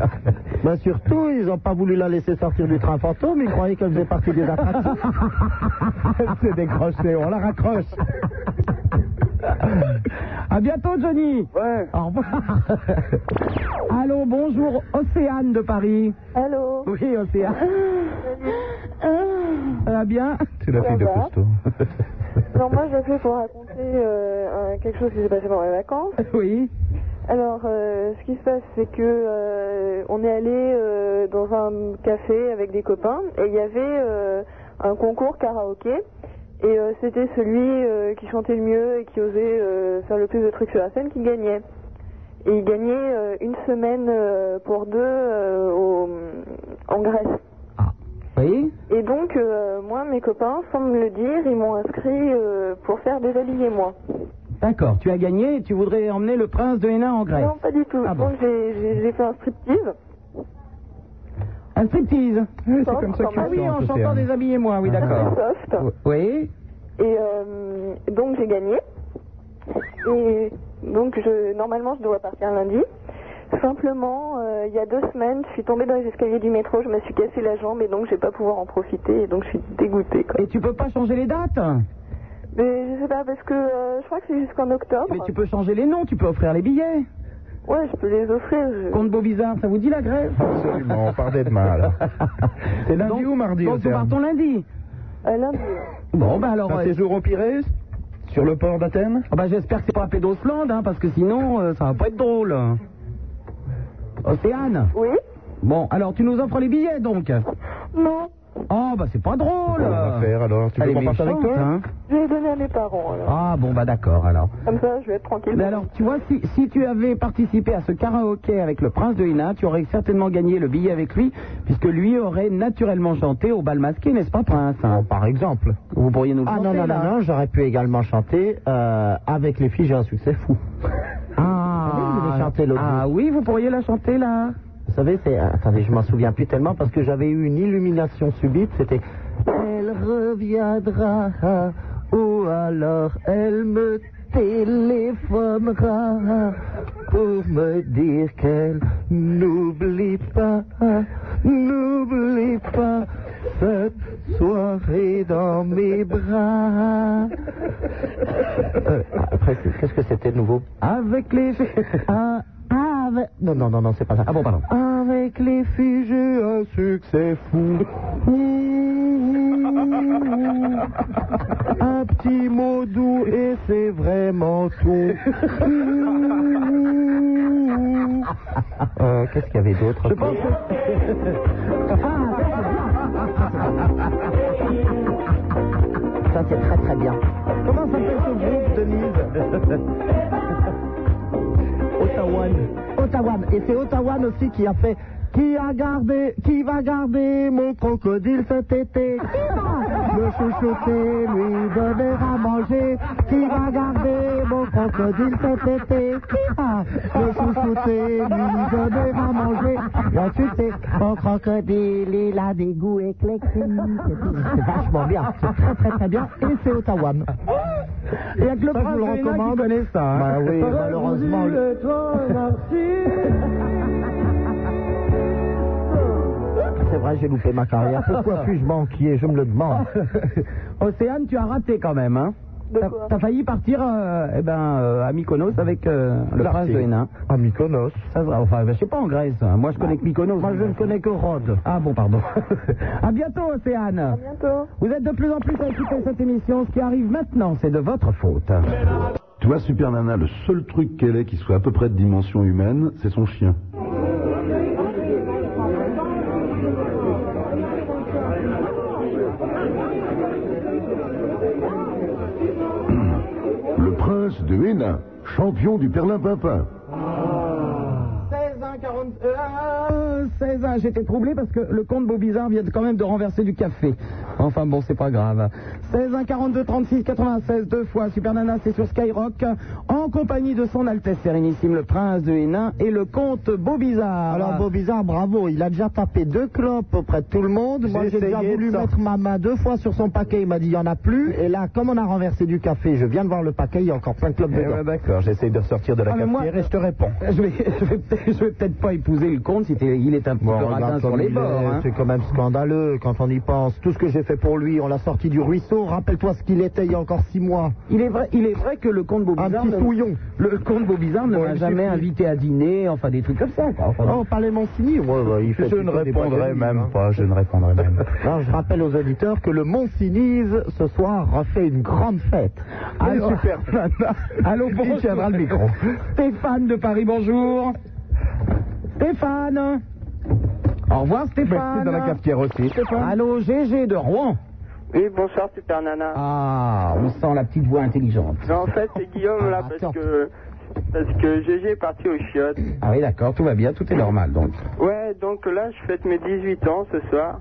S8: Ben surtout, ils n'ont pas voulu la laisser sortir du train fantôme, ils croyaient qu'elle faisait partie des attractions.
S33: Elle s'est décrochée, on la raccroche.
S4: À bientôt, Johnny.
S34: Ouais.
S4: Au revoir. Allô, bonjour, Océane de Paris.
S10: Allô. Ah.
S4: Oui, Océane. Ça va bien
S33: Tu l'as
S10: Ça
S33: fait de
S10: va.
S33: costaud.
S10: Non, moi j'appelais pour raconter euh, un- quelque chose qui s'est passé pendant les vacances.
S4: Oui.
S10: Alors, euh, ce qui se passe, c'est que euh, on est allé euh, dans un café avec des copains et il y avait euh, un concours karaoké. Et euh, c'était celui euh, qui chantait le mieux et qui osait euh, faire le plus de trucs sur la scène qui gagnait. Et il gagnait euh, une semaine euh, pour deux euh, au- en Grèce.
S4: Ah. Oui
S10: Et donc, euh, moi, mes copains, sans me le dire, ils m'ont inscrit euh, pour faire des valises et moi.
S4: D'accord, tu as gagné et tu voudrais emmener le prince de Hénin en Grèce.
S10: Non, pas du
S4: Ah
S10: tout. Donc, j'ai- j'ai j'ai fait un striptease.
S4: Un striptease.
S10: c'est Soft, comme ça quand qu'ils même.
S4: Ah oui, en
S10: chantent,
S4: chantant
S10: Océane.
S4: Déshabillez-moi, oui, d'accord.
S10: Soft.
S4: Oui
S10: Et euh, donc, j'ai gagné. Et donc, je, normalement, je dois partir lundi. Simplement, euh, il y a deux semaines, je suis tombée dans les escaliers du métro, je me suis cassé la jambe et donc je vais pas pouvoir en profiter et donc je suis dégoûtée. Quoi.
S4: Et tu peux pas changer les dates
S10: Mais je sais pas parce que euh, je crois que c'est jusqu'en octobre.
S4: Mais tu peux changer les noms, tu peux offrir les billets.
S10: Ouais, je peux les offrir. Je...
S4: Compte Beauvisard, ça vous dit la Grèce
S33: Absolument, on part demain alors. C'est lundi ou mardi
S4: Donc nous
S33: Océane
S4: partons lundi.
S10: Euh, lundi.
S4: Bon, ben alors.
S33: Un
S4: euh,
S33: séjour au Pirée Sur le port d'Athènes
S4: ah ben, J'espère que c'est pas à Pédosland, hein, parce que sinon, euh, ça va pas être drôle. Océane
S10: Oui
S4: Bon, alors tu nous offres les billets donc
S10: Non.
S4: Oh, bah c'est pas drôle
S33: On va faire alors. Tu veux
S4: Elle
S33: qu'on
S4: est
S33: parte avec
S4: méchante,
S33: toi
S4: hein.
S10: Je vais les donner à mes parents. alors.
S4: Ah bon, bah d'accord alors.
S10: Comme ça, je vais être tranquille.
S4: Mais alors, tu vois, si, si tu avais participé à ce karaoké avec le prince de Hénin, tu aurais certainement gagné le billet avec lui, puisque lui aurait naturellement chanté au bal masqué, n'est-ce pas, prince
S8: Par exemple.
S4: Vous pourriez nous le
S8: Ah non,
S4: chanter,
S8: non, non,
S4: là.
S8: non, j'aurais pu également chanter euh, avec les filles, j'ai un succès fou. Vous
S4: Ah,
S8: voulez chanter l'autre
S4: ah oui, vous pourriez la chanter là.
S8: Vous savez, c'est. Attendez, je m'en souviens plus tellement parce que j'avais eu une illumination subite. C'était. Elle reviendra, ah, ou alors elle me téléphonera pour me dire qu'elle n'oublie pas, ah, n'oublie pas cette soirée dans mes bras. Euh, après, c'est- qu'est-ce que c'était de nouveau
S4: Avec les
S8: ah, avec... Non, non, non, non, c'est pas ça. Ah bon, pardon. Avec les filles, j'ai un succès fou. un petit mot doux et c'est vraiment tout. Euh, Qu'est-ce qu'il y avait d'autre Ça, c'est très très bien. Comment s'appelle ce groupe, Denise Ottawan. Ottawan. Et c'est Ottawan aussi qui a fait. Qui a gardé, qui va garder mon crocodile cet été Qui va le chouchouter, lui donner à manger Qui va garder mon crocodile cet été Qui va le chouchouter, lui donner à manger Et ensuite c'est mon crocodile, il a des goûts éclectiques C'est vachement bien, c'est très très très bien Et c'est Ottawan
S4: Et avec le
S8: Ça, je
S4: prince
S8: vous le
S4: de Hénin qui
S8: recommande.
S4: connaît ça. hein.
S8: Bah oui,
S4: J'aurais
S8: malheureusement,
S4: voulu
S8: le-
S4: le temps
S8: C'est vrai, j'ai loupé ma carrière. Pourquoi puis-je manquer Je me le demande.
S4: d'un- Océane, tu as raté quand même, hein.
S10: De
S4: T'as-
S10: quoi
S4: T'as failli partir euh, eh ben, euh, à Mykonos avec euh, le prince de Hénin.
S8: À Mykonos.
S4: Ça, va, enfin, ben, je sais pas en Grèce. hein. Moi, je connais que Mykonos. Moi, je ne connais que Rhodes. Ah bon, pardon. à bientôt, Océane.
S10: À bientôt.
S4: Vous êtes de plus en plus à écouter cette émission. Ce qui arrive maintenant, c'est de votre faute.
S1: Tu vois, Super Nana, le seul truc qu'elle ait qui soit à peu près de dimension humaine, c'est son chien. Le prince de Hénin, champion du Perlin-Pimpin.
S4: 16 1 40 euh, ah, 16 1 j'étais troublé parce que le comte Beaubizarre vient de- quand même de renverser du café. Enfin bon, c'est pas grave. 16 1 42 36 96 deux fois Super Nana, c'est sur Skyrock en compagnie de son Altesse Sérénissime le Prince de Hénin et le comte Beaubizarre.
S8: Alors, Bobizard, bravo, il a déjà tapé deux clopes auprès de tout le monde. Moi,
S4: J'ai
S8: j'ai déjà
S4: essayé
S8: voulu
S4: de
S8: mettre ma main deux fois sur son paquet, il m'a dit il n'y en a plus. Et là, comme on a renversé du café, je viens de voir le paquet, il y a encore plein de clopes
S9: Eh
S8: dedans.
S9: ouais, d'accord, j'essaie de ressortir de la
S4: Ah, mais
S9: cafetière
S4: moi-
S9: et je te réponds.
S4: Je vais, je vais, peut-être- je vais peut-être pas épouser le comte, il est, il est un petit
S8: Bon,
S4: peu
S8: regarde
S4: radin sur
S8: comme
S4: les
S8: il
S4: bords.
S8: est,
S4: hein.
S8: C'est quand même scandaleux quand on y pense. Tout ce que j'ai fait pour lui, on l'a sorti du ruisseau. Rappelle-toi ce qu'il était il y a encore six mois.
S4: Il est vrai, il est vrai que le comte Beaubizarre.
S8: Un petit
S4: ne-
S8: souillon.
S4: Le comte Beaubizarre ne
S8: Bon,
S4: m'a
S8: il
S4: jamais
S8: suffit.
S4: invité à dîner, enfin des trucs comme ça. quoi. Enfin,
S8: Oh, parlez Monsigny. Ouais, ouais, il fait
S9: Je ne
S8: plutôt des
S9: répondrai
S8: baguettes, hein.
S9: même pas, je ne répondrai même pas.
S8: Non, je rappelle aux auditeurs que le Montsignise, ce soir, refait une grande fête.
S4: Allô,
S8: super
S4: nana. Allô, bonjour.
S8: Qui tiendra le micro
S4: Stéphane de Paris, bonjour. Stéphane. Au revoir, Stéphane.
S9: dans la cafetière aussi. Stéphane.
S4: Allô, GG de Rouen.
S10: Oui, bonsoir, super nana.
S4: Ah, on sent la petite voix intelligente.
S10: Non, en fait, c'est Guillaume là parce que parce que GG est parti au chiottes.
S4: Ah oui, d'accord, tout va bien, tout est normal donc.
S10: Ouais, donc là, je fête mes 18 ans ce soir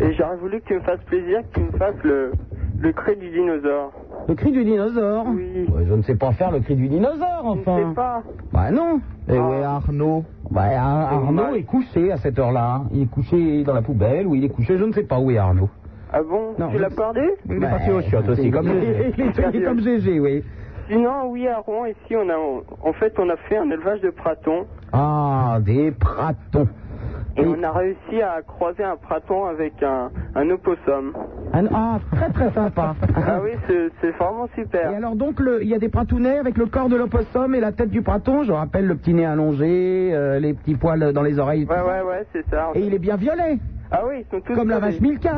S10: et j'aurais voulu que tu me fasses plaisir, que tu me fasses le le cri du dinosaure.
S4: Le cri du dinosaure
S10: Oui.
S4: Ouais, Je ne sais pas faire le cri du dinosaure, enfin.
S10: Je sais pas.
S4: Bah non.
S8: Et Eh ouais, Arnaud. Eh,
S4: Bah, Ar- Arnaud est couché à cette heure-là. hein. Il est couché dans la poubelle ou il est couché, je ne sais pas où est Arnaud.
S10: Ah bon
S4: Non,
S10: Tu
S4: je-
S10: l'as perdu
S9: Il est parti aux chiottes aussi, comme
S4: il
S9: GG.
S4: est- il est- il est comme GG, oui.
S10: Sinon, oui, à Rouen ici, on a en fait, on a fait un élevage de pratons
S4: Ah, des pratons.
S10: et on a réussi à croiser un praton avec un un opossum.
S4: Un- Ah, très très sympa.
S10: Ah oui, c'est c'est vraiment super.
S4: Et alors donc, le- il y a des pratounets avec le corps de l'opossum et la tête du praton. Je rappelle le petit nez allongé, euh, les petits poils dans les oreilles.
S10: Ouais, ouais, ouais, c'est ça.
S4: Et il est bien violet,
S10: Ah oui, ils sont tous
S4: comme la
S10: collés.
S4: vache Milka.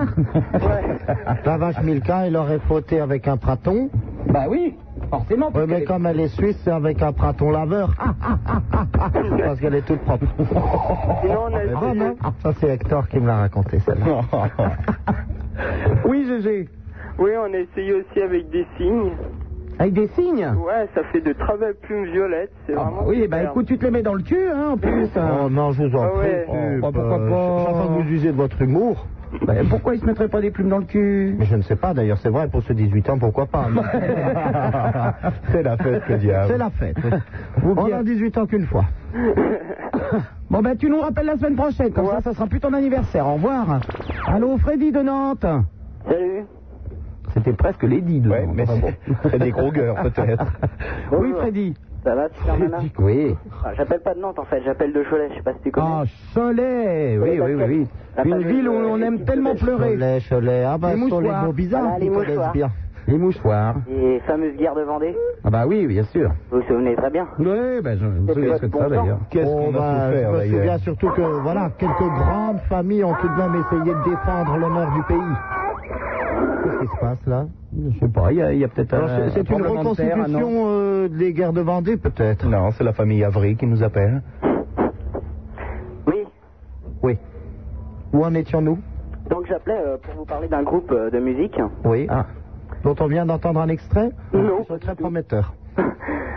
S8: La vache Milka, elle aurait fauté avec un praton.
S4: bah oui, forcément.
S8: Oui,
S4: parce
S8: mais
S4: qu'elle est-
S8: comme elle est suisse, c'est avec un praton laveur.
S4: Ah,
S8: Parce qu'elle est toute propre.
S10: Sinon, on a
S4: Ah,
S8: Elle est bonne,
S10: essayé-
S8: hein Ça, c'est Hector qui me l'a raconté, celle-là.
S4: Oui, GG.
S10: Oui, on a essayé aussi avec des signes.
S4: Avec des signes
S10: Ouais, ça fait de très belles plumes violettes. C'est
S4: Ah,
S10: vraiment.
S4: Oui, bah
S10: super.
S4: écoute, tu te les mets dans le cul, hein, en plus. hein.
S8: Oh non, je vous en
S10: Ah
S8: prie.
S10: ouais.
S8: Philippe,
S4: bah,
S9: Oh,
S4: pourquoi
S8: euh,
S4: pas
S8: Chaque fois que vous usez de votre humour.
S4: Bah, pourquoi ils se mettraient pas des plumes dans le cul
S8: Mais je ne sais pas, d'ailleurs, c'est vrai, pour ce 18 ans, pourquoi pas mais-
S9: C'est la fête, que diable.
S8: C'est la fête. Vous On
S4: qui-
S8: a 18 ans qu'une fois.
S4: Bon, ben, tu nous rappelles la semaine prochaine, comme ça, ça sera plus ton anniversaire. Au revoir. Allô, Freddy de Nantes.
S10: Salut.
S4: C'était presque Lady de
S9: Ouais,
S4: Nantes.
S9: mais
S8: Ah
S4: Enfin, bon.
S9: c'est- c'est des gros gueurs, peut-être.
S4: Oui,
S10: Bonjour.
S4: Freddy.
S10: Ça va, super nana
S4: Oui.
S10: Ah, J'appelle pas de Nantes en fait, j'appelle de Cholet, je sais pas si tu connais.
S4: Ah, Cholet. Oui, oui, oui, oui.
S10: La
S4: Une
S10: fameuse,
S4: ville où
S10: euh,
S4: on aime
S10: équipe
S4: tellement
S10: de
S4: pleurer.
S8: Cholet, Cholet. Ah bah,
S4: Les
S8: sur les
S4: mouchoirs.
S8: mots bizarres,
S10: Voilà, les
S8: ils connaissent
S10: mouchoirs.
S8: bien.
S4: Les mouchoirs.
S10: Et fameuse guerre de Vendée,
S4: Ah bah oui, bien sûr.
S10: vous vous souvenez très bien.
S4: Oui, ben, je me souviens
S10: votre
S4: de ça,
S10: bon
S4: d'ailleurs.
S10: temps.
S9: Qu'est-ce
S8: Oh,
S9: qu'on
S8: bah,
S9: a souffert,
S8: Je me souviens
S9: d'ailleurs
S8: surtout que, voilà, quelques grandes familles ont tout de même essayé de défendre l'honneur du pays. Qu'est-ce qui se passe, là
S4: Je sais pas, il y a, il y a peut-être
S8: Alors,
S4: un.
S8: c'est- C'est une
S4: tremblement de terre, un an.
S8: reconstitution euh, des guerres de Vendée, peut-être
S9: Non, c'est la famille Avry qui nous appelle.
S10: Oui,
S8: Oui. Où en étions-nous
S10: donc j'appelais euh, pour vous parler d'un groupe euh, de musique.
S8: Oui. Ah. Dont on vient d'entendre un extrait
S10: Non.
S8: C'est très prometteur.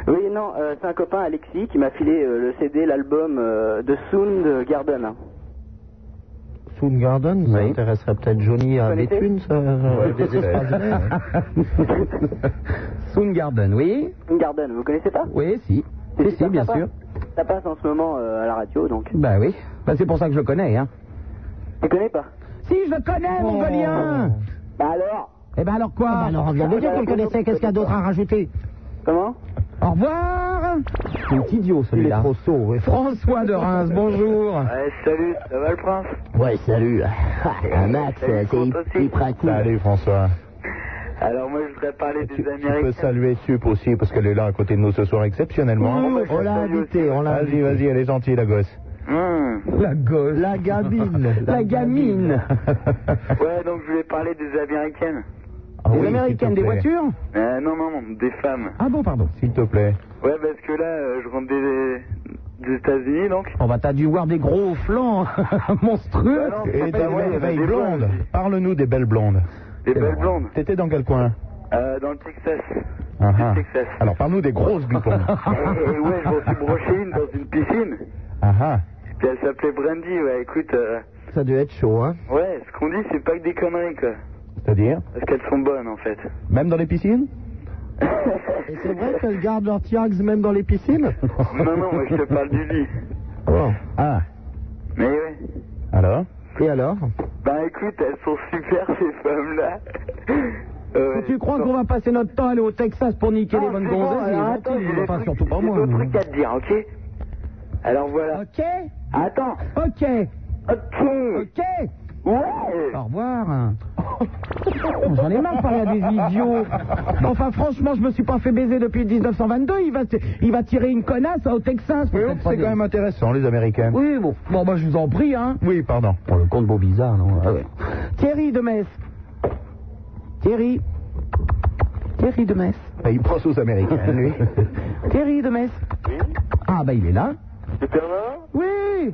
S10: Oui, non, euh, c'est un copain Alexis qui m'a filé euh, le CD, l'album euh, de Sound Garden.
S8: Soon Garden, ça intéresserait peut-être Johnny à des
S10: connaissez
S8: thunes, ça, euh, des espaces verts.
S4: Soundgarden, oui.
S10: Sound Garden, vous connaissez pas
S4: Oui, si. Si, si,
S10: super
S4: bien
S10: sympa.
S4: sûr.
S10: Ça passe en ce moment euh, à la radio donc.
S4: Bah oui. Bah c'est pour ça que je le connais, hein.
S10: Tu connais pas
S4: Si, je le connais, Mongolien
S10: Bah alors
S4: Eh ben alors quoi
S8: Ah, bah alors on vient de dire qu'on le connaissait, qu'est-ce qu'il y a d'autre à rajouter
S10: Comment
S4: Au revoir C'est idiot
S8: Il est
S4: celui-là.
S8: trop sourd, oui.
S4: François de Reims, bonjour.
S10: Ouais, Eh, salut, ça va le prince
S8: Ouais, salut.
S10: Ah, Max, Salut, euh, c'est François aussi.
S8: pratique.
S9: Salut François.
S10: Alors moi je voudrais parler des
S9: Tu, tu peux
S10: Américains.
S9: saluer Sup aussi, parce qu'elle est là à côté de nous ce soir exceptionnellement.
S8: Mmh, on l'a invité, on l'a
S9: Vas-y,
S8: invité.
S9: vas-y, elle est gentille la gosse.
S10: Hmm.
S4: La gosse.
S8: La gamine.
S4: La gamine.
S10: Ouais, donc je voulais parler des Américaines.
S9: Ah
S4: Les
S9: oui, s'il te
S4: américaines des
S9: plaît.
S4: voitures
S10: Euh, non, non, non, des femmes.
S4: Ah bon, pardon.
S9: S'il te plaît.
S10: Ouais, parce que là, euh, je rentre des, des États-Unis, donc.
S4: Oh bah t'as dû voir des gros flancs monstrueux.
S10: Bah non,
S9: Et
S10: c'est pas
S9: des
S10: vrai, il y avait
S9: merveilles
S10: des
S9: blondes.
S10: blondes.
S9: Parle-nous des belles blondes.
S10: Des belles blondes.
S9: T'étais dans quel coin
S10: Euh, dans le Texas.
S9: Ah,
S10: Du
S9: ah.
S10: Texas.
S9: Alors parle-nous des grosses blondes.
S10: Et, et euh, ouais, je m'en suis broché une dans une piscine.
S9: Ah ah.
S10: Puis elle s'appelait Brandy, ouais, écoute. euh,
S8: Ça a dû être chaud, hein
S10: ouais, ce qu'on dit, c'est pas que des conneries, quoi.
S35: C'est-à-dire
S36: Parce qu'elles sont bonnes en fait.
S35: Même dans les piscines
S4: Et c'est vrai qu'elles gardent leurs tiags même dans les piscines Oh.
S36: Non, non, mais je te parle du lit.
S35: Ah,
S36: Mais ouais.
S35: alors
S4: Et alors
S36: Ben écoute, elles sont super ces femmes-là. Euh,
S4: Tu crois qu'on va passer notre temps à aller au Texas pour niquer
S35: Ah,
S4: les bonnes
S36: c'est bon,
S4: gonzesses
S36: alors
S4: les
S36: attends,
S4: gentils,
S36: j'ai
S4: mais
S36: des
S4: enfin,
S36: trucs-
S4: surtout pas
S36: j'ai
S4: moi. hein.
S36: d'autres
S4: moi.
S36: trucs à te dire, ok Alors voilà.
S4: Ok Ah,
S36: Attends.
S4: Ok
S36: Ok
S4: Ok
S36: Ouais
S4: Au revoir J'en ai marre de parler à des idiots Enfin franchement je me suis pas fait baiser depuis 1922 Il va, il va tirer une connasse au Texas
S35: Oui, c'est quand même intéressant, les Américains.
S4: Oui, bon, bon bah, je vous en prie, hein.
S35: Oui, pardon.
S4: Pour le compte beau bizarre, non ah Thierry de Metz. Thierry. Thierry de Metz.
S35: Ben, il pense aux Américains, lui.
S4: Thierry de Metz. Ah, bah il est là.
S37: Super
S36: hein
S37: là
S4: Oui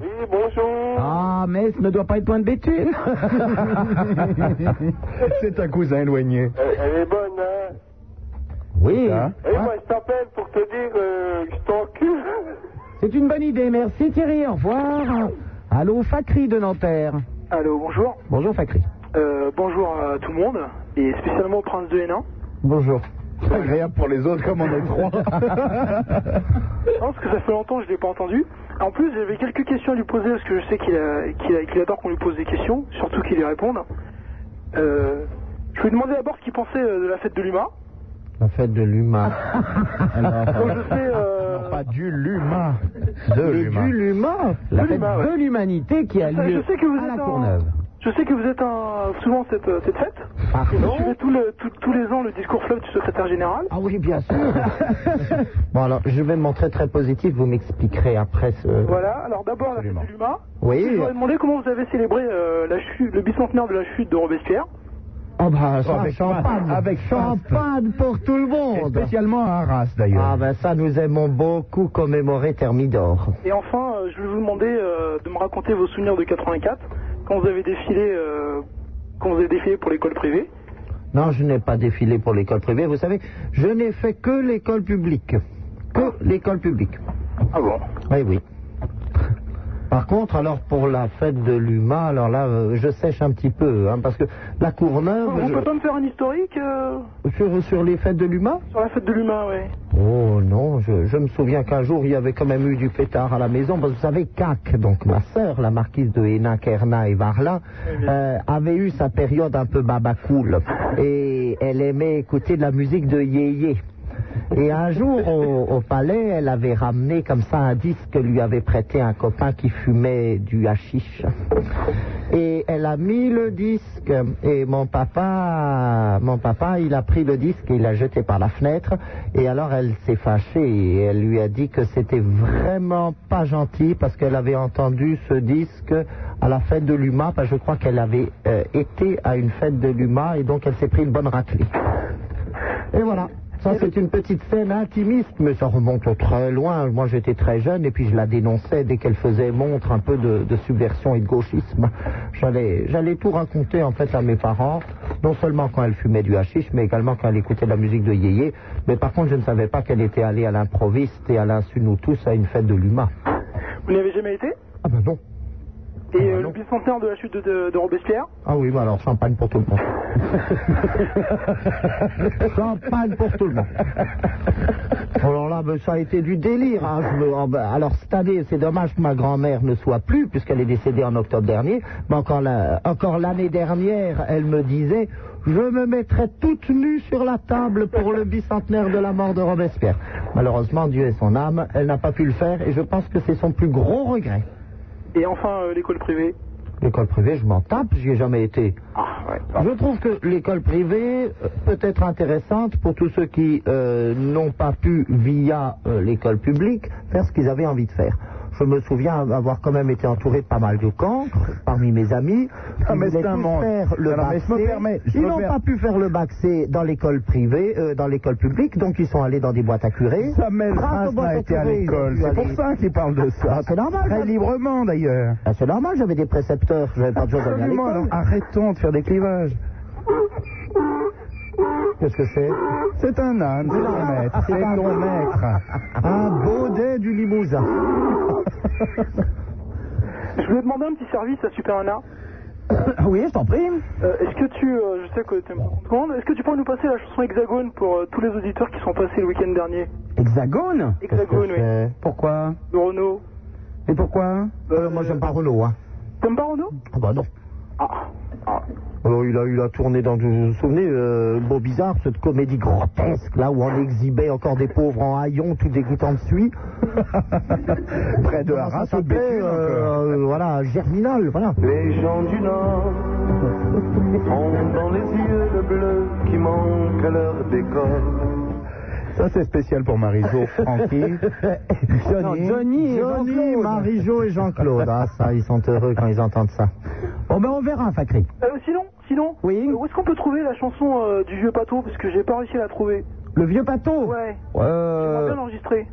S37: Oui, bonjour
S4: Ah, Metz ne doit pas être loin de Béthune.
S35: c'est un cousin éloigné.
S37: elle, Euh, elle est bonne, hein
S4: Oui.
S35: Hein
S37: Et
S4: Ah.
S37: moi, je t'appelle pour te dire euh, que je t'encule.
S4: C'est une bonne idée, merci Thierry, au revoir. Allô, Facry de Nanterre.
S10: Allô, bonjour.
S4: Bonjour Facry.
S10: Euh, bonjour à tout le monde, et spécialement au prince de Hénin.
S35: Bonjour. C'est agréable pour les autres, comme on est trois.
S10: Non, parce que ça fait longtemps que je ne l'ai pas entendu. En plus, j'avais quelques questions à lui poser, parce que je sais qu'il a- qu'il a- qu'il adore qu'on lui pose des questions, surtout qu'il y réponde. Euh, je lui ai demandé d'abord ce qu'il pensait euh, de la fête de l'humain.
S8: La fête de l'humain.
S10: Donc je sais... euh,
S8: Pas du l'humain.
S35: De
S4: Le
S35: l'humain.
S4: du l'humain, la fête
S10: l'humain, ouais.
S4: de l'humanité qui a
S10: je sais-
S4: lieu
S10: je sais que vous
S4: à la
S10: êtes en-
S4: Courneuve.
S10: Je sais que vous êtes un, souvent cette, euh, cette fête. Et vous suivez tout le- tout- tous les ans le discours fleuve du secrétaire général.
S8: Ah oui, bien sûr. Bon, alors, je vais me montrer très positif, vous m'expliquerez après ce...
S10: Voilà, alors d'abord la fête de l'humain.
S8: Oui.
S10: Je voudrais demander comment vous avez célébré euh, la chute- le bicentenaire de la chute de Robespierre.
S35: Oh, bah, ça,
S8: Avec champagne.
S35: Avec
S8: Champagne
S35: pour tout le monde. spécialement à Arras, d'ailleurs.
S8: Ah ben ça, nous aimons beaucoup commémorer Thermidor.
S10: Et enfin, euh, je vais vous demander euh, de me raconter vos souvenirs de 84, quand vous avez défilé, euh, quand vous avez défilé pour l'école privée.
S8: Non, je n'ai pas défilé pour l'école privée. Vous savez, je n'ai fait que l'école publique. Que l'école publique. Eh
S10: Ah bon
S8: Oui, oui. Par contre, alors pour la fête de l'humain, alors là, euh, je sèche un petit peu, hein, parce que la Courneuve,
S10: Vous
S8: je-
S10: pouvez pas me faire un historique euh,
S8: sur, sur les fêtes de l'humain
S10: sur la fête de l'humain, ouais.
S8: Oh non, je, je me souviens qu'un jour, il y avait quand même eu du pétard à la maison, parce que vous savez, CAC, donc ma sœur, la marquise de Hénin, Kernin et Varlin, euh, avait eu sa période un peu babacool, et elle aimait écouter de la musique de Yéyé. Et un jour, au, au palais, elle avait ramené comme ça un disque que lui avait prêté un copain qui fumait du hashish. Et elle a mis le disque. Et mon papa, mon papa, il a pris le disque et il l'a jeté par la fenêtre. Et alors, elle s'est fâchée et elle lui a dit que c'était vraiment pas gentil parce qu'elle avait entendu ce disque à la fête de l'UMA. Parce que je crois qu'elle avait euh, été à une fête de l'UMA et donc elle s'est pris une bonne raclée. Et voilà. Ça, c'est une petite scène intimiste, mais ça remonte au très loin. Moi, j'étais très jeune et puis je la dénonçais dès qu'elle faisait montre un peu de, de subversion et de gauchisme. J'allais, j'allais tout raconter, en fait, à mes parents, non seulement quand elle fumait du hashish, mais également quand elle écoutait de la musique de Yéyé. Mais par contre, je ne savais pas qu'elle était allée à l'improviste et à l'insu nous tous à une fête de l'humain.
S10: Vous n'y avez jamais été
S8: Ah ben non.
S10: Et euh, le bicentenaire de la chute de, de- de Robespierre
S8: Ah oui, bah alors, champagne pour tout le monde. Champagne pour tout le monde. Alors là, ben, ça a été du délire. hein. Je me- ah, ben, alors cette année, c'est dommage que ma grand-mère ne soit plus, puisqu'elle est décédée en octobre dernier. Mais encore la- encore l'année dernière, elle me disait, je me mettrai toute nue sur la table pour le bicentenaire de la mort de Robespierre. Malheureusement, Dieu est son âme, elle n'a pas pu le faire, et je pense que c'est son plus gros regret.
S10: Et enfin, euh, l'école privée Ah,
S8: L'école privée, je m'en tape, j'y ai jamais été. Je trouve que l'école privée euh, peut être intéressante pour tous ceux qui euh, n'ont pas pu, via euh, l'école publique, faire ce qu'ils avaient envie de faire. Je me souviens avoir quand même été entouré de pas mal de cancres parmi mes amis.
S35: Ah,
S8: Ils
S35: mais
S8: voulaient
S35: c'est un
S8: tous
S35: monde.
S8: faire le
S35: Alors,
S8: bac
S35: mais je me
S8: C.
S35: permets, je
S8: Ils
S35: me
S8: n'ont
S35: per-
S8: pas pu faire le bac C dans l'école privée, euh, dans l'école publique, donc ils sont allés dans des boîtes à curés. Ça
S35: Prince n'a été à l'école. C'est pour ça qu'il parle de ça.
S8: Ah, C'est normal.
S35: Très librement, d'ailleurs.
S8: Ah, c'est normal, j'avais des précepteurs, j'avais pas besoin d'aller à
S35: Absolument. Alors,
S8: l'école.
S35: arrêtons de faire des clivages.
S8: Qu'est-ce que c'est
S35: C'est un âne, c'est ton maître. C'est ton maître.
S8: Un baudet du Limousin.
S10: Je voulais demander un petit service à Super Nana.
S8: Ah
S38: Oui, je t'en prie.
S39: Euh, est-ce que tu, euh, je sais que t'aimes beaucoup tout le monde, est-ce que tu pourrais nous passer la chanson Hexagone pour euh, tous les auditeurs qui sont passés le week-end dernier
S4: Hexagone
S39: Hexagone, oui.
S4: Pourquoi
S39: De Renault.
S4: Et pourquoi
S40: Euh, Moi, j'aime pas Renault. Hein.
S39: T'aimes pas Renault
S40: Ah bah non. Alors il a, il a tourné dans, vous vous souvenez, euh, le beau bizarre, cette comédie grotesque là où on exhibait encore des pauvres en haillons tout dégoûtant de suie. Près de Arras, au Béthune, euh, voilà, Germinal, voilà.
S6: Les gens du Nord ont dans les yeux le bleu qui manque à leur décor.
S1: Ça, c'est spécial pour Marie-Jo, Francky,
S40: Johnny,
S4: Johnny et Jean-Claude.
S40: Marie-Jo et Jean-Claude. Ah ça, ils sont heureux quand ils entendent ça.
S4: Bon ben on verra, Fakri.
S39: Euh, sinon, sinon, euh, où est-ce qu'on peut trouver la chanson euh, du vieux Pato Parce que j'ai pas réussi à la trouver.
S4: Le vieux pâteau
S39: Ouais. J'aimerais
S4: Euh,
S39: bien l'enregistrer.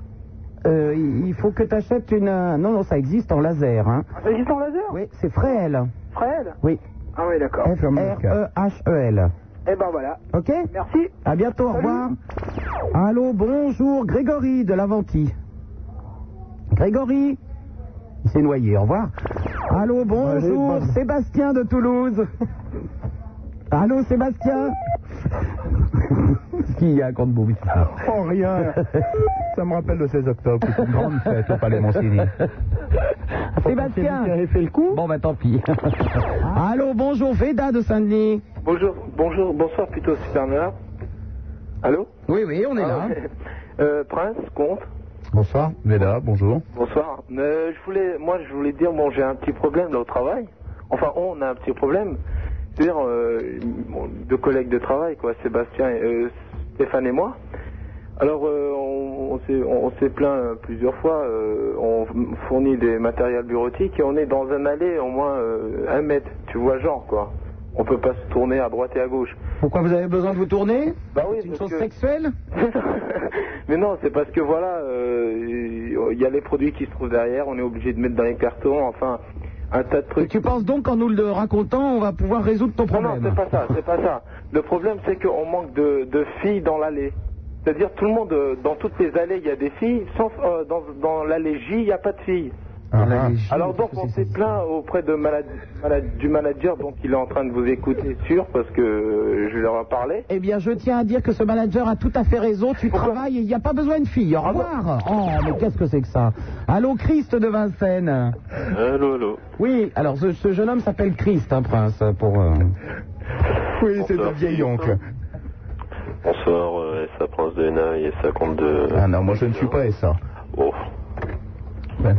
S4: euh, il il faut que t'achètes une... euh, Non, non, ça existe en laser. Hein.
S39: Ça existe en laser
S4: Oui. C'est Freel.
S39: Fred
S4: Oui.
S39: Ah oui, d'accord.
S4: E F-R-E-H-E-L.
S39: Eh ben voilà.
S4: Ok
S39: Merci.
S4: À bientôt, au revoir. Allô, bonjour, Grégory de l'Avanti. Grégory Il s'est noyé, au revoir. Allô, bonjour, Sébastien de Toulouse. Allô, Sébastien Qu'est-ce qu'il y a contre Boubissard
S1: Oh, rien. Ça me rappelle le 16 octobre, c'est une grande fête au Palais Monsigny.
S4: Sébastien fait le coup Bon, bah tant pis. Allô, bonjour, Veda de Saint-Denis.
S10: Bonjour, bonjour, bonsoir plutôt, Super Nana. Allô
S4: Oui, oui, on est
S1: Ah,
S4: là.
S10: Ah Euh, Prince, comte,
S1: Bonsoir, Veda, bonjour.
S10: bonsoir. Euh, je voulais, moi, je voulais dire, bon, j'ai un petit problème là au travail. Enfin, on a un petit problème. C'est-à-dire, euh, bon, deux collègues de travail, quoi, Sébastien et euh, Stéphane et moi. Alors, euh, on, on s'est- on- on s'est plaint euh, plusieurs fois. euh, on fournit des matériels bureautiques et on est dans un allée au moins euh, un mètre, tu vois, genre, quoi. On peut pas se tourner à droite et à gauche.
S4: Pourquoi vous avez besoin de vous tourner
S10: Bah oui,
S4: C'est une
S10: parce
S4: chose
S10: que-
S4: sexuelle
S10: Mais non, c'est parce que voilà, euh, il y a les produits qui se trouvent derrière, on est obligé de mettre dans les cartons, enfin, un tas de trucs.
S4: Tu penses donc qu'en nous le racontant, on va pouvoir résoudre ton
S10: Non,
S4: problème
S10: c'est pas ça, c'est pas ça. Le problème, c'est qu'on manque de, de filles dans l'allée. C'est-à-dire, tout le monde, euh, dans toutes les allées, il y a des filles, sauf euh, dans, dans l'allée J, il n'y a pas de filles.
S4: Ah,
S10: Ah. Alors donc, on s'est plaint auprès de malade- malade- du manager, donc il est en train de vous écouter, sûr, parce que euh, je leur en parlais.
S4: Eh bien, je tiens à dire que ce manager a tout à fait raison. Tu travailles et il n'y a pas besoin de filles. Au revoir. Oh, mais qu'est-ce que c'est que ça Allô, Christ de Vincennes.
S9: Allô, allô.
S4: Oui, alors ce, ce jeune homme s'appelle Christ, hein, prince, pour... euh,
S9: Oui,
S1: c'est un vieil oncle.
S9: Bonsoir, euh, SA Prince de Hénaille, et SA Comte de.
S1: Ah non, moi je ne suis pas ça.
S9: Oh,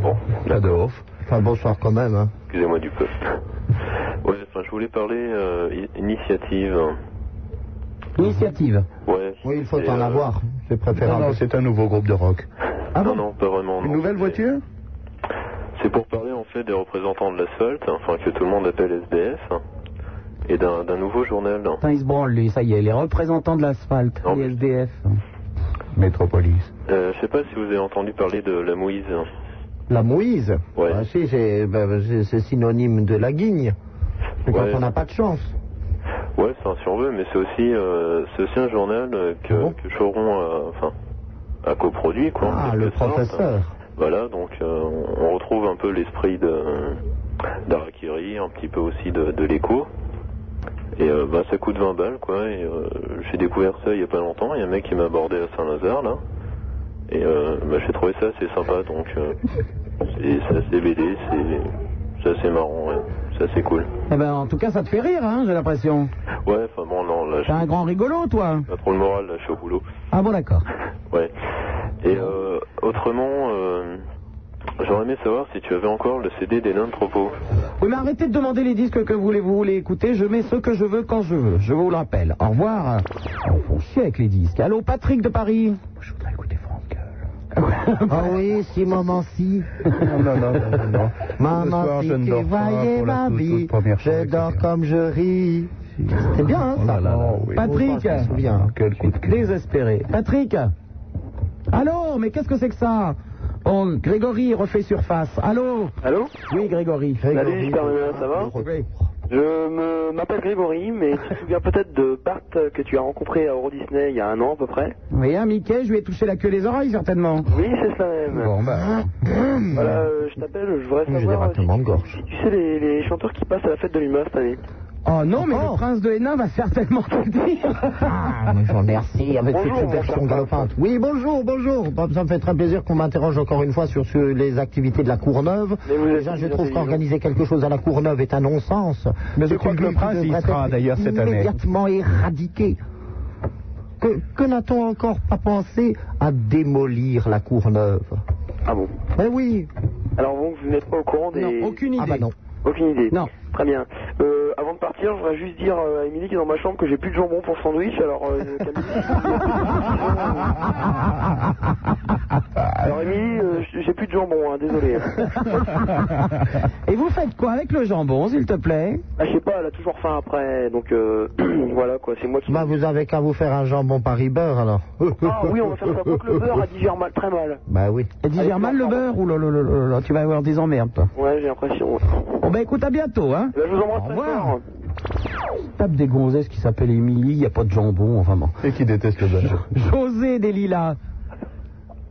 S1: Bon, pas de off.
S40: Enfin, bonsoir quand même. Hein.
S9: excusez-moi du peu. Ouais, enfin, je voulais parler euh, i- initiative.
S4: Initiative
S9: Ouais.
S40: Oui, il faut
S9: c'est,
S40: en
S9: euh,
S40: avoir, c'est préférable.
S1: Non, non, c'est un nouveau groupe de rock.
S9: non, non, pas vraiment.
S1: Une
S9: non.
S1: nouvelle voiture
S9: C'est pour parler en fait des représentants de l'asphalte, enfin que tout le monde appelle SBS, et d'un d'un nouveau journal.
S4: Putain, il se branle, lui, ça y est, les représentants de l'asphalte, les SDF.
S1: Métropolis.
S9: Euh, je sais pas si vous avez entendu parler de la Moïse.
S40: La Moïse
S9: Ouais.
S40: Ah, si, c'est ben, c'est- c'est synonyme de la guigne. Mais quand
S9: Ouais.
S40: on n'a pas de chance.
S9: Ouais, c'est un surveu, mais c'est aussi, euh, c'est aussi un journal euh, que, que Choron a, enfin, a coproduit, quoi.
S40: Ah, le professeur.
S9: Voilà, donc euh, on- on retrouve un peu l'esprit de- d'Arakiri, un petit peu aussi de, de l'écho. Et euh, bah, ça coûte 20 balles, quoi. Et euh, j'ai découvert ça il y a pas longtemps. Il y a un mec qui m'a abordé à Saint-Lazare, là. Et euh, bah, j'ai trouvé ça assez sympa, donc euh, c'est c'est assez BD, c'est c'est assez marrant, ouais. c'est assez cool.
S4: Eh ben, en tout cas, ça te fait rire, hein, j'ai l'impression.
S9: Ouais, enfin bon, non, là, Ah.
S4: T'es un grand rigolo, toi.
S9: j'ai pas trop le moral, là, je suis au boulot.
S4: Ah bon, d'accord.
S9: Ouais. Et euh, autrement, euh, j'aurais aimé savoir si tu avais encore le CD des non-tropos.
S4: Oui, mais arrêtez de demander les disques que vous voulez, vous voulez écouter. Je mets ceux que je veux quand je veux. Je vous le rappelle. Au revoir. On font chier avec les disques. Allô, Patrick de Paris. Oh
S40: Ah oui, si maman si.
S1: Non, non, non, non, non.
S40: Maman
S1: Ce soir,
S40: si,
S1: je ne
S40: tu
S1: dors pas
S40: voyais
S1: pour la
S40: ma
S1: toute,
S40: vie.
S1: toute première
S40: Je dors comme je ris. C'est bien,
S1: Oh
S40: hein, ça.
S4: Patrick.
S40: Je me souviens.
S1: Quel coup de
S4: Désespéré. Patrick. Allô, mais qu'est-ce que c'est que ça Oh, Grégory refait surface. Allô
S10: Allô
S4: Oui, Grégory.
S10: Salut, Super Nana, ça va
S4: Oui.
S10: Je me- m'appelle Grégory, mais tu te souviens peut-être de Bart euh, que tu as rencontré à Euro Disney il y a un an à peu près
S4: Mais hein, Mickey, je lui ai touché la queue des oreilles, certainement.
S10: Oui, c'est ça même.
S4: Bon, bah.
S10: Ah. Voilà, euh, je t'appelle, je voudrais savoir euh, si tu sais les, les chanteurs qui passent à la fête de l'humain cette année.
S4: Oh non, mais le prince de Hénin va certainement te dire.
S8: Ah, mais je vous remercie, avec
S4: Bonjour,
S8: cette
S4: mon
S8: version galopante. Oui, bonjour, bonjour. Bon, Ça me fait très plaisir qu'on m'interroge encore une fois sur ce- les activités de la Courneuve. Déjà, je trouve qu'organiser quelque chose à la Courneuve est un non-sens.
S6: Mais je
S8: C'est
S6: crois
S8: une
S6: que le
S8: ville qui
S6: prince y
S8: devrait
S6: sera,
S8: être
S6: d'ailleurs, cette année.
S8: Immédiatement éradiqué. Que, que n'a-t-on encore pas pensé à démolir la Courneuve
S10: Ah bon
S8: Eh oui,
S10: Alors bon, vous n'êtes pas au courant des...
S4: aucune
S10: idée.
S8: Ah, bah non.
S10: Aucune idée Non. Très bien. Euh, avant de partir, je voudrais juste dire euh, à Émilie qui est dans ma chambre que j'ai plus de jambon pour sandwich, alors... euh, qu'Émilie- alors Émilie, euh, j'ai plus de jambon, hein, désolé.
S4: Et vous faites quoi avec le jambon, s'il te plaît
S10: Ah, je sais pas, elle a toujours faim après, donc euh, voilà quoi, c'est moi qui...
S8: bah, vous avez qu'à vous faire un jambon Paris-Beurre alors.
S10: Ah oui, on va faire ça, quoi que le beurre, elle digère mal, très mal.
S8: Bah oui.
S4: Et digère mal le beurre ou le, le- le- le- le- tu vas avoir des emmerdes, toi.
S10: Ouais, j'ai l'impression.
S4: Bon, bah écoute, à bientôt, hein.
S10: Là, je vous embrasse très fort.
S4: Tape des gonzesses qui s'appellent Émilie, il n'y a pas de jambon, enfin bon.
S6: Et qui déteste le beurre.
S4: José des Lilas.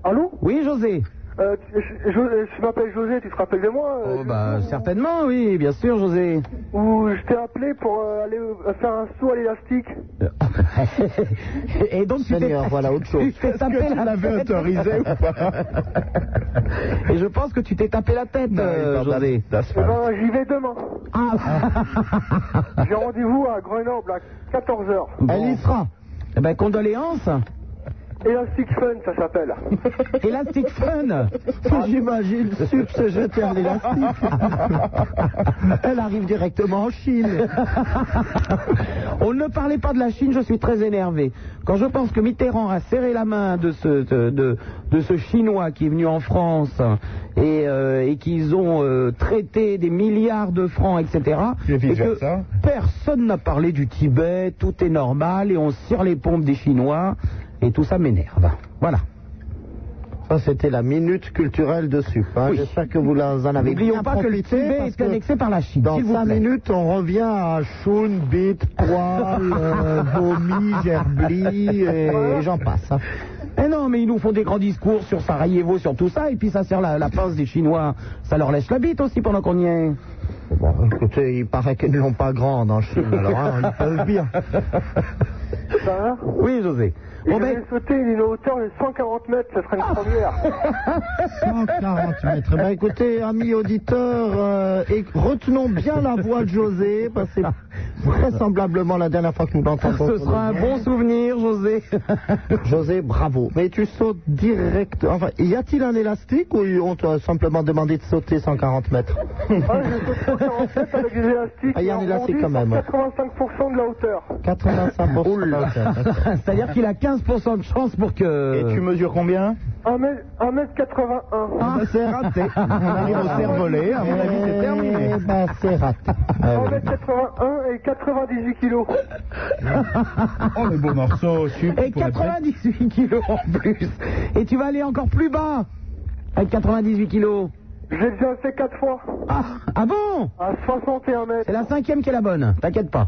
S9: Allô
S4: Oui, José.
S9: Euh, je je- je m'appelle José, tu te rappelles de moi euh,
S4: Oh, bah, certainement, oui, bien sûr, José.
S9: Ou je t'ai appelé pour euh, aller euh, faire un saut à l'élastique.
S4: Et donc, tu t'es...
S8: voilà autre chose.
S4: Tu t'es tapé la tête.
S6: autorisé ou pas
S4: Et je pense que tu t'es tapé la tête, euh, José. Ah,
S9: Eh ben, j'y vais demain. J'ai rendez-vous à Grenoble à 14h.
S4: Elle y sera. Eh ben, condoléances.
S9: Elastic Fun, ça s'appelle.
S4: Elastic Fun.
S8: J'imagine Sup se jeter à l'élastique. Elle arrive directement en Chine.
S4: On ne parlait pas de la Chine, je suis très énervé. Quand je pense que Mitterrand a serré la main de ce, de, de- de ce Chinois qui est venu en France et, euh, et qu'ils ont euh, traité des milliards de francs, etc.
S6: Et
S4: Et
S6: vice
S4: que
S6: versa.
S4: personne n'a parlé du Tibet, tout est normal et on cire les pompes des Chinois et tout ça m'énerve. Voilà.
S8: Ça, c'était la minute culturelle de Sup. hein. J'espère que vous la- en avez
S4: N'oublions
S8: bien
S4: pas que le
S8: profité.
S4: Tibet
S8: parce
S4: est annexé par la Chine.
S8: Dans
S4: s'il vous
S8: 5
S4: plaît.
S8: minutes, on revient à choune, bite, poil, euh, vomi, gerbli, et, et j'en passe. hein.
S4: Eh non, mais ils nous font des grands discours sur Sarajevo, sur tout ça, et puis ça sert la, la pince des Chinois. Ça leur lèche la bite aussi pendant qu'on y est.
S8: Bon, écoutez, il paraît qu'ils ne l'ont pas grande en Chine, alors hein, ils peuvent bien.
S9: Ça va
S4: Oui, José.
S9: Et
S4: ben,
S9: je vais sauter d'une hauteur de 140 mètres, ça serait une première.
S4: Ah.
S8: 140
S4: Eh
S8: mètres. Ben, écoutez, amis auditeurs, euh, et retenons bien la voix de José, parce que c'est vraisemblablement la dernière fois que nous l'entendons.
S4: Ce sera un bon souvenir, José.
S8: José, bravo. Mais tu sautes direct. Enfin, y a-t-il un élastique ou on t'a simplement demandé de sauter 140 mètres
S9: Ah, je saute 140 mètres avec des élastiques.
S8: Ah, il y a un
S9: et on
S8: élastique
S9: rebondit
S8: quand même.
S9: sur 85% de la hauteur.
S8: 85%.
S4: C'est-à-dire qu'il a 15% de chance pour que. Et tu
S6: mesures combien
S9: 1m, 1m81.
S8: Ah, c'est raté. On arrive
S6: au cerf-volet, à mon avis, c'est terminé.
S8: Eh ben, c'est raté. Ah oui.
S9: 1m81 et 98 kilos.
S6: Oh, le beau morceau, super.
S4: Et 98 kilos en plus. Et tu vas aller encore plus bas. Avec 98 kilos.
S9: J'ai déjà fait 4 fois.
S4: Ah, ah bon
S9: À 61 mètres.
S4: C'est la cinquième qui est la bonne. T'inquiète pas.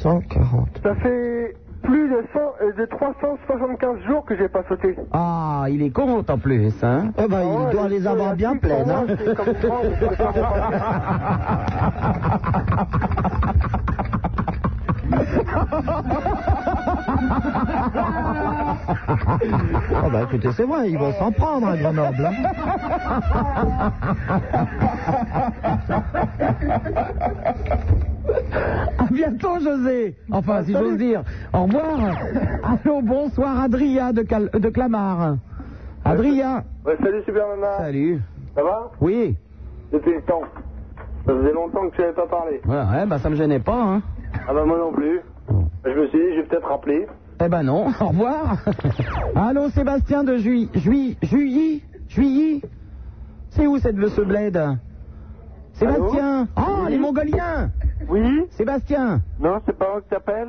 S8: 140.
S9: Ça fait plus de, 100, euh, de 375 jours que j'ai pas sauté.
S4: Ah, il est con en plus, hein
S8: Eh ben, il doit les avoir bien pleines. hein. Ah bah écoutez, c'est vrai, ils vont s'en prendre à Grenoble. hein.
S4: À bientôt, José. Enfin, si j'ose dire. Au revoir. Allô, bonsoir, Adria de, Cal- de Clamart. Adria.
S10: Ouais, salut Super Nana.
S4: Salut.
S10: Ça va
S4: Oui.
S10: C'était le temps. Ça faisait longtemps que tu n'avais pas parlé.
S4: Voilà, eh
S8: bah,
S4: ben, ça me gênait pas, hein.
S10: Ah bah moi non plus. Je me suis dit, je vais peut-être rappeler.
S4: Eh ben non, au revoir. Allô, Sébastien de Juilly. Juilly Juilly Juilly C'est où cette, ce bled Sébastien Oh, les Mongoliens
S9: Oui
S4: Sébastien
S9: Non, c'est pas moi que t'appelles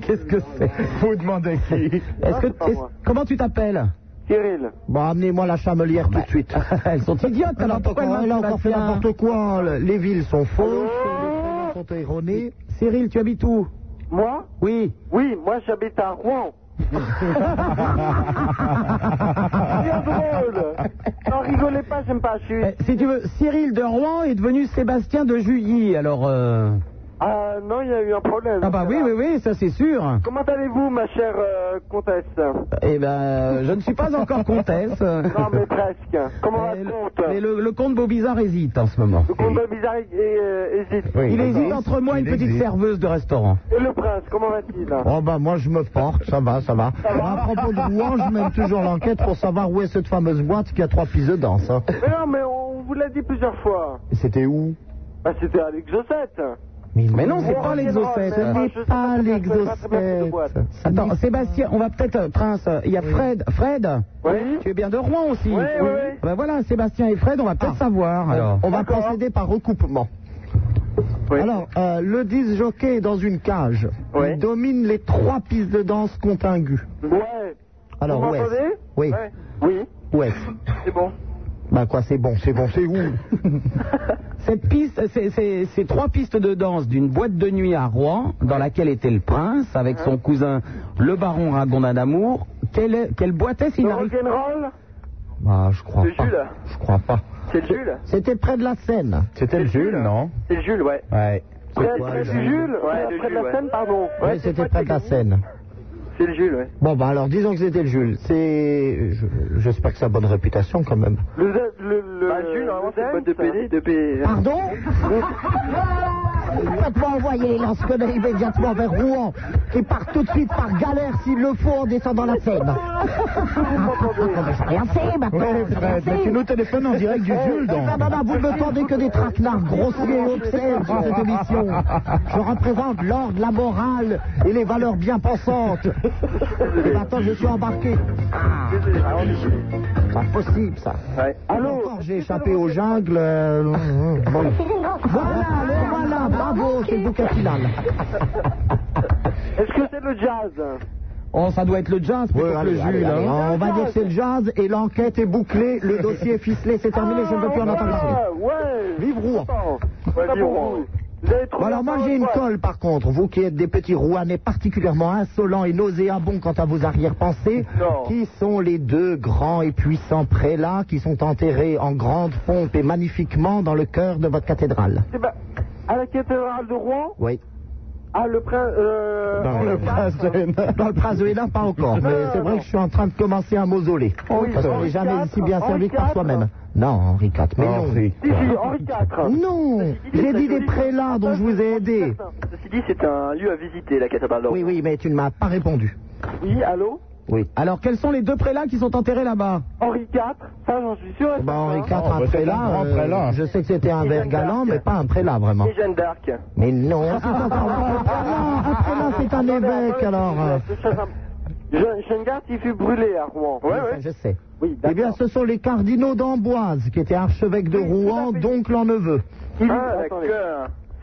S4: Qu'est-ce que c'est
S6: Vous demandez qui
S4: Est-ce que- est-ce- Comment tu t'appelles
S9: Kirill.
S8: Bon, amenez-moi la chamelière tout de suite.
S4: Elles sont idiotes, alors pourquoi
S8: elle a encore fait n'importe quoi le- Les villes sont fausses, les prénoms sont erronés.
S4: Cyril, tu habites où
S10: Moi
S4: Oui.
S10: Oui, moi j'habite à Rouen. Bien drôle N'en rigolez pas, j'aime pas, je suis...
S8: Eh.
S4: Si tu veux, Cyril de Rouen est devenu Sébastien de Juilly, alors... euh,
S10: Ah non, il y a eu un problème.
S4: Ah bah oui, oui, oui, ça c'est sûr.
S10: Comment allez-vous, ma chère euh, comtesse
S4: Eh ben, je ne suis pas encore comtesse.
S10: Non, mais presque. Comment va le comte
S4: Mais le, le comte Beaubizarre hésite en ce moment.
S10: Le comte bizarre et, euh, hésite.
S4: Il hésite entre moi et une petite serveuse de restaurant.
S10: Et le prince, comment va-t-il
S8: Oh bah moi je me porte, ça va, ça va. À propos de Rouen, je mène toujours l'enquête pour savoir où est cette fameuse boîte qui a trois pistes dedans, ça.
S10: Mais non, mais on vous l'a dit plusieurs fois.
S8: hein. C'était où
S10: Bah, c'était à l'exocète.
S4: Mais non, c'est
S10: On
S4: pas
S10: reviendra,
S4: l'exocète.
S10: mais enfin,
S4: C'est
S10: je sais
S4: pas
S10: pourquoi je connais pas très bien cette
S4: l'exocète.
S10: boîte.
S4: Attends, Sébastien, on va peut-être, euh, Prince, euh, il y a Fred. Fred Tu es bien de Rouen aussi
S8: Oui, oui, oui.
S4: Ben voilà, Sébastien et Fred, on va peut-être savoir. Alors.
S8: On va procéder par recoupement. Alors, euh, le disjockey est dans une cage. Il domine les trois pistes de danse contingues.
S10: Ouais.
S8: Alors,
S10: vous
S8: ouais.
S10: m'entendez
S8: Oui.
S10: Ouais. Oui.
S8: Ouais.
S10: C'est bon.
S8: Bah quoi, c'est bon, c'est bon, c'est où
S4: Cette piste, c'est- c'est c'est trois pistes de danse d'une boîte de nuit à Rouen, dans laquelle était le prince, avec
S10: Ah.
S4: son cousin, le baron Ragondin d'Amour. Quelle, est- quelle boîte est-ce il
S10: Le
S4: arrive
S10: rock'n'roll
S8: Bah, je crois
S10: Le Jules
S8: Je crois pas.
S10: C'est le Jules
S8: C'était près de la Seine.
S41: C'était le Jules, non
S10: C'est le Jules, ouais.
S41: Ouais.
S10: Près
S8: quoi,
S10: près
S8: le
S10: du
S8: Jules
S10: Jules
S8: Ouais,
S10: Ouais,
S8: le
S10: près
S8: Jules,
S10: de la
S8: ouais.
S10: Seine, pardon.
S8: Oui, c'était près de la Seine.
S10: C'est le Jules, ouais.
S8: Bon, bah alors disons que c'était le Jules. C'est. je- J'espère que ça a bonne réputation quand même.
S10: Le Z, le. le bah, Jules, normalement, c'est boîte de PD, de PD.
S8: Pardon Faites-moi envoyer les lance-conneries immédiatement vers Rouen et part tout de suite par galère s'il le faut en descendant la Seine. J'ai rien fait maintenant. j'ai rien fait.
S41: tu nous téléphones en direct du Jules, donc.
S8: Ah, bah, bah, vous me tendez que des traquenards grossiers et obscènes sur cette émission. Je représente l'ordre, la morale et les valeurs bien pensantes. Et maintenant, je suis embarqué. Ah, pas possible, ça. Allô J'ai échappé aux jungles. euh, bon. Voilà, le voilà, bravo, c'est le bouquet final.
S10: Est-ce que c'est le jazz
S4: Oh, ça doit être le jazz, plutôt que le
S8: Allez, allez,
S4: Jules.
S8: allez,
S4: hein.
S8: on va dire que c'est le jazz et l'enquête est bouclée, le dossier est ficelé, c'est terminé, je ne veux plus en entendre parler.
S10: Ah, Ouais
S8: Vive Rouen.
S10: Ouais, vive Rouen. Vous avez trouvé
S8: Alors
S10: la
S8: moi
S10: parole,
S8: j'ai une
S10: quoi
S8: colle par contre, vous qui êtes des petits Rouennais particulièrement insolents et nauséabonds quant à vos arrière-pensées,
S10: Non.
S8: qui sont les deux grands et puissants prélats qui sont enterrés en grande pompe et magnifiquement dans le cœur de votre cathédrale.
S10: Eh ben, à la cathédrale de Rouen
S8: Oui.
S10: Ah, le prince. Euh,
S8: Dans le prince de Hénin. pas encore, mais c'est vrai que je suis en train de commencer un mausolée.
S10: Henri
S8: parce qu'on n'est
S10: IV,
S8: jamais si bien servi
S10: Henri
S8: que par
S10: IV.
S8: soi-même. Non, Henri IV, mais non.
S10: Si, si, Henri IV.
S8: Non, j'ai dit des prélats dont je vous ai aidé.
S42: Ceci dit, c'est un lieu à visiter, la cathédrale de
S8: Oui, oui, mais tu ne m'as pas répondu.
S10: Oui, allô
S8: Oui.
S4: Alors, quels sont les deux prélats qui sont enterrés là-bas
S10: Henri IV Ça, j'en suis sûr.
S8: Bah, Henri IV,
S10: Non,
S8: un
S10: bah, c'est
S8: prélat,
S10: un grand
S8: euh,
S10: prélat.
S8: je sais que c'était un
S10: Et
S8: verre
S10: Jeanne
S8: galant,
S10: d'Arc.
S8: mais pas un prélat vraiment.
S10: Et Jeanne d'Arc.
S8: Mais non, c'est pas un prélat, un prélat, c'est un évêque alors. euh,
S10: Je- Jeanne d'Arc, il fut brûlé à Rouen. Ouais, ouais.
S8: Je sais.
S10: Oui,
S8: Eh bien, ce sont les cardinaux d'Amboise qui étaient archevêques de Rouen, d'oncle en neveu.
S10: Ah, d'accord.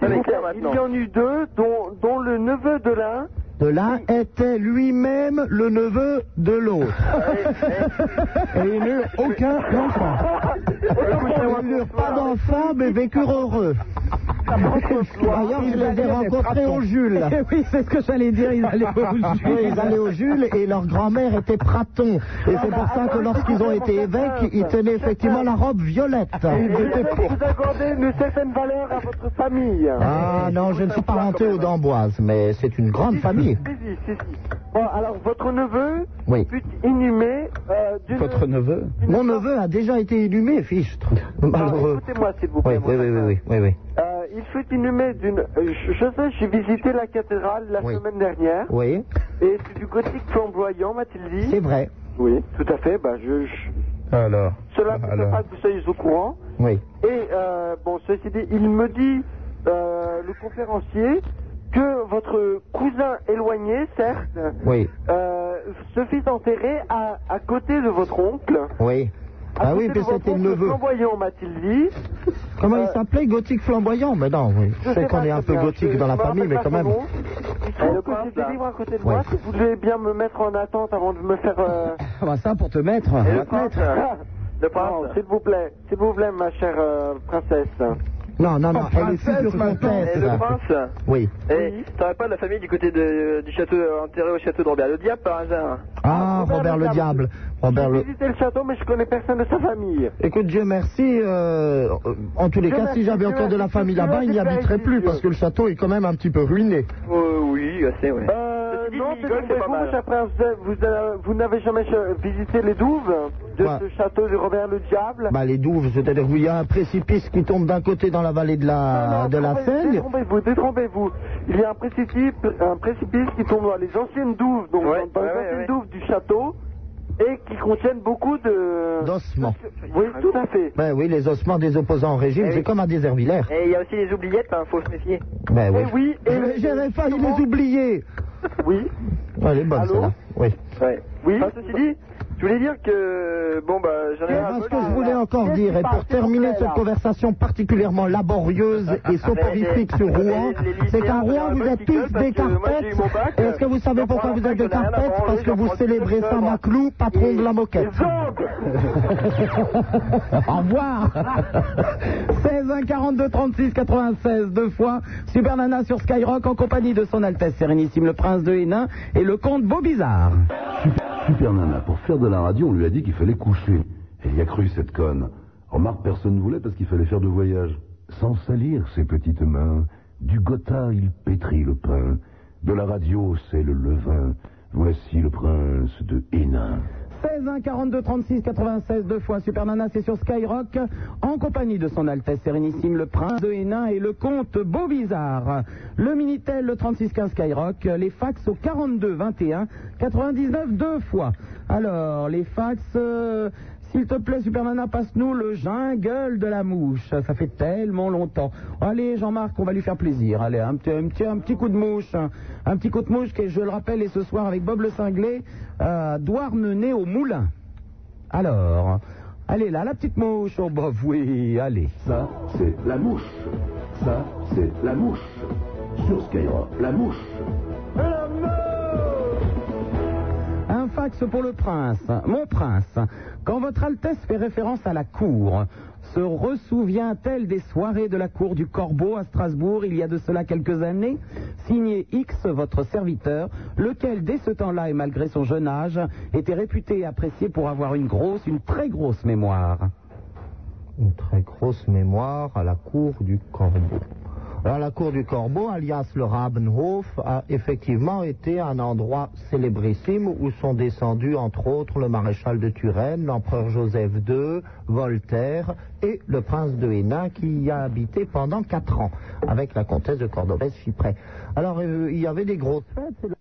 S10: Il y en eut deux, dont, dont le neveu de l'un.
S8: De l'un était lui-même le neveu de l'autre. Et ils n'eurent aucun enfant. Ils n'eurent pas d'enfant, mais vécurent heureux. D'ailleurs, je les ai rencontrés au Jules.
S4: oui, c'est ce que j'allais dire, ils allaient au
S8: Oui,
S4: Jules.
S8: ils allaient au Jules et leur grand-mère était praton.
S4: Ah,
S8: Et c'est
S4: bah,
S8: pour ça que lorsqu'ils ont été évêques, ils tenaient effectivement la robe violette.
S10: Vous accordez une certaine valeur à votre famille.
S8: Ah non, je ne suis pas renté aux d'Amboise, mais c'est une grande famille.
S10: Si, si, si, si. Bon, alors, votre neveu
S8: Oui.
S10: fut inhumé euh, d'une...
S41: Votre neveu
S8: Mon neveu a déjà été inhumé, fichtre.
S10: Alors,
S8: Malheureux.
S10: Écoutez-moi, s'il vous
S8: Oui,
S10: plaît.
S8: oui, oui, oui, oui, oui, oui.
S10: Euh, il fut inhumé d'une... euh, Je, je sais, j'ai visité la cathédrale la semaine dernière.
S8: Oui,
S10: Et c'est du gothique flamboyant, m'a-t-il dit.
S8: c'est vrai.
S10: Oui, tout à fait. Bah, je, je-
S41: Alors.
S10: Cela ne peut pas que vous soyez au courant.
S8: Oui.
S10: Et euh, bon, ceci dit, il me dit, euh, le conférencier, que votre cousin éloigné, certes,
S8: Oui,
S10: euh, se fit enterrer à, à côté de votre oncle.
S8: oui.
S10: À
S8: Ah oui,
S10: côté de
S8: mais
S10: votre
S8: c'était le
S10: oncle
S8: neveu.
S10: flamboyant, m'a-t-il dit.
S8: Comment il s'appelait Gothique flamboyant Mais non, oui. je sais qu'on est un peu gothique dans la famille, mais quand même.
S10: Il se trouve que j'ai des livres à côté de moi. Si vous voulez bien me mettre en attente avant de me faire euh,
S4: Ah bah ça, pour te mettre.
S17: Et
S4: on
S17: le
S4: va te
S17: prince,
S4: mettre.
S17: euh, le prince, s'il vous plaît, s'il vous plaît, ma chère euh, princesse.
S8: Non, non, non,
S17: Oh,
S8: elle est
S17: princesse,
S8: future
S17: maintenant.
S8: comtesse.
S17: Et le prince
S8: Oui.
S17: Eh, t'aurais pas de la famille du côté de- du château, euh, enterré au château de Robert le Diable par hasard
S8: Ah, Robert le Diable. Robert le...
S17: Visiter le château, mais je connais personne de sa famille.
S8: Écoute, Dieu merci, euh, en tous les
S17: Dieu
S8: cas,
S17: merci,
S8: si j'avais
S17: Dieu
S8: encore de la
S17: merci,
S8: famille
S17: Dieu
S8: là-bas, il n'y
S17: merci,
S8: habiterait
S17: Dieu
S8: plus
S17: merci.
S8: parce que le château est quand même un petit peu ruiné.
S17: Euh, oui, assez, oui. Euh, non, mais vous, ma chère princesse, vous, euh, vous n'avez jamais euh, visité les douves de
S8: Ouais.
S17: ce château de Robert le Diable
S8: Bah, les douves, c'est-à-dire qu'il y a un précipice qui tombe d'un côté dans la vallée de la, de la Seigne.
S17: Détrompez-vous, détrompez-vous. Il y a un précipice, un précipice qui tombe dans les anciennes douves, donc dans, dans les anciennes douves du château, et qui contiennent beaucoup de...
S8: D'ossements.
S17: Oui,
S10: Ah,
S17: tout à fait.
S8: Ben oui, les ossements des opposants au régime,
S17: Eh
S8: c'est
S17: oui.
S8: comme à Déservillers.
S17: Et il y a aussi les oubliettes,
S10: hein,
S17: il faut se méfier.
S8: Ben oui.
S17: oui,
S8: et j'avais failli les oublier.
S17: Oui.
S8: Elle est bonne, celle-là. Oui.
S17: Ouais. Oui. Enfin, ceci dit, je voulais dire que bon bah j'en ai
S8: Voilà
S17: un
S8: Hein, ce
S17: peu.
S8: que je voulais encore
S17: Qu'est-ce
S8: dire,
S17: qui
S8: et
S17: parle,
S8: pour
S17: s'il vous
S8: terminer
S17: plaît,
S8: cette
S17: là
S8: conversation particulièrement laborieuse et soporifique sur Rouen, c'est qu'à Rouen, vous êtes tous des carpettes. Et Est-ce que vous savez pourquoi vous êtes des carpettes Parce que vous célébrez Saint-Maclou, patron de la moquette.
S4: Au revoir 16 1 42 36 96 deux fois Super Nana sur Skyrock en compagnie de son Altesse Sérénissime le Prince de Hénin et le Comte Beaubizarre.
S1: Super, super Nana, pour faire de la radio, on lui a dit qu'il fallait coucher. Et il y a cru, cette conne. Remarque, personne ne voulait parce qu'il fallait faire de voyage. Sans salir ses petites mains, du gotha il pétrit le pain, de la radio c'est le levain. Voici le prince de Hénin.
S4: 16 1 42 36 96 deux fois Super Nana c'est sur Skyrock en compagnie de son Altesse Sérénissime le Prince de Hénin et le Comte Beaubizarre. Le Minitel le 36 15 Skyrock, les fax au 42 21 99 deux fois. Alors les fax euh, s'il te plaît, Super Nana, passe-nous le jungle de la mouche. Ça fait tellement longtemps. Allez, Jean-Marc, on va lui faire plaisir. Allez, un petit, un petit, un petit coup de mouche. hein. Un petit coup de mouche qui, je le rappelle, est ce soir avec Bob le Cinglé, euh, Douarnenez au Moulin. Alors, allez là, la petite mouche. Oh, Bob, oui, allez.
S1: Ça, c'est la mouche. Ça, c'est la mouche. Sur Skyrock, la mouche.
S4: Un fax pour le prince. Mon prince, quand votre Altesse fait référence à la cour, se ressouvient-elle des soirées de la cour du Corbeau à Strasbourg il y a de cela quelques années Signé X, votre serviteur, lequel dès ce temps-là et malgré son jeune âge était réputé et apprécié pour avoir une grosse, une très grosse mémoire.
S8: Une très grosse mémoire à la cour du Corbeau. Alors, la cour du Corbeau, alias le Rabenhof, a effectivement été un endroit célébrissime où sont descendus, entre autres, le maréchal de Turenne, l'empereur Joseph II, Voltaire et le prince de Hénin qui y a habité pendant quatre ans avec la comtesse de Cordovez-Chypre. Alors, euh, il y avait des grosses fêtes. et la-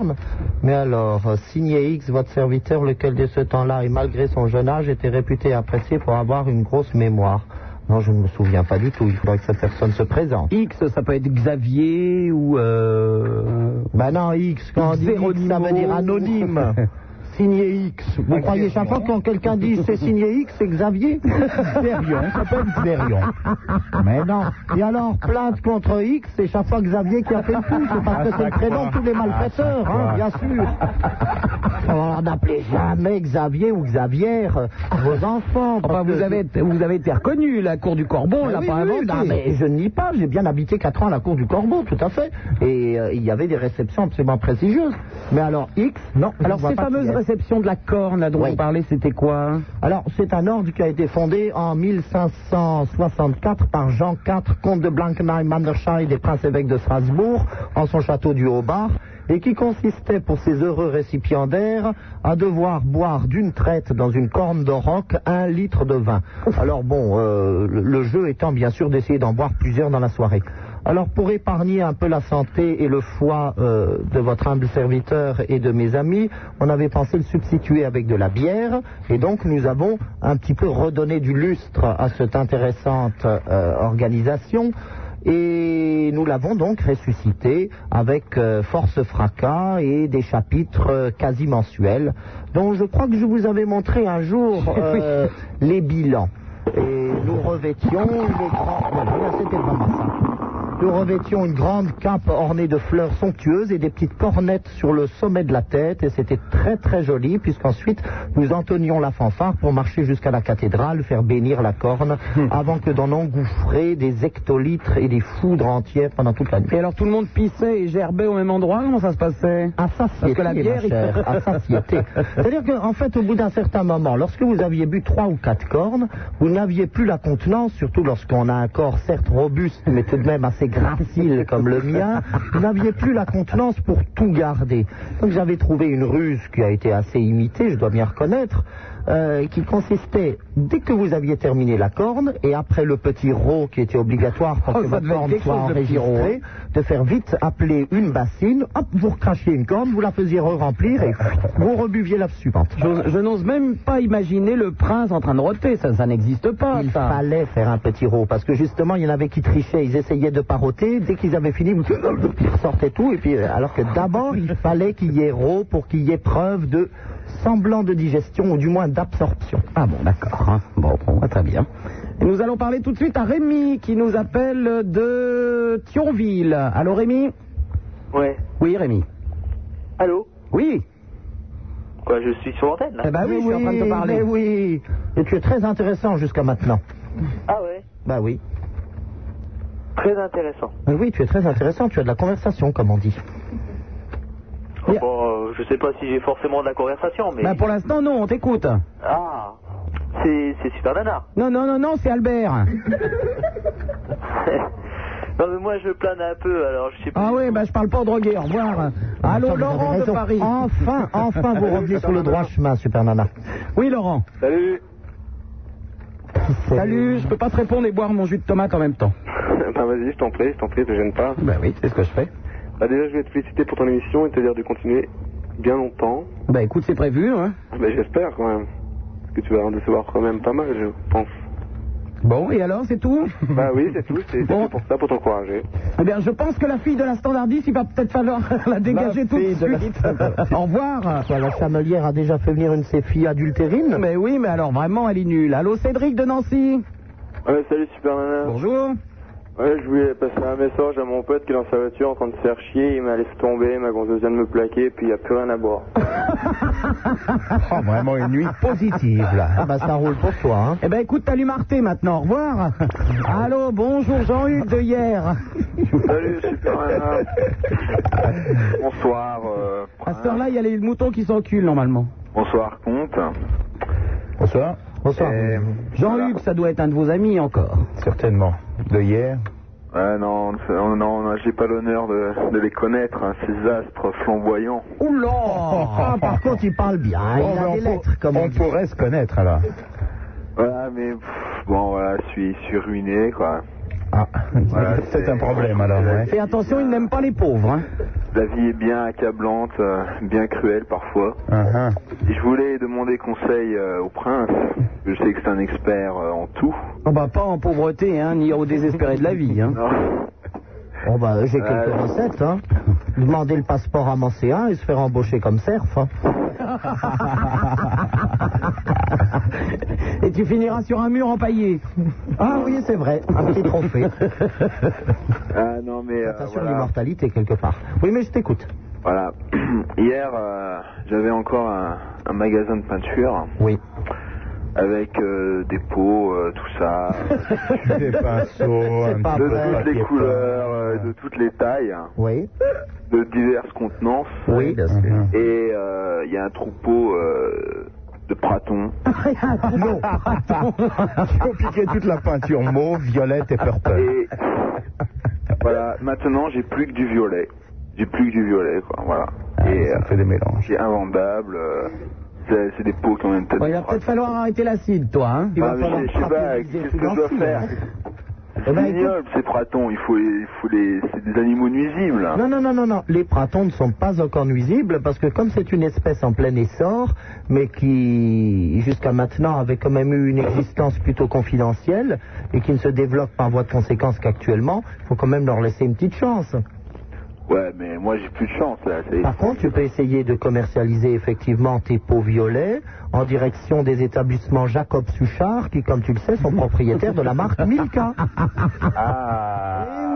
S8: Ah, mais alors, euh, signé X, votre serviteur, lequel de ce temps-là, et malgré son jeune âge, était réputé et apprécié pour avoir une grosse mémoire. Non, je ne me souviens pas du tout. Il faudrait que cette personne se présente.
S4: X, ça peut être Xavier ou... Euh...
S8: Ben non, X, quand on dit X, ça veut dire anonyme. signé X. Vous croyez chaque fois que quand quelqu'un dit c'est signé X, c'est Xavier Xerion, ça peut être Xerion. Mais non. Et alors, plainte contre X, c'est chaque fois Xavier qui a fait le coup. C'est parce que c'est le prénom de tous les malfaiteurs, hein, bien sûr. Alors, n'appelez jamais Xavier ou Xavière vos enfants.
S4: Enfin, vous avez, vous avez été reconnu, la cour du Corbeau, on
S8: Ben
S4: l'a
S8: oui,
S4: pas
S8: oui,
S4: inventé.
S8: non, mais je ne nie pas, j'ai bien habité 4 ans à la cour du Corbeau, tout à fait. Et euh, il y avait des réceptions absolument prestigieuses. Mais alors, X, non. je
S4: Alors,
S8: ne vois
S4: ces
S8: pas
S4: fameuses
S8: qui est.
S4: réceptions de la corne, là, dont
S8: Oui.
S4: on parlait, c'était quoi
S8: Alors, c'est un ordre qui a été fondé en 1564 par Jean IV, comte de Blankenheim, Mandersheim des princes évêques de Strasbourg, en son château du Haut-Bar, et qui consistait pour ses heureux récipiendaires à devoir boire d'une traite dans une corne de roc un litre de vin. Alors bon, euh, le- le jeu étant bien sûr d'essayer d'en boire plusieurs dans la soirée. Alors pour épargner un peu la santé et le foie euh, de votre humble serviteur et de mes amis, on avait pensé le substituer avec de la bière et donc nous avons un petit peu redonné du lustre à cette intéressante euh, organisation. Et nous l'avons donc ressuscité avec euh, force fracas et des chapitres euh, quasi mensuels, dont je crois que je vous avais montré un jour euh, les bilans. Et nous revêtions les grands... Voilà, c'était vraiment ça. Nous revêtions une grande cape ornée de fleurs somptueuses et des petites cornettes sur le sommet de la tête. Et c'était très très joli, puisqu'ensuite nous entonnions la fanfare pour marcher jusqu'à la cathédrale, faire bénir la corne, avant que d'en engouffrer des hectolitres et des foudres entières pendant toute la nuit.
S4: Et alors tout le monde pissait et gerbait au même endroit Comment ça se passait Ah,
S8: À ça,
S4: Parce que la bière, il-
S8: à satiété. C'est-à-dire qu'en fait, au bout d'un certain moment, lorsque vous aviez bu trois ou quatre cornes, vous n'aviez plus la contenance, surtout lorsqu'on a un corps certes robuste, mais tout de même assez gracile comme le mien, vous n'aviez plus la contenance pour tout garder. Donc j'avais trouvé une ruse qui a été assez imitée, je dois bien reconnaître, euh, qui consistait, dès que vous aviez terminé la corne, et après le petit rot qui était obligatoire pour
S4: Oh,
S8: que
S4: ça
S8: votre
S4: devait être
S8: corne
S4: quelque
S8: soit
S4: chose, le petit rot,
S8: enregistrée, de faire vite appeler une bassine, hop, vous recrachiez une corne, vous la faisiez re-remplir et vous rebuviez la suivante.
S4: Je, je n'ose même pas imaginer le prince en train de roter, ça, ça n'existe pas.
S8: Il
S4: ça.
S8: fallait faire un petit rot parce que justement il y en avait qui trichaient, ils essayaient de paroter, dès qu'ils avaient fini, ils ressortaient tout et puis euh, alors que d'abord il fallait qu'il y ait rot pour qu'il y ait preuve de semblant de digestion ou du moins d'absorption.
S4: Ah bon, d'accord. hein. Bon, bon,
S8: bah,
S4: très bien. Et nous allons parler tout de suite à Rémi qui nous appelle de Thionville. Allô Rémi
S9: Ouais.
S4: Oui Rémi.
S9: Allô
S4: Oui.
S9: Quoi, je suis sur l'antenne là
S8: Eh ben oui, je suis en train de te parler. oui, et tu es très intéressant jusqu'à maintenant.
S9: Ah ouais
S8: Bah oui.
S9: Très intéressant.
S8: Mais oui, tu es très intéressant, tu as de la conversation comme on dit.
S9: Bon, euh, je sais pas si j'ai forcément de la conversation, mais.
S4: Bah, pour l'instant non, on t'écoute.
S9: Ah C'est c'est super nana
S4: Non, non, non, non, c'est Albert.
S9: Non, mais moi je plane un peu, alors je sais pas.
S4: Ah oui, bah je parle pas au drogué, au revoir. Allô
S8: Attends, vous avez
S4: Laurent de
S8: raison.
S4: Paris.
S8: Enfin, enfin, vous revenez sur le droit chemin, Super Nana.
S4: Oui Laurent.
S9: Salut.
S4: Salut, je peux pas te répondre et boire mon jus de tomate en même temps.
S10: bah vas-y, je t'en prie, je t'en prie, te gêne pas.
S4: Bah oui, c'est ce que je fais.
S10: Bah déjà, je vais te féliciter pour ton émission et te dire de continuer bien longtemps.
S4: Bah écoute, c'est prévu, hein.
S10: Bah j'espère quand même. Parce que tu vas en décevoir quand même pas mal, je pense.
S4: Bon, et alors, c'est tout
S10: Bah oui, c'est tout, c'est c'est tout pour ça, pour t'encourager.
S4: Eh bien, je pense que la fille de la standardiste, il va peut-être falloir la dégager tout de suite. Au revoir.
S8: La chamelière a déjà fait venir une de ses filles adultérines.
S4: Mais oui, mais alors vraiment, elle est nulle. Allô, Cédric de Nancy
S10: Ouais, salut Super Nana.
S4: Bonjour.
S10: Ouais, je voulais passer un message à mon pote qui est dans sa voiture en train de se faire chier, il m'a laissé tomber, ma gonzesse vient de me plaquer, puis il n'y a plus rien à boire.
S43: Oh, vraiment une nuit positive, là.
S8: Ah bah ça roule pour toi, hein.
S4: Eh bien, écoute, t'allumes Arte maintenant. Au revoir. Allô, bonjour Jean-Hugues de hier.
S10: Salut Super Nana. Bonsoir. euh,
S4: À cette heure-là, il y a les moutons qui s'enculent, normalement.
S10: Bonsoir Comte.
S43: Bonsoir.
S4: Bonsoir. Jean-Hugues, ça doit être un de vos amis encore.
S43: Certainement. De hier.
S10: Ouais, non, non, non, j'ai pas l'honneur de, de les connaître, hein, ces astres flamboyants.
S4: Oula
S43: Ah,
S8: par contre, il parle bien. hein.
S43: Oh, mais
S8: il a
S43: on
S8: des
S43: pour-
S8: lettres, comme on,
S43: on
S8: dit.
S43: pourrait se connaître, alors.
S10: Voilà, mais pff, bon, voilà, je suis, je suis ruiné, quoi. Voilà,
S43: c'est peut-être un problème, alors. ouais.
S4: Et attention, il n'aime pas les pauvres. hein.
S10: La vie est bien accablante, euh, bien cruelle parfois.
S8: Uh-huh.
S43: Ah, ah.
S10: Et je voulais demander conseil euh, au prince. Je sais que c'est un expert euh, en tout.
S4: Oh, bah, pas en pauvreté, hein, ni au désespéré de la vie. Hein.
S10: Ah.
S4: Euh.
S8: Oh bah, j'ai quelques
S10: Ouais.
S8: recettes, hein. Demander le passeport à Mancéen et se faire embaucher comme serf, hein.
S4: Et tu finiras sur un mur empaillé.
S8: Ah oui, c'est vrai, un petit trophée.
S10: Ah non, mais euh,
S8: Attention à
S10: voilà.
S8: l'immortalité, quelque part. Oui, mais je t'écoute.
S10: Voilà. Hier, euh, j'avais encore un, un magasin de peinture.
S8: Oui.
S10: Avec euh, des pots, euh, tout ça.
S43: Des pinceaux, un petit peu de
S10: de toutes
S43: papier
S10: les couleurs, euh, de toutes les tailles, hein.
S8: Oui.
S10: de diverses contenances.
S8: Oui, bien sûr.
S10: Et euh, il y a un troupeau euh, de pratons.
S43: Non. Qui ont piqué toute la peinture mauve, violette et purple.
S10: Et voilà, maintenant j'ai plus que du violet. J'ai plus que du violet, quoi, voilà.
S8: Ah,
S10: Et euh,
S43: Ça fait des mélanges.
S10: c'est invendable. euh, c'est c'est des pots qui ont une tête.
S4: Bon, il va
S10: de
S4: peut-être falloir arrêter l'acide, toi. Hein. Il va
S10: Ah, mais
S4: falloir
S10: je- je sais pas,
S4: fraterniser
S10: qu'est-ce
S4: tout
S10: que je dois
S4: l'ensemble,
S10: faire
S4: hein.
S8: Eh
S10: C'est
S8: ben, écoute-
S10: ignoble, ces pratons. Il faut, les- il faut les, c'est des animaux nuisibles.
S4: Ah.
S10: hein.
S8: Non, non, non, non, non. Les pratons ne sont pas encore nuisibles parce que comme c'est une espèce en plein essor, mais qui jusqu'à maintenant avait quand même eu une existence plutôt confidentielle et qui ne se développe par voie de conséquence qu'actuellement, il faut quand même leur laisser une petite chance.
S10: Ouais, mais moi j'ai plus de chance là. c'est-
S8: Par contre, tu peux essayer de commercialiser effectivement tes pots violets en direction des établissements Jacob
S4: Ah,
S8: Suchard qui, comme tu le sais, sont propriétaires de la marque Milka.
S10: Ah,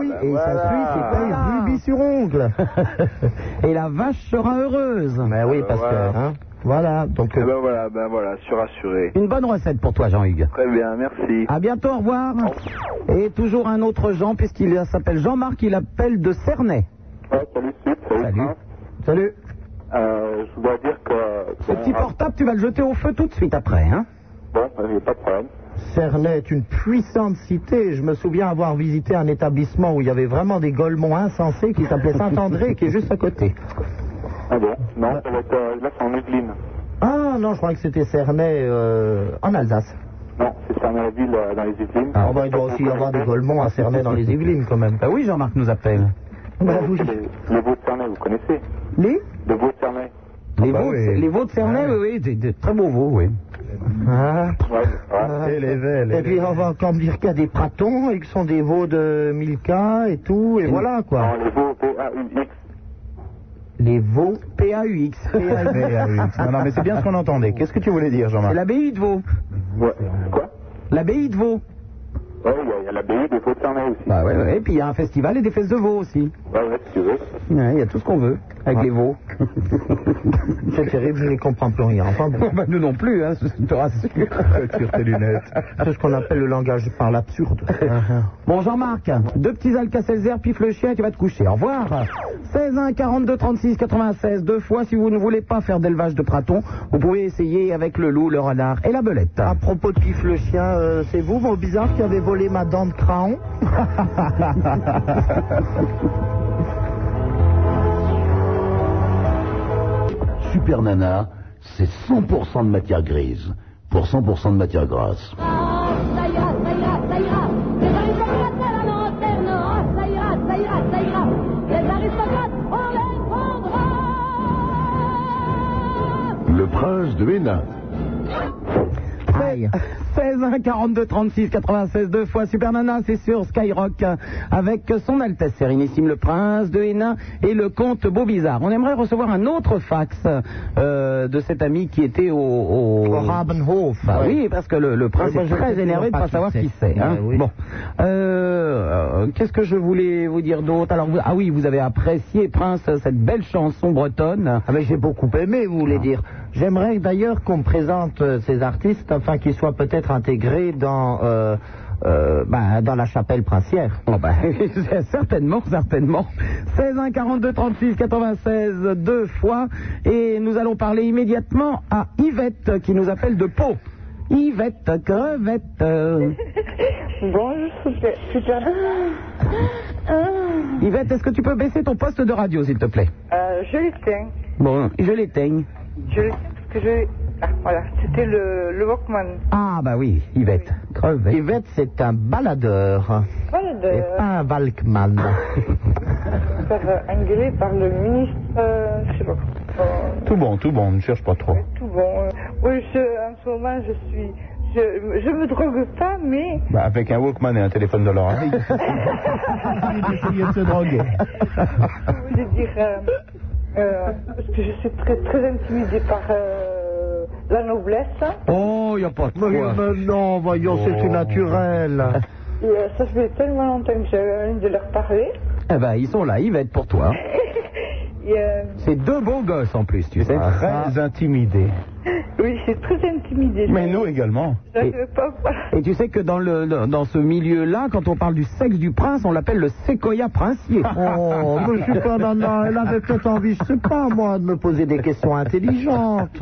S10: bah
S8: Eh Et ça pue, c'est pas une rubis sur ongle.
S4: Ah. Et la vache sera heureuse. Euh,
S8: Mais oui, parce
S44: voilà.
S8: que. hein, voilà, donc.
S44: Eh ben voilà, ben voilà, je suis rassuré.
S4: Une bonne recette pour toi, Jean-Hugues.
S44: Très bien, merci.
S4: À bientôt, au revoir.
S8: Oh.
S4: Et toujours un autre Jean, puisqu'il s'appelle Jean-Marc, il appelle de Cernay.
S10: salut, Sip, salut. Salut.
S4: Salut.
S10: Euh, je dois dire que.
S4: Ce petit
S10: Ah.
S4: portable, tu vas le jeter au feu tout de suite après, hein
S10: Bon, euh, j'ai pas de problème.
S8: Cernay est une puissante cité. Je me souviens avoir visité un établissement où il y avait vraiment des golemons insensés qui s'appelait Saint-André, qui est juste à côté.
S10: Ah bon Non, ça va être, euh, là, c'est en Yvelines.
S8: Ah non, je crois que c'était Cernay euh, en Alsace.
S10: Non, c'est ça, dans la ville, euh, dans les Yvelines.
S8: Ah, bah, il doit aussi y avoir des golemons à Cernay dans les Yvelines quand même.
S4: Bah oui, Jean-Marc nous appelle.
S8: Bah oui.
S10: Le Beau de Cernay, vous connaissez
S4: Les
S10: Le Beau de Cernay.
S4: Les,
S10: Ah bah
S4: veaux, de- les veaux de Cernay, oui, oui, des, des très beaux veaux, oui.
S8: Ah. Ah.
S4: Et les veaux, les
S8: Et puis on va encore me dire qu'il y a des pratons et que sont des veaux de Milka et tout, et voilà quoi.
S10: Non, les veaux, V-A-U-X.
S8: Les veaux
S4: PAUX.
S8: PAUX.
S45: Non, non, mais c'est bien ce qu'on entendait. Qu'est-ce que tu voulais dire, Jean-Marc
S4: C'est l'abbaye de Vaud.
S10: Ouais. Quoi
S4: L'abbaye de Vaud.
S10: Ouais, il y a- il y a l'abbaye des Beaux de Cernay aussi.
S4: Bah ouais, ouais. Et puis il y a un festival et des fesses de veau aussi.
S10: Ouais, ouais, si tu veux.
S4: Ouais, Il y a tout ce qu'on veut avec les veaux.
S8: C'est terrible, je ne comprends plus rien. Enfin, bon.
S4: Bah, nous non plus, hein, je te rassure.
S8: Tire tes lunettes. Ah, C'est ce qu'on appelle le langage par l'absurde.
S4: Bon Jean-Marc, deux petits Alka-Seltzer, pif le chien, tu vas te coucher. Au revoir. 16 1 42 36 96 deux fois si vous ne voulez pas faire d'élevage de pratons, vous pouvez essayer avec le loup, le renard et la belette.
S8: À propos de Pif le chien, euh, c'est vous, mon bizarre, qui avez volé ma dent de craon
S1: Super Nana, c'est 100% de matière grise pour 100% de matière grasse.
S21: Ah, Ça ira, ça ira, ça ira. Les aristocrates à la lanterne. Ah, ça ira, ça ira, ça ira. Les aristocrates, on les prendra.
S1: Le prince de Hénin.
S4: 16 1 42 36 96 deux fois Super Nana, c'est sur Skyrock avec son Altesse Sérénissime le Prince de Hénin et le comte Beaubizarre. On aimerait recevoir un autre fax euh, de cet ami qui était au, au...
S8: Rabenhof.
S4: Bah oui, parce que le, le prince
S8: Ouais, moi,
S4: est
S8: je
S4: très
S8: sais
S4: énervé de pas
S8: toujours pas
S4: savoir
S8: qui
S4: qui
S8: c'est.
S4: c'est. hein.
S8: Ouais, oui.
S4: Bon, Euh, euh, qu'est-ce que je voulais vous dire d'autre Alors, vous- ah oui, vous avez apprécié Prince cette belle chanson bretonne. Ah.
S8: Ah, mais j'ai beaucoup aimé, vous voulez dire. J'aimerais d'ailleurs qu'on me présente euh, ces artistes afin qu'ils soient peut-être intégrés dans, euh, euh, ben, dans la chapelle princière.
S4: Oh ben, certainement, certainement. 16 1 42 36 96 deux fois et nous allons parler immédiatement à Yvette qui nous appelle de Pau. Yvette crevette. euh.
S9: Bonjour, super. super.
S4: Yvette, est-ce que tu peux baisser ton poste de radio s'il te plaît
S9: Euh, je l'éteins.
S4: Bon, je l'éteigne.
S9: Je l'éteins parce que je. Ah, voilà, c'était le, le Walkman.
S4: Ah bah oui, Yvette. Crevette.
S8: Yvette, c'est un baladeur.
S9: Voilà,
S8: Et
S9: de,
S8: pas un Balkman.
S9: par, euh, engagé par le ministre. euh, je sais pas. euh,
S45: Tout bon, tout bon, ne cherche pas trop.
S9: tout bon. euh. oui, je, en ce moment, je suis. Je, je me drogue pas, mais.
S45: Bah, avec un Walkman et un téléphone de leur ami. se droguer.
S9: Je voulais dire, euh, euh, parce que je suis très, très intimidée par euh, la noblesse.
S4: Oh, y a pas de quoi.
S8: Ah, non, voyons, c'est
S9: Oh.
S8: tout naturel.
S9: Et euh, ça fait tellement longtemps que j'avais envie de leur parler.
S4: Eh ben, ils sont là, Yvette pour toi.
S9: Et, euh,
S4: C'est deux beaux gosses en plus, tu sais.
S8: Ah.
S45: Très intimidé.
S9: oui, je suis très intimidée.
S45: Mais nous également.
S9: Je ne veux pas voir.
S4: Et tu sais que dans, le, dans ce milieu-là, quand on parle du sexe du prince, on l'appelle le séquoia princier.
S8: Oh, mais super nana, elle avait peut-être envie, je sais pas moi, de me poser des questions intelligentes.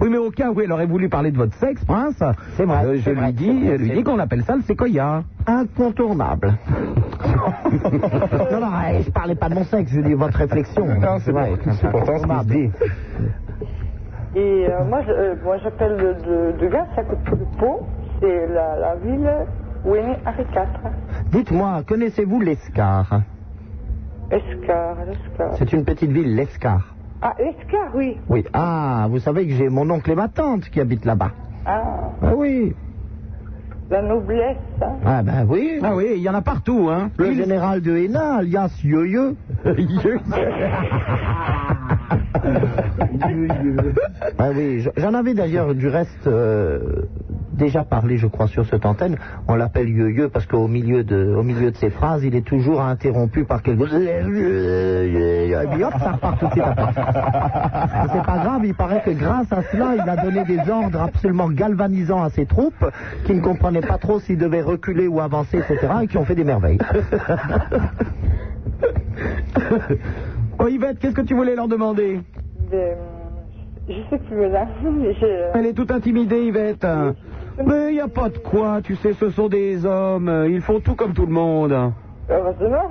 S4: Oui, mais au cas où elle aurait voulu parler de votre sexe, prince,
S8: C'est vrai,
S4: euh, je
S8: c'est
S4: lui
S8: vrai, c'est
S4: dis,
S8: vrai,
S4: je lui
S8: c'est
S4: dis
S8: vrai.
S4: qu'on appelle ça le séquoia.
S8: Incontournable. non, non, eh, je parlais pas de mon sexe, je dis votre réflexion.
S45: Non, c'est
S8: vrai.
S45: bon, c'est pourtant ce qui se dit.
S9: Et euh, moi, je- euh, moi, j'appelle de, de, de Gap, c'est à côté de Pau. C'est la, la ville où est né Henri IV.
S8: Dites-moi, connaissez-vous l'Escar
S9: Escar, Escar.
S8: C'est une petite ville, l'Escar.
S9: Ah, Escar, oui.
S8: Oui. Ah, vous savez que j'ai mon oncle et ma tante qui habitent là-bas.
S9: Ah,
S8: Ah oui.
S9: la noblesse. hein.
S8: Ah ben oui.
S4: Ah oui, il y en a partout, hein.
S8: Le général de Hénin, alias Yo-Yo. Ah oui, j- j'en avais d'ailleurs du reste euh, déjà parlé, je crois, sur cette antenne. On l'appelle Yeux parce qu'au milieu de, au milieu de ses phrases, il est toujours interrompu par quelque chose. Et puis hop, ça repart tout de suite après. Mais C'est pas grave, il paraît que grâce à cela, il a donné des ordres absolument galvanisants à ses troupes qui ne comprenaient pas trop s'ils devaient reculer ou avancer, etc. et qui ont fait des merveilles.
S4: Oh Yvette, qu'est-ce que tu voulais leur demander
S9: Des- Je sais plus là, mais j'ai. euh,
S4: Elle est toute intimidée, Yvette. Mais il n'y a pas de quoi, tu sais, ce sont des hommes, euh, ils font tout comme tout le monde.
S9: Heureusement.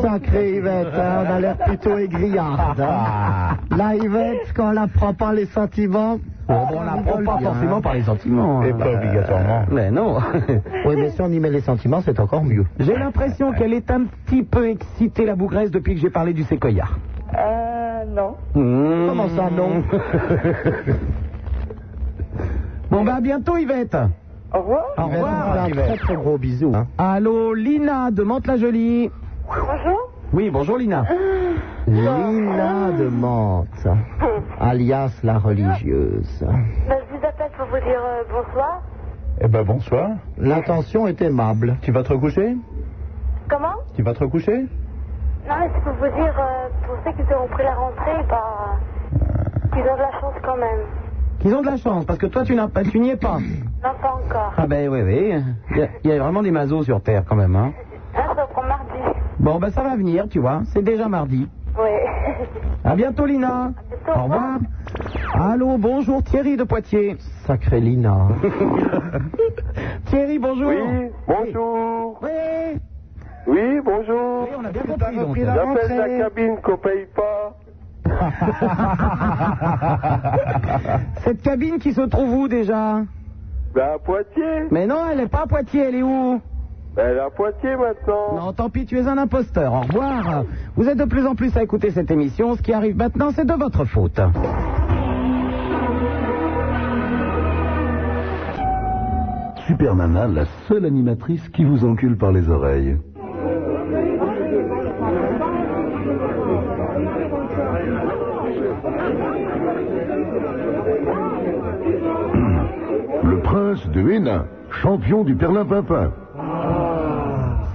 S8: Sacré Yvette, hein, on a l'air plutôt aigrillarde. hein. Là, Yvette, quand on la prend par les sentiments,
S4: on la prend pas forcément par les sentiments. hein.
S8: Et pas obligatoirement.
S4: Mais non.
S8: oui, mais si on y met les sentiments, c'est encore mieux.
S4: J'ai l'impression qu'elle est un petit peu excitée, la bougresse, depuis que j'ai parlé du séquoia.
S9: Euh, non.
S8: Hmm.
S4: Comment ça, non Bon, ben à bientôt, Yvette.
S9: Au revoir.
S4: Au revoir,
S8: Un très très gros bisou. hein.
S4: Allô, Lina de Mantes-la-Jolie.
S9: Bonjour. Ah.
S4: Oui, bonjour, Lina.
S8: Lina de Mantes,
S9: Ah.
S8: alias la religieuse.
S6: Bah, je vous appelle pour vous dire euh, bonsoir.
S46: Eh ben bonsoir.
S8: L'intention est aimable.
S46: Tu vas te recoucher
S6: Comment
S46: Tu vas te recoucher
S6: Non, mais c'est pour vous dire, euh, pour ceux qui ont repris la rentrée, bah, ils ont de la chance quand même.
S4: Ils ont de la chance, parce que toi, tu n'as pas- tu n'y es pas.
S6: Non, pas encore.
S4: Ah ben oui, oui. Il y a- il y, a vraiment des masos sur Terre quand même. Hein.
S6: Hein, ça prend mardi.
S4: Bon, ben ça va venir, tu vois. C'est déjà mardi.
S6: Oui.
S4: À bientôt, Lina. Au revoir. Allô, bonjour, Thierry de Poitiers.
S8: Sacré Lina.
S4: Thierry, bonjour.
S10: Oui, bonjour.
S4: Oui.
S10: Oui, bonjour.
S4: on a bien
S10: compris.
S4: donc.
S10: J'appelle
S4: J'appelle
S10: la
S4: la
S10: cabine qu'on paye pas.
S4: Cette cabine qui se trouve où déjà
S10: Ben, à Poitiers.
S4: Mais non, elle n'est pas à Poitiers, elle est où
S10: Ben, elle est à Poitiers maintenant.
S4: Non, tant pis, tu es un imposteur. Au revoir. Vous êtes de plus en plus à écouter cette émission. Ce qui arrive maintenant, c'est de votre faute.
S1: Super Nana, la seule animatrice qui vous encule par les oreilles. Le prince de Hénin, champion du Perlin-Pimpin.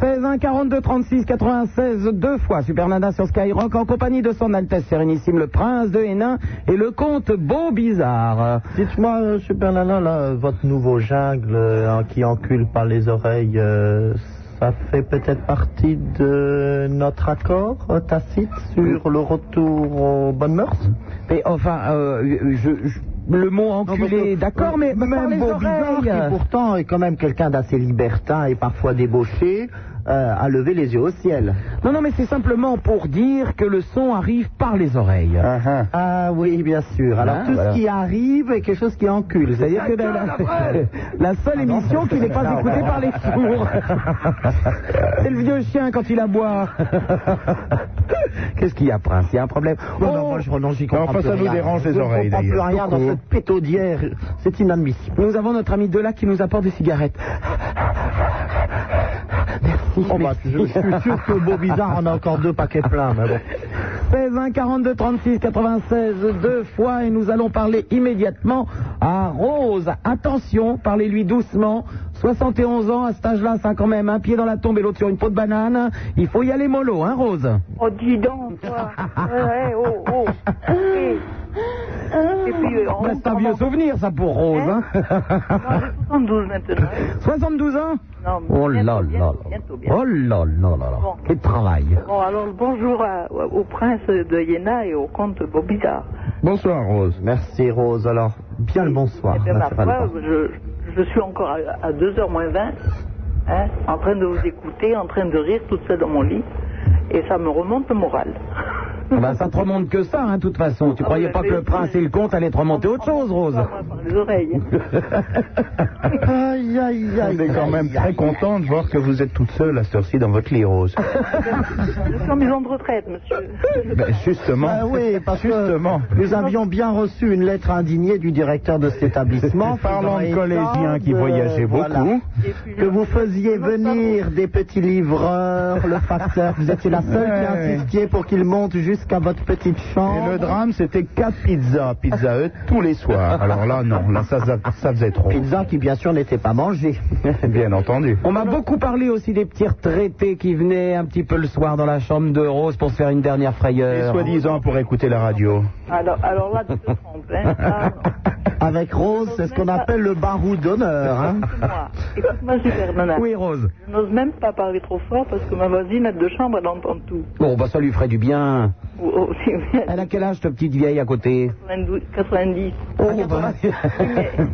S4: 16 1 42 36 96 deux fois Super Nana sur Skyrock en compagnie de son Altesse Sérénissime le Prince de Hénin et le comte Beau Bizarre.
S47: Dites-moi, euh, Super Nana, là, euh, votre nouveau jungle euh, en- qui encule par les oreilles, euh, ça fait peut-être partie de notre accord euh, tacite sur le retour aux bonnes mœurs
S4: Et enfin, euh, je- je- le mot enculé, d'accord, mais
S47: euh, même
S4: par les
S47: Beau
S4: oreilles.
S47: Bizarre, qui
S8: Pourtant, est quand même quelqu'un d'assez libertin et parfois débauché, euh, a levé les yeux au ciel.
S4: Non, non, mais c'est simplement pour dire que le son arrive par les oreilles.
S8: Ah oui, bien sûr. Alors
S4: Hein,
S8: tout
S4: voilà.
S8: ce qui arrive est quelque chose qui encule.
S4: C'est-à-dire que la, la- la
S47: Ah
S4: seule émission qui n'est pas écoutée par les sourds. C'est le vieux chien quand il aboie. Qu'est-ce qu'il y a, Prince Il y a un problème. Oh.
S47: Non, non, moi, je renonce, j'y comprends
S46: enfin,
S47: plus
S46: ça nous
S47: rien.
S46: dérange les
S47: Je
S46: oreilles,
S47: comprends plus
S46: d'ailleurs.
S47: rien dans
S46: Beaucoup.
S47: cette pétaudière.
S8: C'est inadmissible.
S4: Nous avons notre ami Delac qui nous apporte des cigarettes. Merci.
S47: Oh, bah, je, je suis sûr que Beau Bizarre en a encore deux paquets pleins, mais bon.
S4: 16 1 42 36 96 deux fois et nous allons parler immédiatement à Rose. Attention, parlez-lui doucement. 71 ans, à cet âge-là, ça a quand même un pied dans la tombe et l'autre sur une peau de banane. Il faut y aller mollo, hein Rose
S9: Oh, dis donc, toi. ouais, ouais, oh, oh. Et, et puis, euh, en
S4: Bah, C'est un vieux souvenir ça pour Rose. hein.
S9: 72 maintenant.
S4: 72 ans
S9: Non, mais
S4: Oh là là là.
S9: bientôt, bientôt, bientôt, bientôt.
S4: Oh là là là là.
S9: Bon.
S4: Quel travail.
S9: Bon, alors bonjour à- au prince de Iéna et au comte Bobizard.
S47: Bonsoir, Rose. Merci, Rose. Alors, bien le bonsoir.
S9: Eh bien, ma
S47: naturellement.
S9: foi, je, je suis encore à, à 2h moins 20, hein, en train de vous écouter, en train de rire toute seule dans mon lit, et ça me remonte le moral. Ah ben,
S4: Ah bah, ça te remonte que ça, hein, de toute façon. Tu croyais
S9: ouais,
S4: pas que
S9: mais-
S4: le prince et le comte allaient te remonter autre chose, Rose
S9: Par les oreilles.
S47: Aïe, aïe,
S46: On est quand même très content de voir que vous êtes toute seule à cette heure-ci dans votre lit, Rose.
S9: Je suis en maison de retraite, monsieur.
S46: Ben, justement.
S47: Ah oui, parce que
S46: Justement.
S47: nous avions bien reçu une lettre indignée du directeur de cet établissement.
S46: Parlant de
S47: faisant
S46: collégiens
S47: état
S46: qui
S47: de-
S46: voyageaient
S47: euh, voilà.
S46: beaucoup.
S47: Que vous faisiez venir des petits livreurs, le facteur, vous étiez la seule
S46: Ouais,
S47: qui
S46: ouais.
S47: insistiez pour qu'il monte
S8: jusqu'à votre petite chambre.
S6: Et le drame, Ah, c'était quatre pizzas, pizza Hut, tous les soirs. Alors là, non, là, ça, ça, ça faisait trop.
S8: Pizza qui, bien sûr, n'était pas mangée.
S6: Bien entendu.
S4: On m'a beaucoup parlé aussi des petits retraités qui venaient un petit peu le soir dans la chambre de Rose pour se faire une dernière
S6: Et
S4: frayeur.
S6: soi-disant pour écouter la radio.
S9: Alors, alors là, tu te trompes. hein. Ah,
S8: Avec Rose, c'est ce qu'on appelle le barou d'honneur. hein.
S9: Écoute-moi, écoute-moi, super nana.
S4: Oui, Rose.
S9: Je n'ose même pas parler trop fort parce que ma voisine de chambre, elle entend tout. Oh,
S4: Bon, bah ça lui ferait du bien.
S9: Ou- ou- si- si elle
S4: Elle a quel âge, ta petite vieille à côté
S9: a 92, 90.
S4: Oh, bah.
S9: Euh,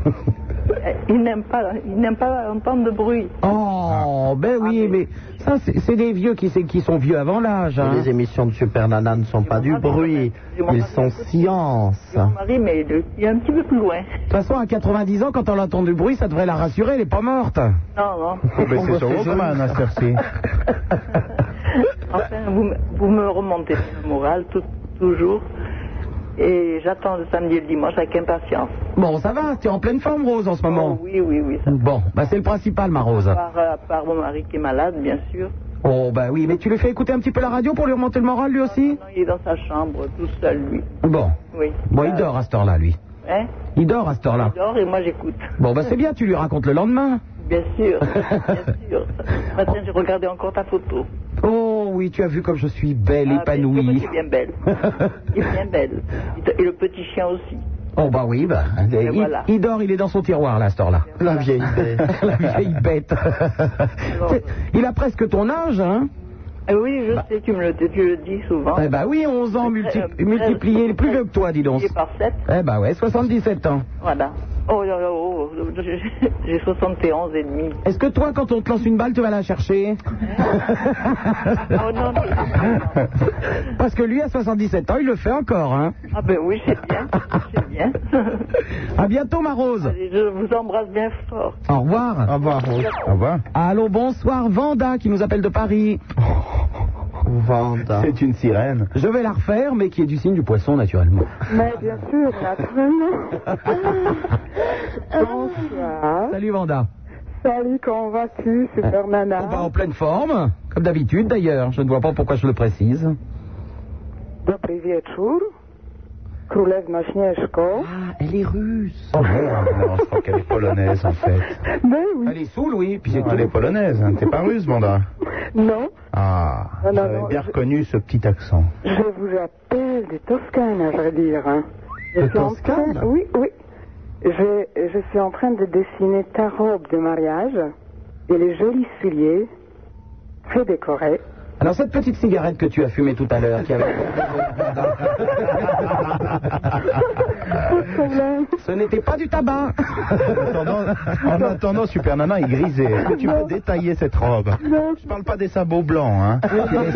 S9: Il n'aime pas, il n'aime pas entendre de bruit.
S4: Oh, ben oui,
S6: Ah,
S4: mais ça, c'est c'est des vieux qui, c'est- qui sont vieux avant l'âge. hein.
S8: Les émissions de Super Nana ne sont pas du bruit, ils sont science.
S9: Mon mari, mais il est- il est un petit peu plus loin.
S4: De toute façon, à 90 ans, quand on entend du bruit, ça devrait la rassurer, elle est pas morte.
S9: Non, non.
S6: mais Oh, ben, c'est sur Walkman, à cette heure-ci.
S9: Enfin, vous, me- vous me remontez le moral tout- toujours. Et j'attends le samedi et le dimanche avec impatience. Oh
S4: Bon, ça va, tu es en pleine forme, Rose, en ce moment.
S9: Oui, oui, oui.
S4: Bon, bah c'est le principal, ma Rose.
S9: Par, euh, par mon mari qui est malade, bien sûr.
S4: Oh, bah oui, mais tu lui fais écouter un petit peu la radio pour lui remonter le moral, lui aussi
S9: Non, il est dans sa chambre, tout seul, lui.
S4: Bon.
S9: Oui.
S4: Bon, il dort à cette heure-là, lui.
S9: Hein
S4: Il dort à cette heure-là.
S9: Il dort et moi, j'écoute.
S4: Bon, bah c'est bien, tu lui racontes le lendemain.
S9: Bien sûr, bien sûr. Ce matin, j'ai regardé encore ta photo.
S4: Oh oui, tu as vu comme je suis belle,
S9: Ah, mais comment
S4: épanouie.
S9: tu es bien belle. Il est bien belle. Et t- Et le petit chien aussi.
S4: Oh bah oui, bah. Il,
S9: voilà.
S4: il dort, il est dans son tiroir là, à cette heure-là.
S8: La vieille bête.
S4: La vieille bête. C'est- il a presque ton âge, hein
S9: Ah oui, je sais, tu me le, tu le dis souvent.
S4: Eh bah oui, 11 ans multi-
S9: Euh, euh,
S4: multiplié, il est plus vieux que toi, dis donc.
S9: Multiplié par 7,
S4: Eh bah ouais, 77 ans.
S9: voilà. Oh là là, oh, oh, j'ai- j'ai 71 et demi.
S4: Est-ce que toi, quand on te lance une balle, tu vas la chercher
S9: Oh non, non.
S4: Parce que lui, à 77 ans, il le fait encore, hein
S9: Ah ben oui, c'est bien, c'est bien.
S4: À bientôt, ma Rose.
S9: Allez, je vous embrasse bien fort.
S4: Au revoir. Au revoir, Rose.
S6: Au revoir.
S4: Allô, bonsoir, Vanda qui nous appelle de Paris.
S8: Vanda.
S6: C'est une sirène.
S4: Je vais la refaire, mais qui est du signe du poisson, naturellement.
S10: Mais bien sûr, naturellement. Bonsoir.
S4: Salut, Vanda. Euh,
S10: Salut, comment vas-tu, super nana
S4: On va en pleine forme, comme d'habitude d'ailleurs. Je ne vois pas pourquoi je le précise.
S10: Dobry wieczór. Królewna Śnieżko.
S8: Ah, elle est russe.
S6: Oh merde, non, je crois qu'elle est polonaise en fait.
S10: Mais oui,
S4: Elle est saoule, oui. Puis j'ai
S6: Elle est polonaise, hein. t'es pas russe, Banda
S10: non,
S6: Ah,
S10: Non, non,
S6: j'avais
S10: non,
S6: bien
S10: je-
S6: reconnu ce petit accent.
S10: je vous appelle des Toscanes, à vrai dire. hein. Je suis en train-
S8: Toscane
S10: Oui, oui. Je, je suis en train de dessiner ta robe de mariage et les jolis souliers très décorés.
S4: Alors cette petite cigarette que tu as fumée tout à l'heure, qui avait...
S10: Pas de problème.
S4: ce n'était pas du tabac.
S6: En attendant, en attendant, Super Nana est grisée. Est-ce que tu peux détailler cette robe Je parle pas des sabots blancs, hein.
S8: Les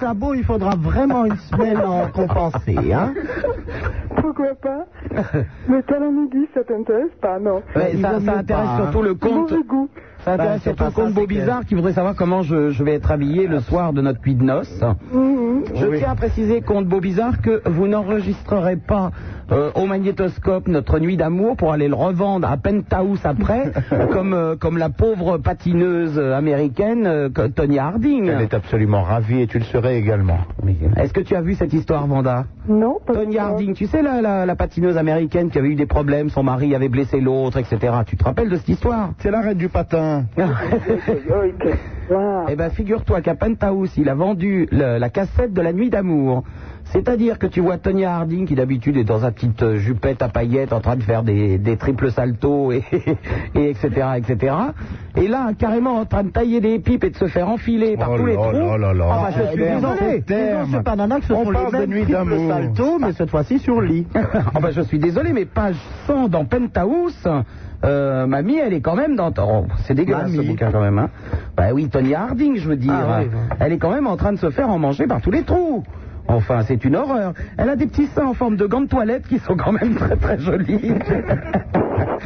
S8: sabots, il faudra vraiment une semaine en compenser. Hein
S10: Pourquoi pas Le calamity, ça t'intéresse pas, non
S4: Ouais,
S8: Il vaut
S4: ça,
S8: mieux
S4: ça intéresse
S8: pas, hein.
S4: surtout le compte.
S10: Mauvais goût.
S4: Ça intéresse
S8: Bah, c'est
S4: surtout
S8: pas
S4: le
S8: ça,
S4: compte
S8: c'est
S4: Beau
S8: que-
S4: Bizarre qui voudrait savoir comment je, je vais être habillé le soir de notre nuit de noces. Mm-hmm. Je tiens à préciser, compte Beau Bizarre, que vous n'enregistrerez pas euh, au magnétoscope notre nuit d'amour pour aller le revendre à Penthouse après, comme, euh, comme la pauvre patineuse américaine euh, que- Tonya Harding.
S6: Elle est absolument ravie et tu le serais également.
S4: Est-ce que tu as vu cette histoire, Vanda
S10: Non, pas
S4: Tonya Harding, tu sais, la, la, la patineuse américaine qui avait eu des problèmes, son mari avait blessé l'autre, etc. Tu te rappelles de cette histoire
S6: C'est la reine du patin.
S4: Eh ben, figure-toi qu'à Penthouse, il a vendu le- la cassette de la nuit d'amour. C'est-à-dire que tu vois Tonya Harding, qui d'habitude est dans sa petite euh, jupette à paillettes, en train de faire des, des triples saltos, et, et etc., etc. Et là, carrément en train de tailler des pipes et de se faire enfiler par
S6: Oh
S4: tous les
S6: là
S4: trous.
S6: là là là.
S4: Ah, bah, je suis
S6: Disons ces
S4: désolé.
S6: termes.
S4: Disons, c'est pas nana que ce
S6: On
S4: sont les
S6: parle de
S4: mêmes
S6: nuit
S4: triples
S6: d'amour.
S4: saltos.
S8: Tôt, mais cette fois-ci sur le lit.
S4: Ah bah, je suis désolé, mais page 100 dans Penthouse, euh, mamie, elle est quand même dans... oh, c'est dégueulasse
S8: Mamie.
S4: ce bouquin quand même. Hein. Bah oui, Tony Harding, je veux dire.
S8: Ah ouais, ouais.
S4: Elle est quand même en train de se faire en manger par tous les trous. Enfin, c'est une horreur. Elle a des petits seins en forme de gants de toilette qui sont quand même très très jolis.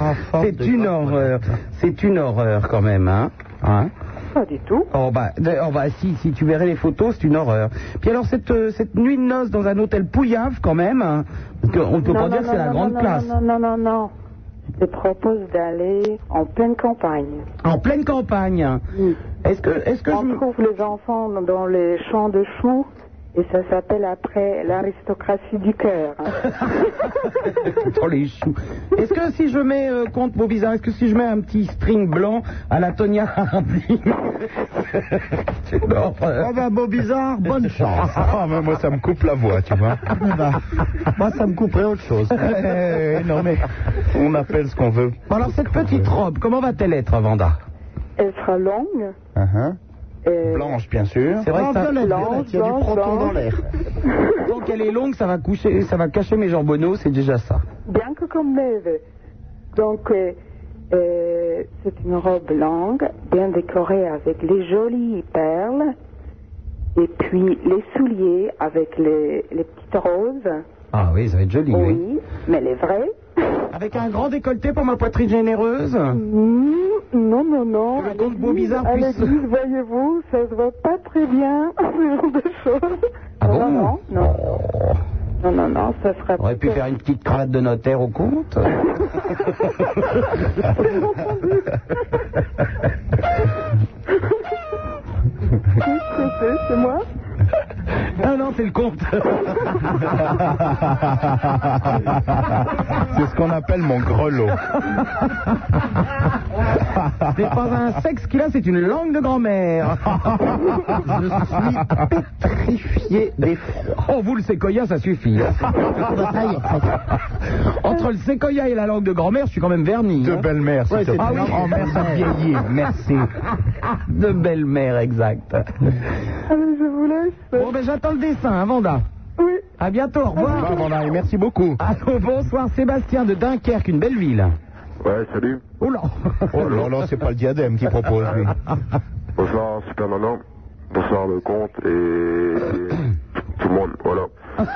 S8: En forme de
S4: c'est une
S8: gants de
S4: horreur. C'est une horreur quand même, hein. Hein
S10: Pas du tout.
S4: Oh bah, de- oh bah, si, si tu verrais les photos, c'est une horreur. Puis alors cette, euh, cette nuit de noces dans un hôtel Pouillave quand même, hein, parce qu'on ne peut
S10: Non,
S4: pas
S10: non,
S4: dire que
S10: non,
S4: c'est la
S10: non,
S4: grande
S10: non,
S4: place.
S10: Non, non, non, non. Je te propose d'aller en pleine campagne.
S4: En pleine campagne. Est-ce que, est-ce que
S10: On
S4: je...
S10: trouve les enfants dans les champs de choux
S7: Et ça s'appelle après l'aristocratie du cœur.
S4: Dans les choux. Est-ce que si je mets, euh, compte beau bizarre, est-ce que si je mets un petit string blanc à la Tonya Harding C'est l'horreur.
S8: Ah ben, beau bizarre, bonne chance.
S11: Ah, mais moi, ça me coupe la voix, tu vois.
S4: Ah, bah,
S8: moi, ça me couperait autre chose.
S11: Eh, non, mais on appelle ce qu'on veut.
S4: Bon, alors, cette petite robe, comment va-t-elle être, Vanda
S7: Elle sera longue.
S11: Uh-huh.
S7: euh,
S11: Blanche, bien sûr.
S4: C'est vrai que ça-
S7: Blanche, blanche, blanche.
S4: Donc elle est longue, ça va coucher, ça va cacher mes jambonneaux, c'est déjà ça.
S7: Bianco comme neve. Donc, euh, euh, c'est une robe longue, bien décorée avec les jolies perles, et puis les souliers avec les, les petites roses.
S4: Ah oui, ça va être joli.
S7: Oui, mais les vraies.
S4: Avec un grand décolleté pour ma poitrine généreuse.
S7: Mm, Non, non, non.
S4: Que le compte beau bizarre
S7: À
S4: puisse-
S7: l'église, voyez-vous, ça se voit pas très bien, ce genre de choses.
S4: Ah
S7: non, non, non. Non, non, non, ça sera...
S4: J'aurais Oh. pu faire une petite cravate de notaire au compte.
S7: Qu'est-ce que c'est C'est moi
S4: Ah non, c'est le compte.
S11: C'est ce qu'on appelle mon grelot.
S4: C'est pas un sexe qu'il a, c'est une langue de grand-mère. Je suis pétrifié d'effroi. Oh, vous, le séquoia, ça suffit. Entre le séquoia et la langue de grand-mère, je suis quand même verni.
S11: De
S4: hein.
S11: belle-mère, s'il
S4: Ouais,
S11: te
S4: c'est
S11: plaît.
S4: une grand-mère, ça vieillit. Merci. De belle-mère, exact.
S7: Allez, Ah, je vous laisse.
S4: Bon, ben j'attends le dessin, hein, Vanda.
S7: Oui.
S4: À bientôt, au revoir.
S11: merci beaucoup.
S4: Allô, bonsoir, Sébastien de Dunkerque, une belle ville.
S48: Ouais, salut.
S4: Oh là
S11: Oh là là, c'est pas le diadème qui propose, lui.
S48: Bonsoir, Super Maman. Bonsoir, le comte et tout le monde. Voilà.
S18: Bon,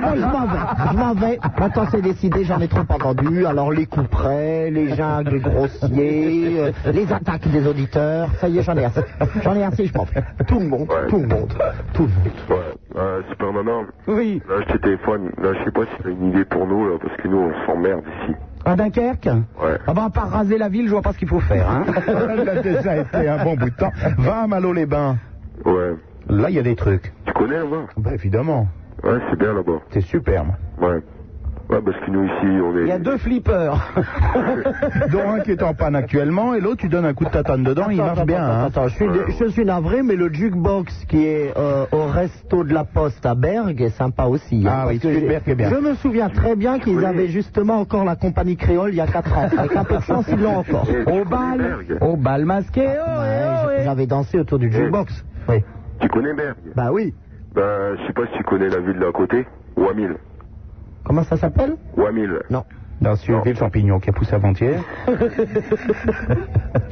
S18: ben, je m'en vais, je m'en vais. Maintenant, c'est décidé, j'en ai trop entendu. Alors, les couperets, les jungles grossiers, euh, les attaques des auditeurs, ça y est, j'en ai assez. J'en ai assez, je pense. Tout le monde, tout le monde, tout le monde.
S48: Ouais, euh, Super Maman.
S4: Oui.
S48: Là, je te téléphone. Là, je sais pas si t'as une idée pour nous, là, parce que nous, on s'emmerde ici.
S4: À Dunkerque
S48: Ouais.
S4: Ah ben, à part raser la ville, je vois pas ce qu'il faut faire. Hein.
S11: Elle a déjà été un bon bout de temps. Va à Malo-les-Bains.
S48: Ouais.
S11: Là, il y a des trucs.
S48: Tu connais, là-bas
S11: Bah, évidemment.
S48: Ouais, c'est bien là-bas.
S11: C'est superbe.
S48: Ouais. Ouais, parce que nous, ici, on est.
S4: Il y a deux flippers.
S11: Dont un qui est en panne actuellement et l'autre, tu donnes un coup de tatane dedans, il marche bien.
S8: Attends,
S11: hein.
S8: attends, je suis, je suis navré, mais le jukebox qui est euh, au resto de la Poste à Berg est sympa aussi. hein,
S11: Ah oui,
S8: parce que
S11: Spielberg
S8: j'ai-
S11: est bien.
S8: Je me souviens très bien qu'ils avaient justement encore la compagnie créole il y a 4 ans. Avec un peu de chance, ils l'ont encore.
S4: Au bal, au bal masqué, oh, eh, oh, eh.
S8: J'avais dansé autour du jukebox. Oui.
S48: Tu connais Berg
S8: Bah oui.
S48: Bah, je sais pas si tu connais la ville d'à côté. Wamil.
S8: Comment ça s'appelle
S48: Wamil.
S8: Non.
S11: Dans une ville champignon qui a poussé avant-hier.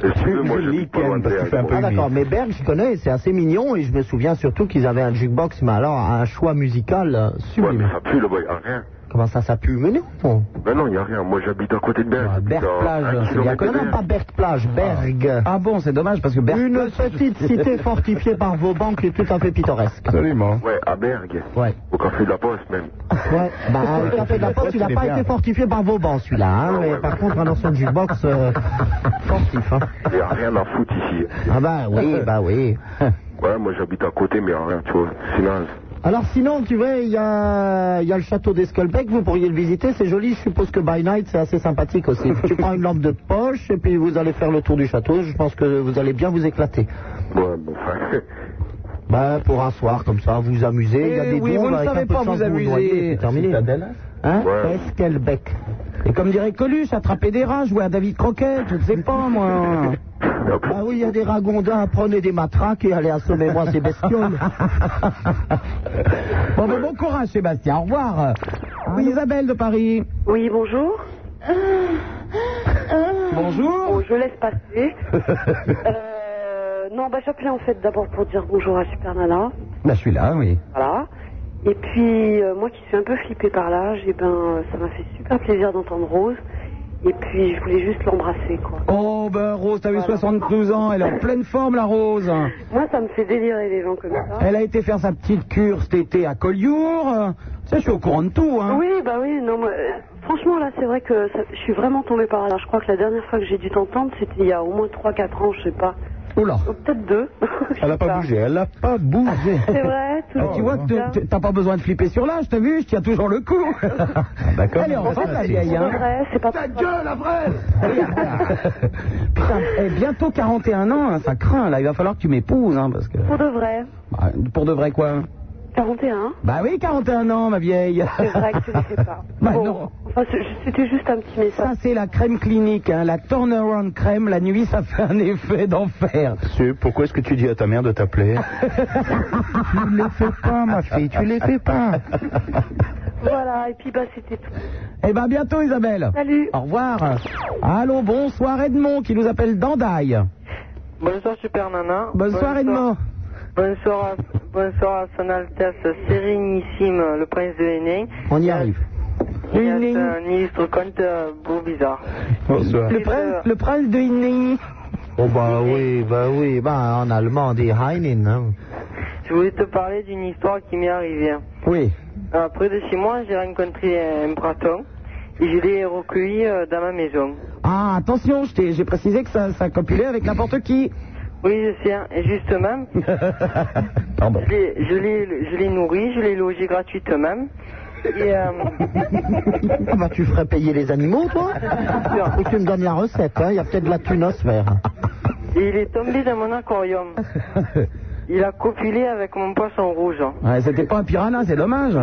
S48: Excusez-moi, je
S11: Lichen,
S48: pas loin de
S11: parce qu'il fait un
S48: Berg.
S11: peu
S8: Ah d'accord,
S11: humide.
S8: mais Berg, je connais, c'est assez mignon et je me souviens surtout qu'ils avaient un jukebox, mais alors un choix musical euh,
S48: Ouais,
S8: sublime.
S48: mais ça pue là-bas, y a rien.
S8: Comment ça, ça pue Mais non
S48: Ben non, y a rien. Moi, j'habite à côté de Berg.
S4: Berg
S48: Dans
S4: Plage,
S48: Bah, un
S4: c'est
S48: kilomètre
S4: bien
S48: de
S8: Non, non,
S48: Berg.
S8: hein, pas Berg Plage, Berg.
S4: Ah bon, c'est dommage parce que Berthe...
S8: Une petite cité fortifiée par vos banques est tout à fait pittoresque.
S11: Absolument.
S48: Ouais, à Berg.
S8: Ouais.
S48: Au café de la Poste, même.
S8: Ouais, bah, le café de la poste, il n'a
S11: Il est
S8: pas
S11: bien.
S8: été fortifié par Vauban, celui-là.
S48: Ah,
S8: Hein, mais par contre, un ancien jukebox euh, fortif. Hein.
S48: Y a rien à foutre ici.
S8: Ah bah oui,
S11: Euh,
S8: bah oui.
S48: Ouais, moi, j'habite à côté, mais y a rien, tu vois. C'est naze.
S8: Alors sinon, tu vois, il y a, il y a le château d'Escolbec, vous pourriez le visiter, c'est joli, je suppose que by night, c'est assez sympathique aussi. tu prends une lampe de poche et puis vous allez faire le tour du château, je pense que vous allez bien vous éclater.
S48: Ouais, bon, enfin.
S8: Bah, pour un soir comme ça, vous amuser, il y a
S4: Eh
S8: des
S4: oui,
S8: dons,
S4: vous ne
S8: avec un
S4: savez
S8: peu de
S4: pas
S8: chance,
S4: vous
S8: vous vous noyez,
S4: amuser.
S8: c'est terminé. Hein
S48: Ouais.
S8: Escolbec.
S4: Et comme dirait Coluche, attraper des rats, jouer à David Croquet, je ne sais pas moi.
S8: Ah oui, il y a des ragondins, prenez des matraques et allez assommer-moi ces bestioles.
S4: Bon, ben, bon courage Sébastien, au revoir. Oui, Isabelle de Paris.
S5: Oui, bonjour.
S4: Bonjour.
S5: Bon, je laisse passer. Euh, non, bah, j'appelais en fait d'abord pour dire bonjour à Super Nana.
S4: Bah, je suis là, oui.
S5: Voilà. Et puis, euh, moi qui suis un peu flippée par l'âge, et ben, euh, ça m'a fait super plaisir d'entendre Rose. Et puis, je voulais juste l'embrasser, quoi.
S4: Oh, ben Rose, t'as eu 72 ans, elle est en pleine forme, la Rose.
S5: Moi, ça me fait délirer les gens comme ça.
S4: Elle a été faire sa petite cure cet été à Collioure. Tu sais, je suis au courant de tout, hein.
S5: Oui, bah oui, non, moi, euh, franchement, là, c'est vrai que ça- je suis vraiment tombée par là. Je crois que la dernière fois que j'ai dû t'entendre, c'était il y a au moins 3-4 ans, je sais pas.
S4: Oula.
S10: Peut-être deux.
S1: Elle n'a pas bougé, elle n'a pas bougé.
S10: C'est vrai,
S4: Ah,
S10: toujours.
S4: tu vois,
S10: comme ça.
S4: tu- t'as pas besoin de flipper sur l'âge, t'as vu Je tiens toujours le coup.
S1: Ah, D'accord.
S4: Elle est en fait, la vieille. Hein. Ta gueule, après Putain, eh, bientôt 41 ans, hein, ça craint, là. Il va falloir que tu m'épouses, hein, parce que...
S10: Pour de vrai.
S4: Ah, Pour de vrai, quoi
S10: 41.
S4: Bah oui, 41 ans, ma vieille.
S10: C'est vrai que tu ne sais pas.
S4: Bah
S10: Bon,
S4: non.
S10: Enfin, c'est- c'était juste un petit message.
S4: Ça, c'est la crème clinique, hein, la turnaround crème. La nuit, ça fait un effet d'enfer.
S1: Sup, pourquoi est-ce que tu dis à ta mère de t'appeler
S4: tu les fais pas, Ah, ma fille, tu les fais pas.
S10: Voilà, et puis bah c'était tout.
S4: Eh ben, à bientôt, Isabelle.
S10: Salut.
S4: Au revoir. Allô, bonsoir, Edmond, qui nous appelle d'Andaille.
S9: Bonsoir Super Nana.
S4: Bonsoir, Edmond.
S9: Bonsoir à, bonsoir à son Altesse Sérénissime, le prince de Hénin.
S4: On y arrive.
S9: Il euh, est un ministre comte euh, Bourbizarre.
S8: Bonsoir.
S4: Le prince, le prince de Inning.
S8: Oh bah oui, bah oui, bah en allemand on dit Heinin. hein.
S9: Je voulais te parler d'une histoire qui m'est arrivée.
S4: Oui.
S9: Euh, près de chez moi, j'ai rencontré un praton et je l'ai recueilli euh, dans ma maison.
S4: Ah, attention, je t'ai- j'ai précisé que ça, ça copulait avec n'importe qui.
S9: Oui, je sais, hein, et justement, je l'ai- je l'ai je l'ai nourri, je l'ai logé gratuitement. Et, euh,
S8: Ah bah tu ferais payer les animaux toi Ou tu me donnes la recette, hein, il y a peut-être de la thunosphère.
S9: Et il est tombé dans mon aquarium. Il a copulé avec mon poisson rouge.
S4: Ouais, c'était pas un piranha, c'est dommage.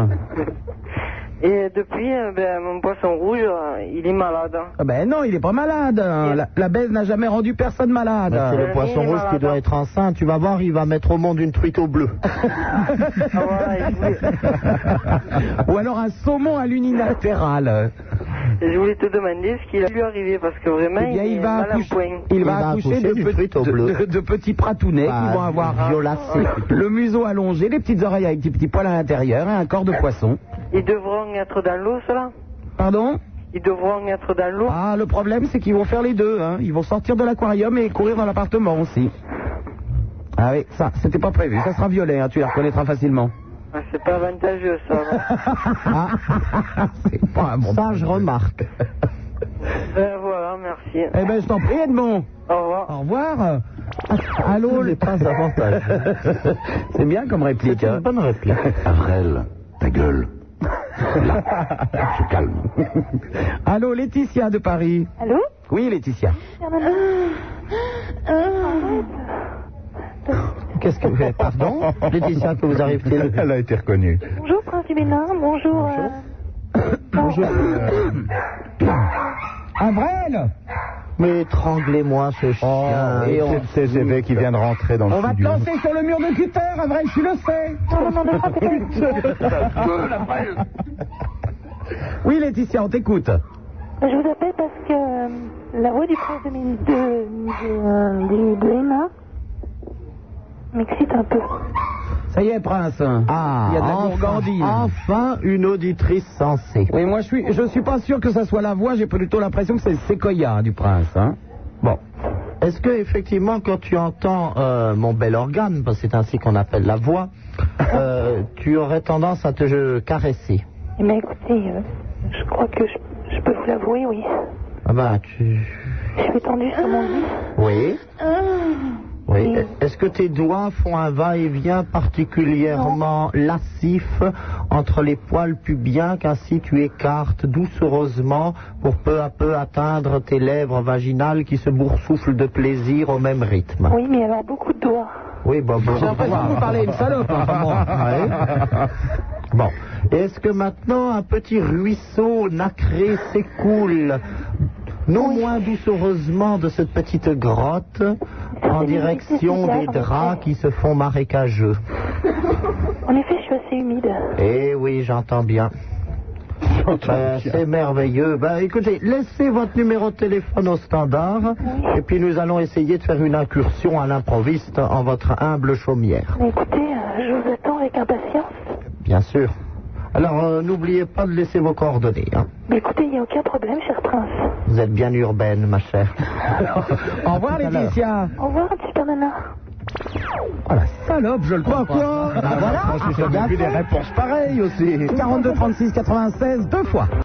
S9: Et depuis, euh, ben, mon poisson rouge, euh, il est malade.
S4: Ah Ben non, il est pas malade. hein. La, la baise n'a jamais rendu personne malade.
S8: Bah, c'est le poisson rouge qui doit être enceinte, tu vas voir, il va mettre au monde une truiteau bleue.
S9: Ah
S4: Ou alors un saumon à l'unilatéral.
S9: Et je voulais te demander ce qu'il a lui arrivé parce que vraiment,
S4: Eh bien,
S9: il,
S4: il va
S9: est mal en
S4: accoucher,
S9: Ben, point.
S4: il va accoucher de,
S9: du
S4: petits-
S9: truite au
S4: de-
S9: bleu.
S4: de- de petits pratounets
S8: Bah,
S4: qui vont avoir hein,
S8: violacés.
S4: le museau allongé, les petites oreilles avec des petits poils à l'intérieur et un corps de poisson.
S9: Ils devront être dans l'eau, cela
S4: Pardon
S9: Ils devront être dans l'eau.
S4: Ah, le problème, c'est qu'ils vont faire les deux. hein. Ils vont sortir de l'aquarium et courir dans l'appartement aussi. Ah oui, ça, c'était pas prévu. Ça sera violet, hein, tu les reconnaîtras facilement.
S9: Ah, C'est pas avantageux, ça.
S4: C'est pas un Ah, bon
S8: Ça, je remarque.
S9: ben voilà, merci.
S4: Eh ben, je t'en prie, Edmond.
S9: Au revoir.
S4: Au revoir. Allô, les Ah, pas avantage. C'est bien comme réplique. hein. C'est une bonne réplique.
S49: Avrel, ta gueule.
S4: Allô, Laetitia de Paris.
S11: Allô
S4: Oui, Laetitia.
S8: Qu'est-ce que vous faites Pardon Laetitia, que vous arrive-t-il Elle a été reconnue.
S11: Bonjour Prince du Bénin, bonjour. euh,
S8: Bonjour.
S4: Avril
S8: Mais étranglez-moi ce chien.
S1: Oh, Et c'est CGV qui vient de rentrer dans le
S4: On va te
S1: studio.
S4: lancer sur le mur de cutter, Avril, tu le sais. Non, non, non, Oui, Laetitia, on t'écoute.
S11: Je vous appelle parce que euh, la voix du prince de, Min- de, de- de- de Bénin m'excite un peu.
S4: Ça y est, Prince.
S8: Ah,
S4: Il y a de la
S8: enfin,
S4: gourgandine.
S8: enfin une auditrice sensée.
S4: Oui, moi, je suis, je suis pas sûr que ça soit la voix. J'ai plutôt l'impression que c'est le séquoia du prince. Hein. Bon.
S8: Est-ce que effectivement, quand tu entends euh, mon bel organe, parce que c'est ainsi qu'on appelle la voix, euh, tu aurais tendance à te je, caresser
S11: Eh bien écoutez, euh, je crois que je, je peux vous l'avouer, oui.
S8: Ah ben, tu...
S11: Je suis tendue sur mon lit.
S8: Oui. Oui. Est-ce que tes doigts font un va-et-vient particulièrement lascif entre les poils pubiens qu'ainsi tu écartes doucereusement pour peu à peu atteindre tes lèvres vaginales qui se boursouflent de plaisir au même rythme
S11: Oui, mais alors beaucoup de doigts.
S8: Oui, bon, bon.
S11: J'ai l'impression que vous parlez une salope, hein, enfin,
S8: Ouais. Bon. Est-ce que maintenant un petit ruisseau nacré s'écoule non moins doucereusement de cette petite grotte en direction des draps qui se font marécageux
S11: En effet, je suis assez humide.
S8: Eh oui, j'entends bien. Ben, c'est merveilleux. Ben, écoutez, laissez votre numéro de téléphone au standard et puis nous allons essayer de faire une incursion à l'improviste en votre humble chaumière.
S11: Mais écoutez, euh, je vous attends avec impatience.
S8: Bien sûr. Alors, euh, n'oubliez pas de laisser vos coordonnées. hein.
S11: Mais écoutez, il n'y a aucun problème, cher prince.
S8: Vous êtes bien urbaine, ma chère.
S4: Au revoir,
S8: Alors.
S4: Laetitia.
S11: Au revoir, super nana.
S4: Salope, je le crois. quoi Ah, bah,
S1: Ah, voilà. Je suis sûr que j'ai plus des réponses pareilles aussi.
S4: 42, 36, 96, deux fois.